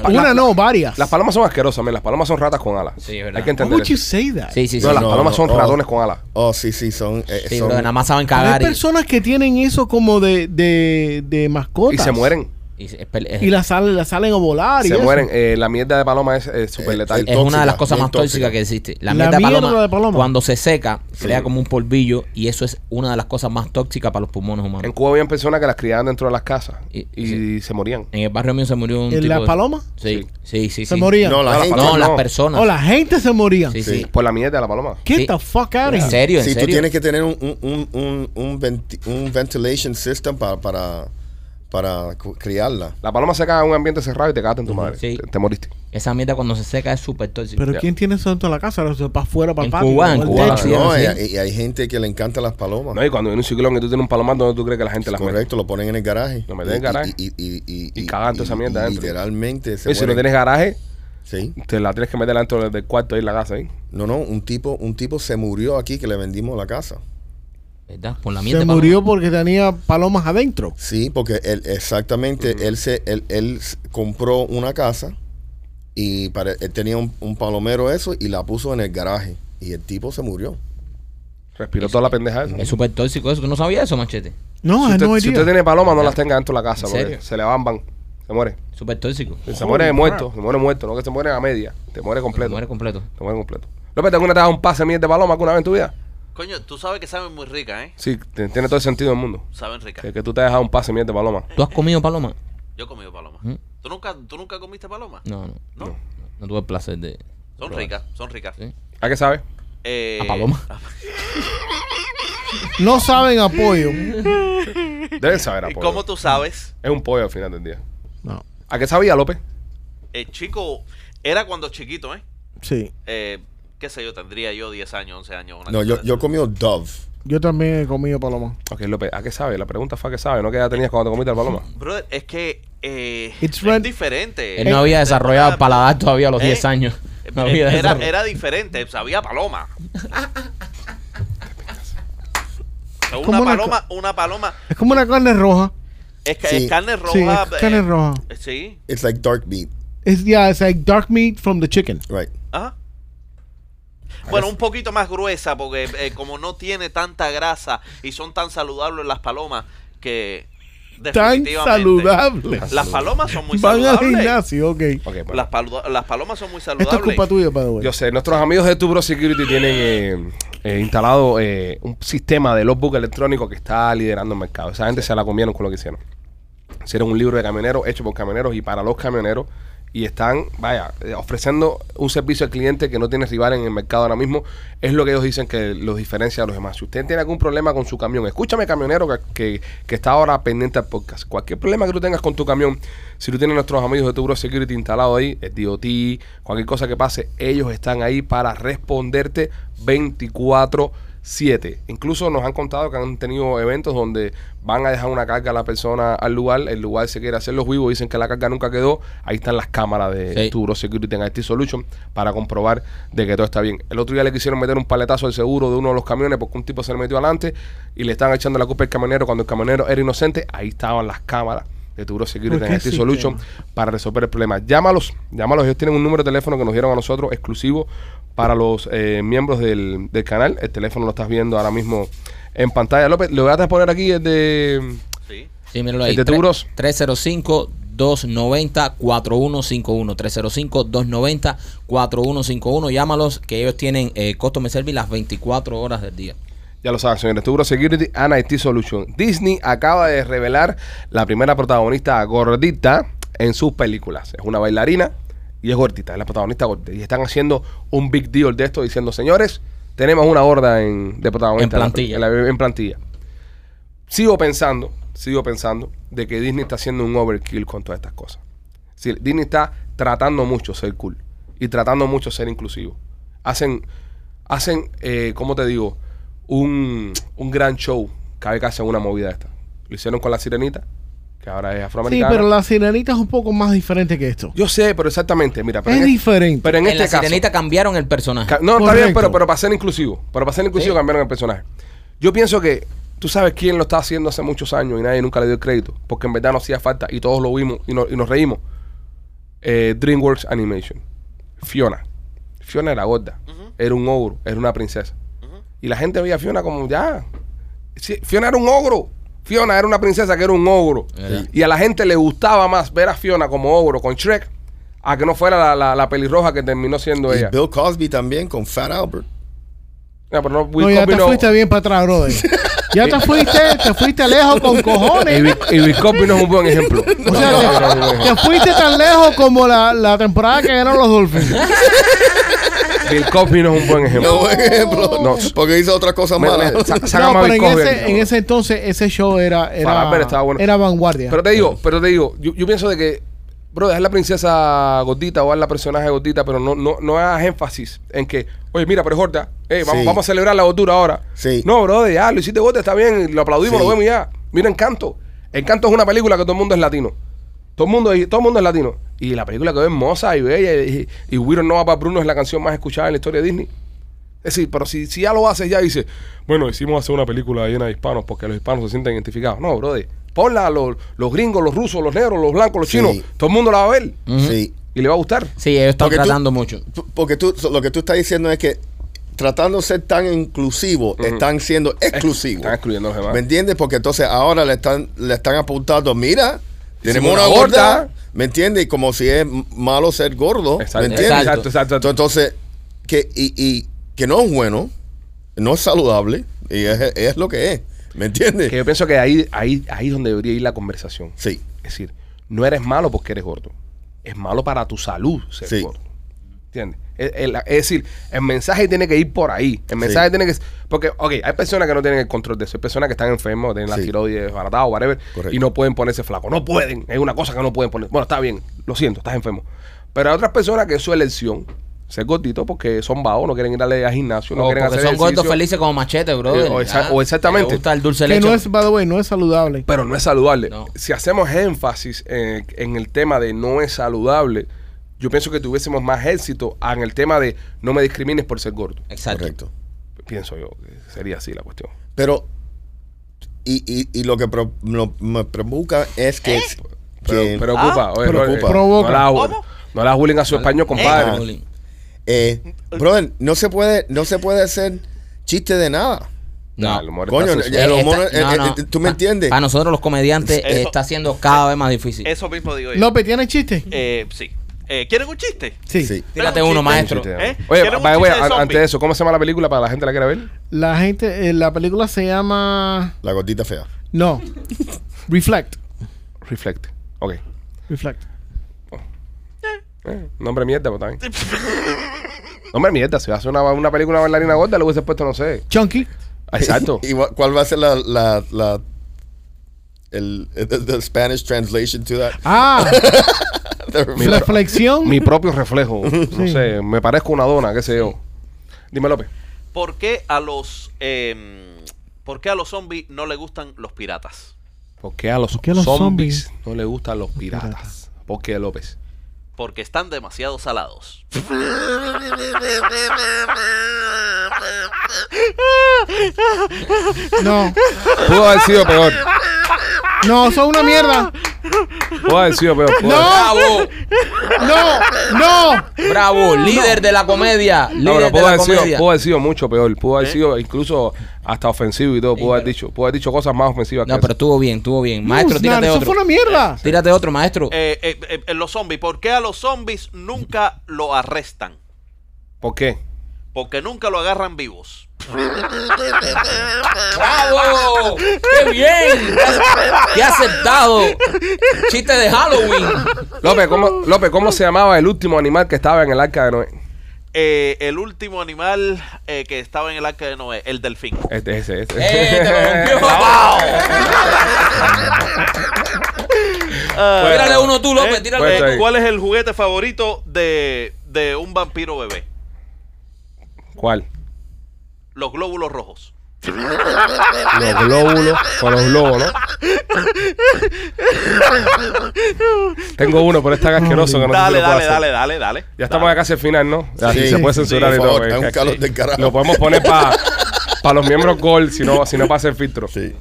D: Una no, varias.
C: Las palomas son asquerosas, man. las palomas son ratas con alas.
A: Sí, es verdad.
C: Hay que
D: Why
C: entender.
D: would you
C: eso.
D: say that?
A: Sí, sí, sí.
C: No, las
F: No,
C: palomas
F: no,
C: son
F: no.
C: ratones con alas.
F: Oh, sí, sí, son. eh,
A: Sí,
F: son-
A: pero nada más saben
D: Pero
A: cagar.
D: Hay
A: y-
D: personas que tienen eso como de, de, de mascotas.
C: Y se mueren.
A: y se- es pel- es-
D: Y las salen, las salen a volar. y
C: Se
D: eso.
C: mueren. Eh, la mierda de paloma es eh, súper
F: Eh,
C: letal.
A: es una de las
F: tóxica,
A: cosas
F: bien
A: más tóxicas
F: tóxica.
A: que existe. La,
D: La
A: mierda, de
D: mierda
A: paloma,
D: de paloma.
A: cuando se seca, crea como un polvillo y eso es una de las cosas más tóxicas para los pulmones humanos.
C: En Cuba habían personas que las criaban dentro de las casas y,
A: Y-
C: y se morían.
A: En el barrio mío se murió un
D: ¿En
A: tipo
D: la
A: de-
D: paloma?
A: Sí, sí, sí.
D: Se
A: sí.
D: morían.
F: No, la
C: No, la
F: gente.
C: paloma-
A: No, las
C: No.
A: personas.
D: O la gente se moría.
A: Sí,
F: Sí.
A: sí.
C: Por la mierda de la paloma.
D: Get
A: Sí.
D: the fuck out of
A: ¿En
D: here.
A: serio? ¿En
F: Sí, tú
A: serio?
F: tienes que tener un, un, un, un, un venti- un ventilation system para, para, para cu- criarla.
C: La paloma se cae en un ambiente cerrado y te cagaste en tu madre.
A: sí.
C: Te, te moriste.
A: Esa mierda cuando se seca es súper tóxica.
D: Pero
C: Ya.
D: ¿quién tiene eso dentro de la casa? Eso es Para afuera, para el
A: En
D: patio.
A: Cuba, en
D: para el
A: Cuba,
D: techo.
A: Sí,
F: no,
A: sí.
F: y, hay- y hay gente que le encantan las palomas.
C: No, y cuando viene un ciclón y tú tienes un palomar, ¿dónde tú crees que la gente las mete?
F: Correcto, lo ponen en el garaje.
C: Lo meten en el garaje.
F: Y, y, y,
C: Y cagan toda esa mierda adentro.
F: Literalmente. se
C: Y si no
F: mueren.
C: tienes garaje,
F: Sí.
C: te la tienes que meter dentro del cuarto ahí en la casa. ahí.
F: No, no, un tipo, un tipo se murió aquí que le vendimos la casa.
A: ¿Verdad? Por la mierda.
D: Se
A: de paloma.
D: murió porque tenía palomas adentro.
F: Sí, porque él
C: Mm.
F: exactamente, él se, él, él s- compró una casa y para, él tenía un, un palomero eso y la puso en el garaje. Y el tipo se murió.
C: Respiró toda la pendeja esa.
A: Es súper tóxico eso. que no sabía eso, machete?
D: No,
C: Si
D: es no
C: usted, si usted tiene palomas, no las tenga dentro de la casa,
A: ¿En
C: porque
A: serio?
C: se le bamban, se muere.
A: Súper tóxico.
C: Se muere muerto, se muere muerto, no que se muere a media, te muere completo.
A: Muere completo.
C: Te muere completo. López, ¿te alguna te has dado un pase de miel de paloma alguna vez en tu vida?
E: Coño, tú sabes que saben muy rica, ¿eh?
C: Sí, te- tiene todo el sentido del mundo.
E: Saben rica.
C: Que, que tú te has dejado un pase de miel de paloma.
A: ¿Tú has comido paloma?
E: Yo he comido paloma.
A: ¿Mm?
E: ¿Tú, nunca, ¿Tú nunca comiste paloma?
A: No, no.
E: No. Eh,
A: No tuve el placer de.
E: Son
A: probar.
E: ricas, son ricas.
A: Sí.
C: ¿A qué sabes?
E: Eh,
A: ¿A paloma?
D: No saben apoyo.
C: Deben saber,
E: ¿Y
C: apoyo.
E: cómo tú sabes?
C: Es un pollo al final del día.
D: No.
C: ¿A qué sabía, López?
E: El Eh, chico era cuando chiquito, ¿eh?
D: Sí.
E: Eh, qué sé yo, tendría yo 10 años, 11 años. una
F: No,
E: cosa
F: yo,
E: de
F: yo
E: esa.
F: comí un Dove.
D: Yo también he comido palomas.
C: Ok, López, ¿a qué sabe? La pregunta fue a qué sabe, no qué edad tenías cuando te comiste la paloma.
E: Brother, es que eh,
D: It's
E: es
D: red-
E: diferente.
A: Él Eh, no había desarrollado el
E: Era-
A: paladar todavía a los
E: ¿Eh?
A: 10 años. No había
E: era,
A: desarrollado.
E: era diferente, sabía paloma.
D: ¿Cómo
E: una
D: la
E: paloma, una paloma
D: Es como una carne roja.
E: es, que,
F: Sí.
E: es carne
D: Sí,
E: roja.
D: es carne
E: eh,
D: roja.
E: eh, Sí,
F: It's like dark meat,
D: Es yeah, it's like dark meat from the chicken.
F: right?
E: ajá. ¿Ah? Bueno, un poquito más gruesa porque eh, como no tiene tanta grasa y son tan saludables las palomas que
D: Tan
E: definitivamente-
D: saludable.
E: Las palomas son muy
D: Van al
E: saludables.
D: gimnasio, ok.
C: Ok, bueno.
E: Las, palu- las palomas son muy
D: Esto es
E: saludables.
D: culpa tuya, by the way.
C: Yo sé, nuestros amigos de Tubro Security tienen eh, eh, instalado eh, un sistema de logbook electrónico que está liderando el mercado. Esa gente se la comieron con lo que hicieron. Hicieron un libro de camioneros hecho por camioneros y para los camioneros. Y están, vaya, eh, ofreciendo un servicio al cliente que no tiene rival en el mercado ahora mismo. Es lo que ellos dicen que los diferencia a los demás. Si usted tiene algún problema con su camión, escúchame, camionero, que, que- que está ahora pendiente al podcast. Cualquier problema que tú tengas con tu camión, si tú tienes nuestros amigos de Tubro Security instalado ahí, eh, el DOT, cualquier cosa que pase, ellos están ahí para responderte 24 7. Incluso nos han contado que han tenido eventos donde van a dejar una carga a la persona al lugar, el lugar se quiere hacer los vivos, dicen que la carga nunca quedó. Ahí están las cámaras de
A: Sí.
C: Turo Security en IT Solution para comprobar de que todo está bien. El otro día le quisieron meter un paletazo al seguro de uno de los camiones porque un tipo se le metió adelante y le están echando la culpa al camionero cuando el camionero era inocente. Ahí estaban las cámaras de Turo Security
D: ¿Por
C: en
D: qué
C: IT Solution para resolver el problema. Llámalos, llámalos. Ellos tienen un número de teléfono que nos dieron a nosotros exclusivo para los eh, miembros del, del canal. El teléfono lo estás viendo ahora mismo en pantalla. López, lo voy a poner aquí el de...
E: Sí.
A: Sí, míralo
C: ¿El
A: ahí.
C: de Tubros?
A: 305 290 4151 305 290 4151 llámalos que ellos tienen eh, customer service las 24 horas del día
C: Ya lo saben, señores. Tubro Security and IT Solution. Disney acaba de revelar la primera protagonista gordita en sus películas. Es una bailarina y es gordita, es la protagonista gordita. Y están haciendo un big deal de esto diciendo, señores, tenemos una gorda en, de protagonista.
A: En plantilla.
C: En, la- en plantilla. Sigo pensando, sigo pensando de que Disney está haciendo un overkill con todas estas cosas. Sí, Disney está tratando mucho ser cool y tratando mucho ser inclusivo. Hacen, hacen, eh, ¿cómo te digo? Un, un gran show cada vez que hacen una movida esta. Lo hicieron con la sirenita, que ahora es
D: sí,
C: afroamericana.
D: pero la sirenita es un poco más diferente que esto.
C: Yo sé, pero exactamente, mira, pero
D: es
C: en, este-
D: diferente.
C: pero en
A: en,
C: este
A: la
C: caso.
A: sirenita cambiaron el personaje
C: ca- no, está
D: Correcto.
C: bien, pero, pero para ser inclusivo. Pero para ser inclusivo
A: Sí.
C: cambiaron el personaje. Yo pienso que tú sabes quién lo está haciendo hace muchos años y nadie nunca le dio el crédito. Porque en verdad no hacía falta y todos lo vimos y, no- y nos reímos. Eh, DreamWorks Animation. Fiona. Fiona era gorda. Era un ogro. Era una princesa. Y la gente veía a Fiona como ya. Sí, Fiona era un ogro. Fiona era una princesa que era un ogro.
A: ¿Verdad?
C: Y a la gente le gustaba más ver a Fiona como ogro con Shrek a que no fuera la, la, la pelirroja que terminó siendo
F: Y
C: ella.
F: Bill Cosby también con Fat Albert.
C: No, pero no, Will
D: no, ya
C: Cosby
D: te
C: no-
D: fuiste bien para atrás, brother. ya te fuiste, te fuiste lejos con
C: Y
D: cojones.
C: Bill- y Bill Cosby no es un buen ejemplo.
D: O sea,
C: No, no, no es un buen
D: te,
C: ejemplo.
D: te fuiste tan lejos como la, la temporada que ganaron los Dolphins.
C: Bill Cosby no es un buen ejemplo.
F: No, por ejemplo.
C: No.
F: Porque hizo otras cosas
C: Me- me-
F: malas.
C: sa-
D: No,
C: sácame a
D: pero
C: Bill
D: en
C: Cosby.
D: ese, en
C: aquí.
D: ese entonces, ese show era,
C: Para
D: era,
C: ver, estaba bueno.
D: era vanguardia.
C: Pero te digo, pero te digo, yo, yo pienso de que, bro, es la princesa gordita o es la personaje gordita, pero no, no, no hagas énfasis en que, oye, mira, pero es gorda, eh, vamos,
F: Sí.
C: vamos a celebrar la gordura ahora.
F: Sí.
C: No, bro, ya, lo hiciste gorda, está bien, lo aplaudimos,
F: Sí.
C: lo vemos ya. Mira Encanto. Encanto es una película que todo el mundo es latino. Todo el mundo, todo el mundo es latino. Y la película quedó hermosa y bella. Y, y We Don't Know About Bruno es la canción más escuchada en la historia de Disney. Es decir, pero si, si ya lo haces, ya dices, bueno, hicimos hacer una película llena de hispanos porque los hispanos se sienten identificados. No, brother. Ponla a los, los gringos, los rusos, los negros, los blancos, los
F: Sí.
C: chinos. Todo el mundo la va a ver
A: Ujú.
F: Sí.
C: y le va a gustar.
A: Sí, ellos están
F: Porque tú-
A: tratando mucho.
F: Tú- Porque tú, so- lo que tú estás diciendo es que tratando de ser tan inclusivo, están siendo exclusivos.
C: Están excluyendo a los demás.
F: ¿Me entiendes? Porque entonces ahora le están, le están apuntando, mira, tenemos
C: Hicimos
F: una
C: una gorda".
F: gorda, ¿me entiendes? Y Como si es m- malo ser gordo, ¿me
C: Exacto,
F: entiendes?
C: exacto, exacto, exacto.
F: Entonces, que, y, y que no es bueno, no es saludable, y es, es lo que es, ¿me entiendes?
C: Que yo pienso que ahí, ahí, ahí es donde debería ir la conversación.
F: Sí,
C: Es decir, no eres malo porque eres gordo. Es malo para tu salud ser
F: Sí.
C: gordo. ¿Entiendes? Es, es la- es decir, el mensaje tiene que ir por ahí. El mensaje tiene que. Porque, ok, hay personas que no tienen el control de eso. Hay personas que están enfermas, tienen la
F: Sí.
C: tiroides desbaratada o whatever,
F: Correcto.
C: y no pueden ponerse flaco. No pueden. Es una cosa que no pueden poner. Bueno, está bien, lo siento, estás enfermo. Pero hay otras personas que es su elección ser gordito porque son vagos, no quieren ir al al gimnasio, no
A: O
C: quieren
A: porque
C: hacer
A: son gordos
C: ejercicio.
A: felices como machete, bro.
C: Eh, o exa- o exactamente.
A: Me gusta el dulce
D: Que
A: leche.
D: no es, by the way, no es saludable.
C: pero no es saludable.
A: No.
C: Si hacemos énfasis eh, en el tema de no es saludable, yo pienso que tuviésemos más éxito en el tema de no me discrimines por ser gordo.
A: Exacto.
F: correcto.
C: Pienso yo, que sería así la cuestión.
F: Pero, y, y, y lo que pro- lo- me preocupa es que...
C: Pero,
F: que-
C: preocupa, oye, no,
F: Preocupa.
C: eh,
D: Provoca.
C: No, la, no la bullying a su español,
A: Eh,
C: compadre.
A: bullying.
F: Eh, brother, no se puede, no se puede hacer chiste de nada.
A: No.
C: el humor
F: Coño,
C: está
F: no,
C: sucio.
F: ya- El
A: Eh,
F: humor,
A: está-
F: eh,
A: no,
F: eh,
A: no.
F: eh, ¿tú me
A: Pa-
F: entiendes?
A: Para nosotros los comediantes eh,
E: Eso-
A: está siendo cada vez más difícil.
E: Eso mismo digo yo.
D: López, ¿tienes chiste?
E: Eh, sí. Eh, ¿Quieren un chiste?
D: Sí.
F: Sí.
A: Tírate
E: Tengo un
A: uno,
E: chiste.
A: maestro.
C: Sí, te-
E: ¿Eh?
C: Oye,
E: ¿Quieren un
C: by the way,
E: chiste de
C: an-
E: zombie?
C: antes de eso, ¿cómo se llama la película para la gente que la quiere ver?
D: La gente, eh, la película se llama...
F: La gordita fea.
D: No. Reflect.
C: Reflect. Ok.
D: Reflect.
C: Eh, nombre mierda, pero también. nombre mierda, si hace una, una película de bailarina gorda, le hubiese puesto, no sé.
D: Chunky.
C: Exacto.
F: ¿Y gua- cuál va a ser la, la, la el the, the Spanish translation to that?
D: Ah,
C: Mi-
D: reflexión.
C: mi propio reflejo. No sé, me parezco una dona, qué sé yo. Dime, López.
E: ¿Por qué a los eh, ¿Por qué a los zombies no le gustan los piratas?
C: ¿Por qué a los,
D: ¿Por qué a los
C: zombies,
D: zombies?
C: no le gustan los piratas?
D: Piratas.
C: ¿Por qué, López?
E: Porque están demasiado salados.
D: No,
C: Pudo haber sido peor.
D: no, son una mierda.
C: Pudo haber sido peor. pudo haber-
A: ¡Bravo!
D: No, no.
A: ¡Bravo! ¡Líder de la comedia! ¡Líder
C: No, pero
A: de
C: pudo
A: la
C: haber, sido,
A: comedia!
C: pudo haber sido mucho peor. Pudo haber
E: ¿Eh?
C: sido incluso hasta ofensivo y todo. Pudo haber
A: pero-
C: dicho. Pudo haber dicho cosas más ofensivas
A: Eh, No,
C: que
A: pero
C: eso.
A: estuvo bien, estuvo bien. Maestro,
D: No,
A: tírate
D: eso
A: otro.
D: fue una mierda.
A: Tírate otro, maestro.
E: Eh, eh, eh, eh, los zombies, ¿por qué a los zombies nunca lo arrestan?
C: ¿Por qué?
E: Porque nunca lo agarran vivos.
A: ¡Bravo! ¡Qué bien! ¡Qué aceptado! ¡Chiste de Halloween!
C: López ¿cómo, López, ¿cómo se llamaba el último animal que estaba en el arca de Noé?
E: Eh, el último animal eh, que estaba en el arca de Noé, el delfín.
C: Este, ese, ese.
A: ¡Eh, te lo rompió!
E: Ah,
A: Tírale uno tú, López,
E: eh,
A: tírale.
E: eh,
C: Pues, ahí.
E: ¿Cuál es el juguete favorito de, de un vampiro bebé?
C: ¿Cuál?
E: Los glóbulos rojos.
C: Los glóbulos con los globos, ¿no? Tengo uno, pero es tan asqueroso que no sé si
E: dale,
C: lo puedo
E: dale,
C: hacer.
E: dale, dale, dale.
C: Ya estamos
E: Dale.
C: acá hacia el final, ¿no? Ya,
F: Sí,
C: si se puede
F: sí,
C: censurar
F: por
C: y todo.
F: favor,
C: eh,
F: está un
C: que-
F: calor del carajo.
C: Lo podemos poner para los miembros Gold, si no, si no pasa el filtro.
F: Sí.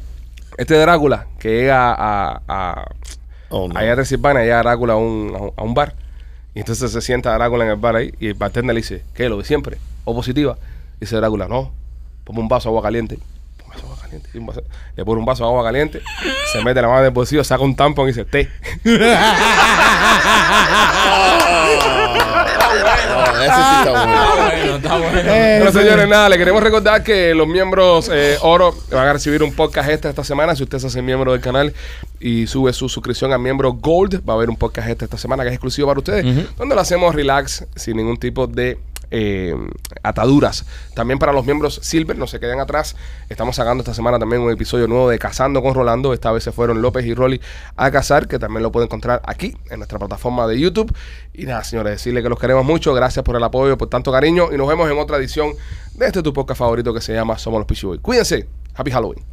C: Este Drácula, que llega a, a,
F: Oh, no.
C: allá a Transilvania, llega Drácula a un, a un- a un bar. Y entonces se sienta Drácula en el bar ahí y el bartender le dice, ¿qué? Lo de siempre, o positiva. Dice Drácula, no, ponme un vaso de agua caliente. Ponme un vaso de agua caliente. y un vaso- Le pone un vaso de agua caliente, se mete la mano en el bolsillo, saca un tampón y dice, té.
F: Ah, Oh, ese sí está bueno.
E: pues,
A: Está bueno, está bueno.
D: Eh,
C: Bueno, señores, nada, le queremos recordar que los miembros eh, Oro van a recibir un podcast extra esta semana. Si usted se hace miembro del canal y sube su suscripción a miembro Gold, va a haber un podcast extra esta semana que es exclusivo para ustedes, donde lo hacemos relax, sin ningún tipo de eh, ataduras. También para los miembros Silver, no se queden atrás. Estamos sacando esta semana también un episodio nuevo de Cazando con Rolando. Esta vez se fueron López y Rolly a cazar, que también lo pueden encontrar aquí en nuestra plataforma de YouTube. Y nada, señores, decirles que los queremos mucho. Gracias por el apoyo, por tanto cariño. Y nos vemos en otra edición de este tu podcast favorito que se llama Somos los Pichiboy. Cuídense. Happy Halloween.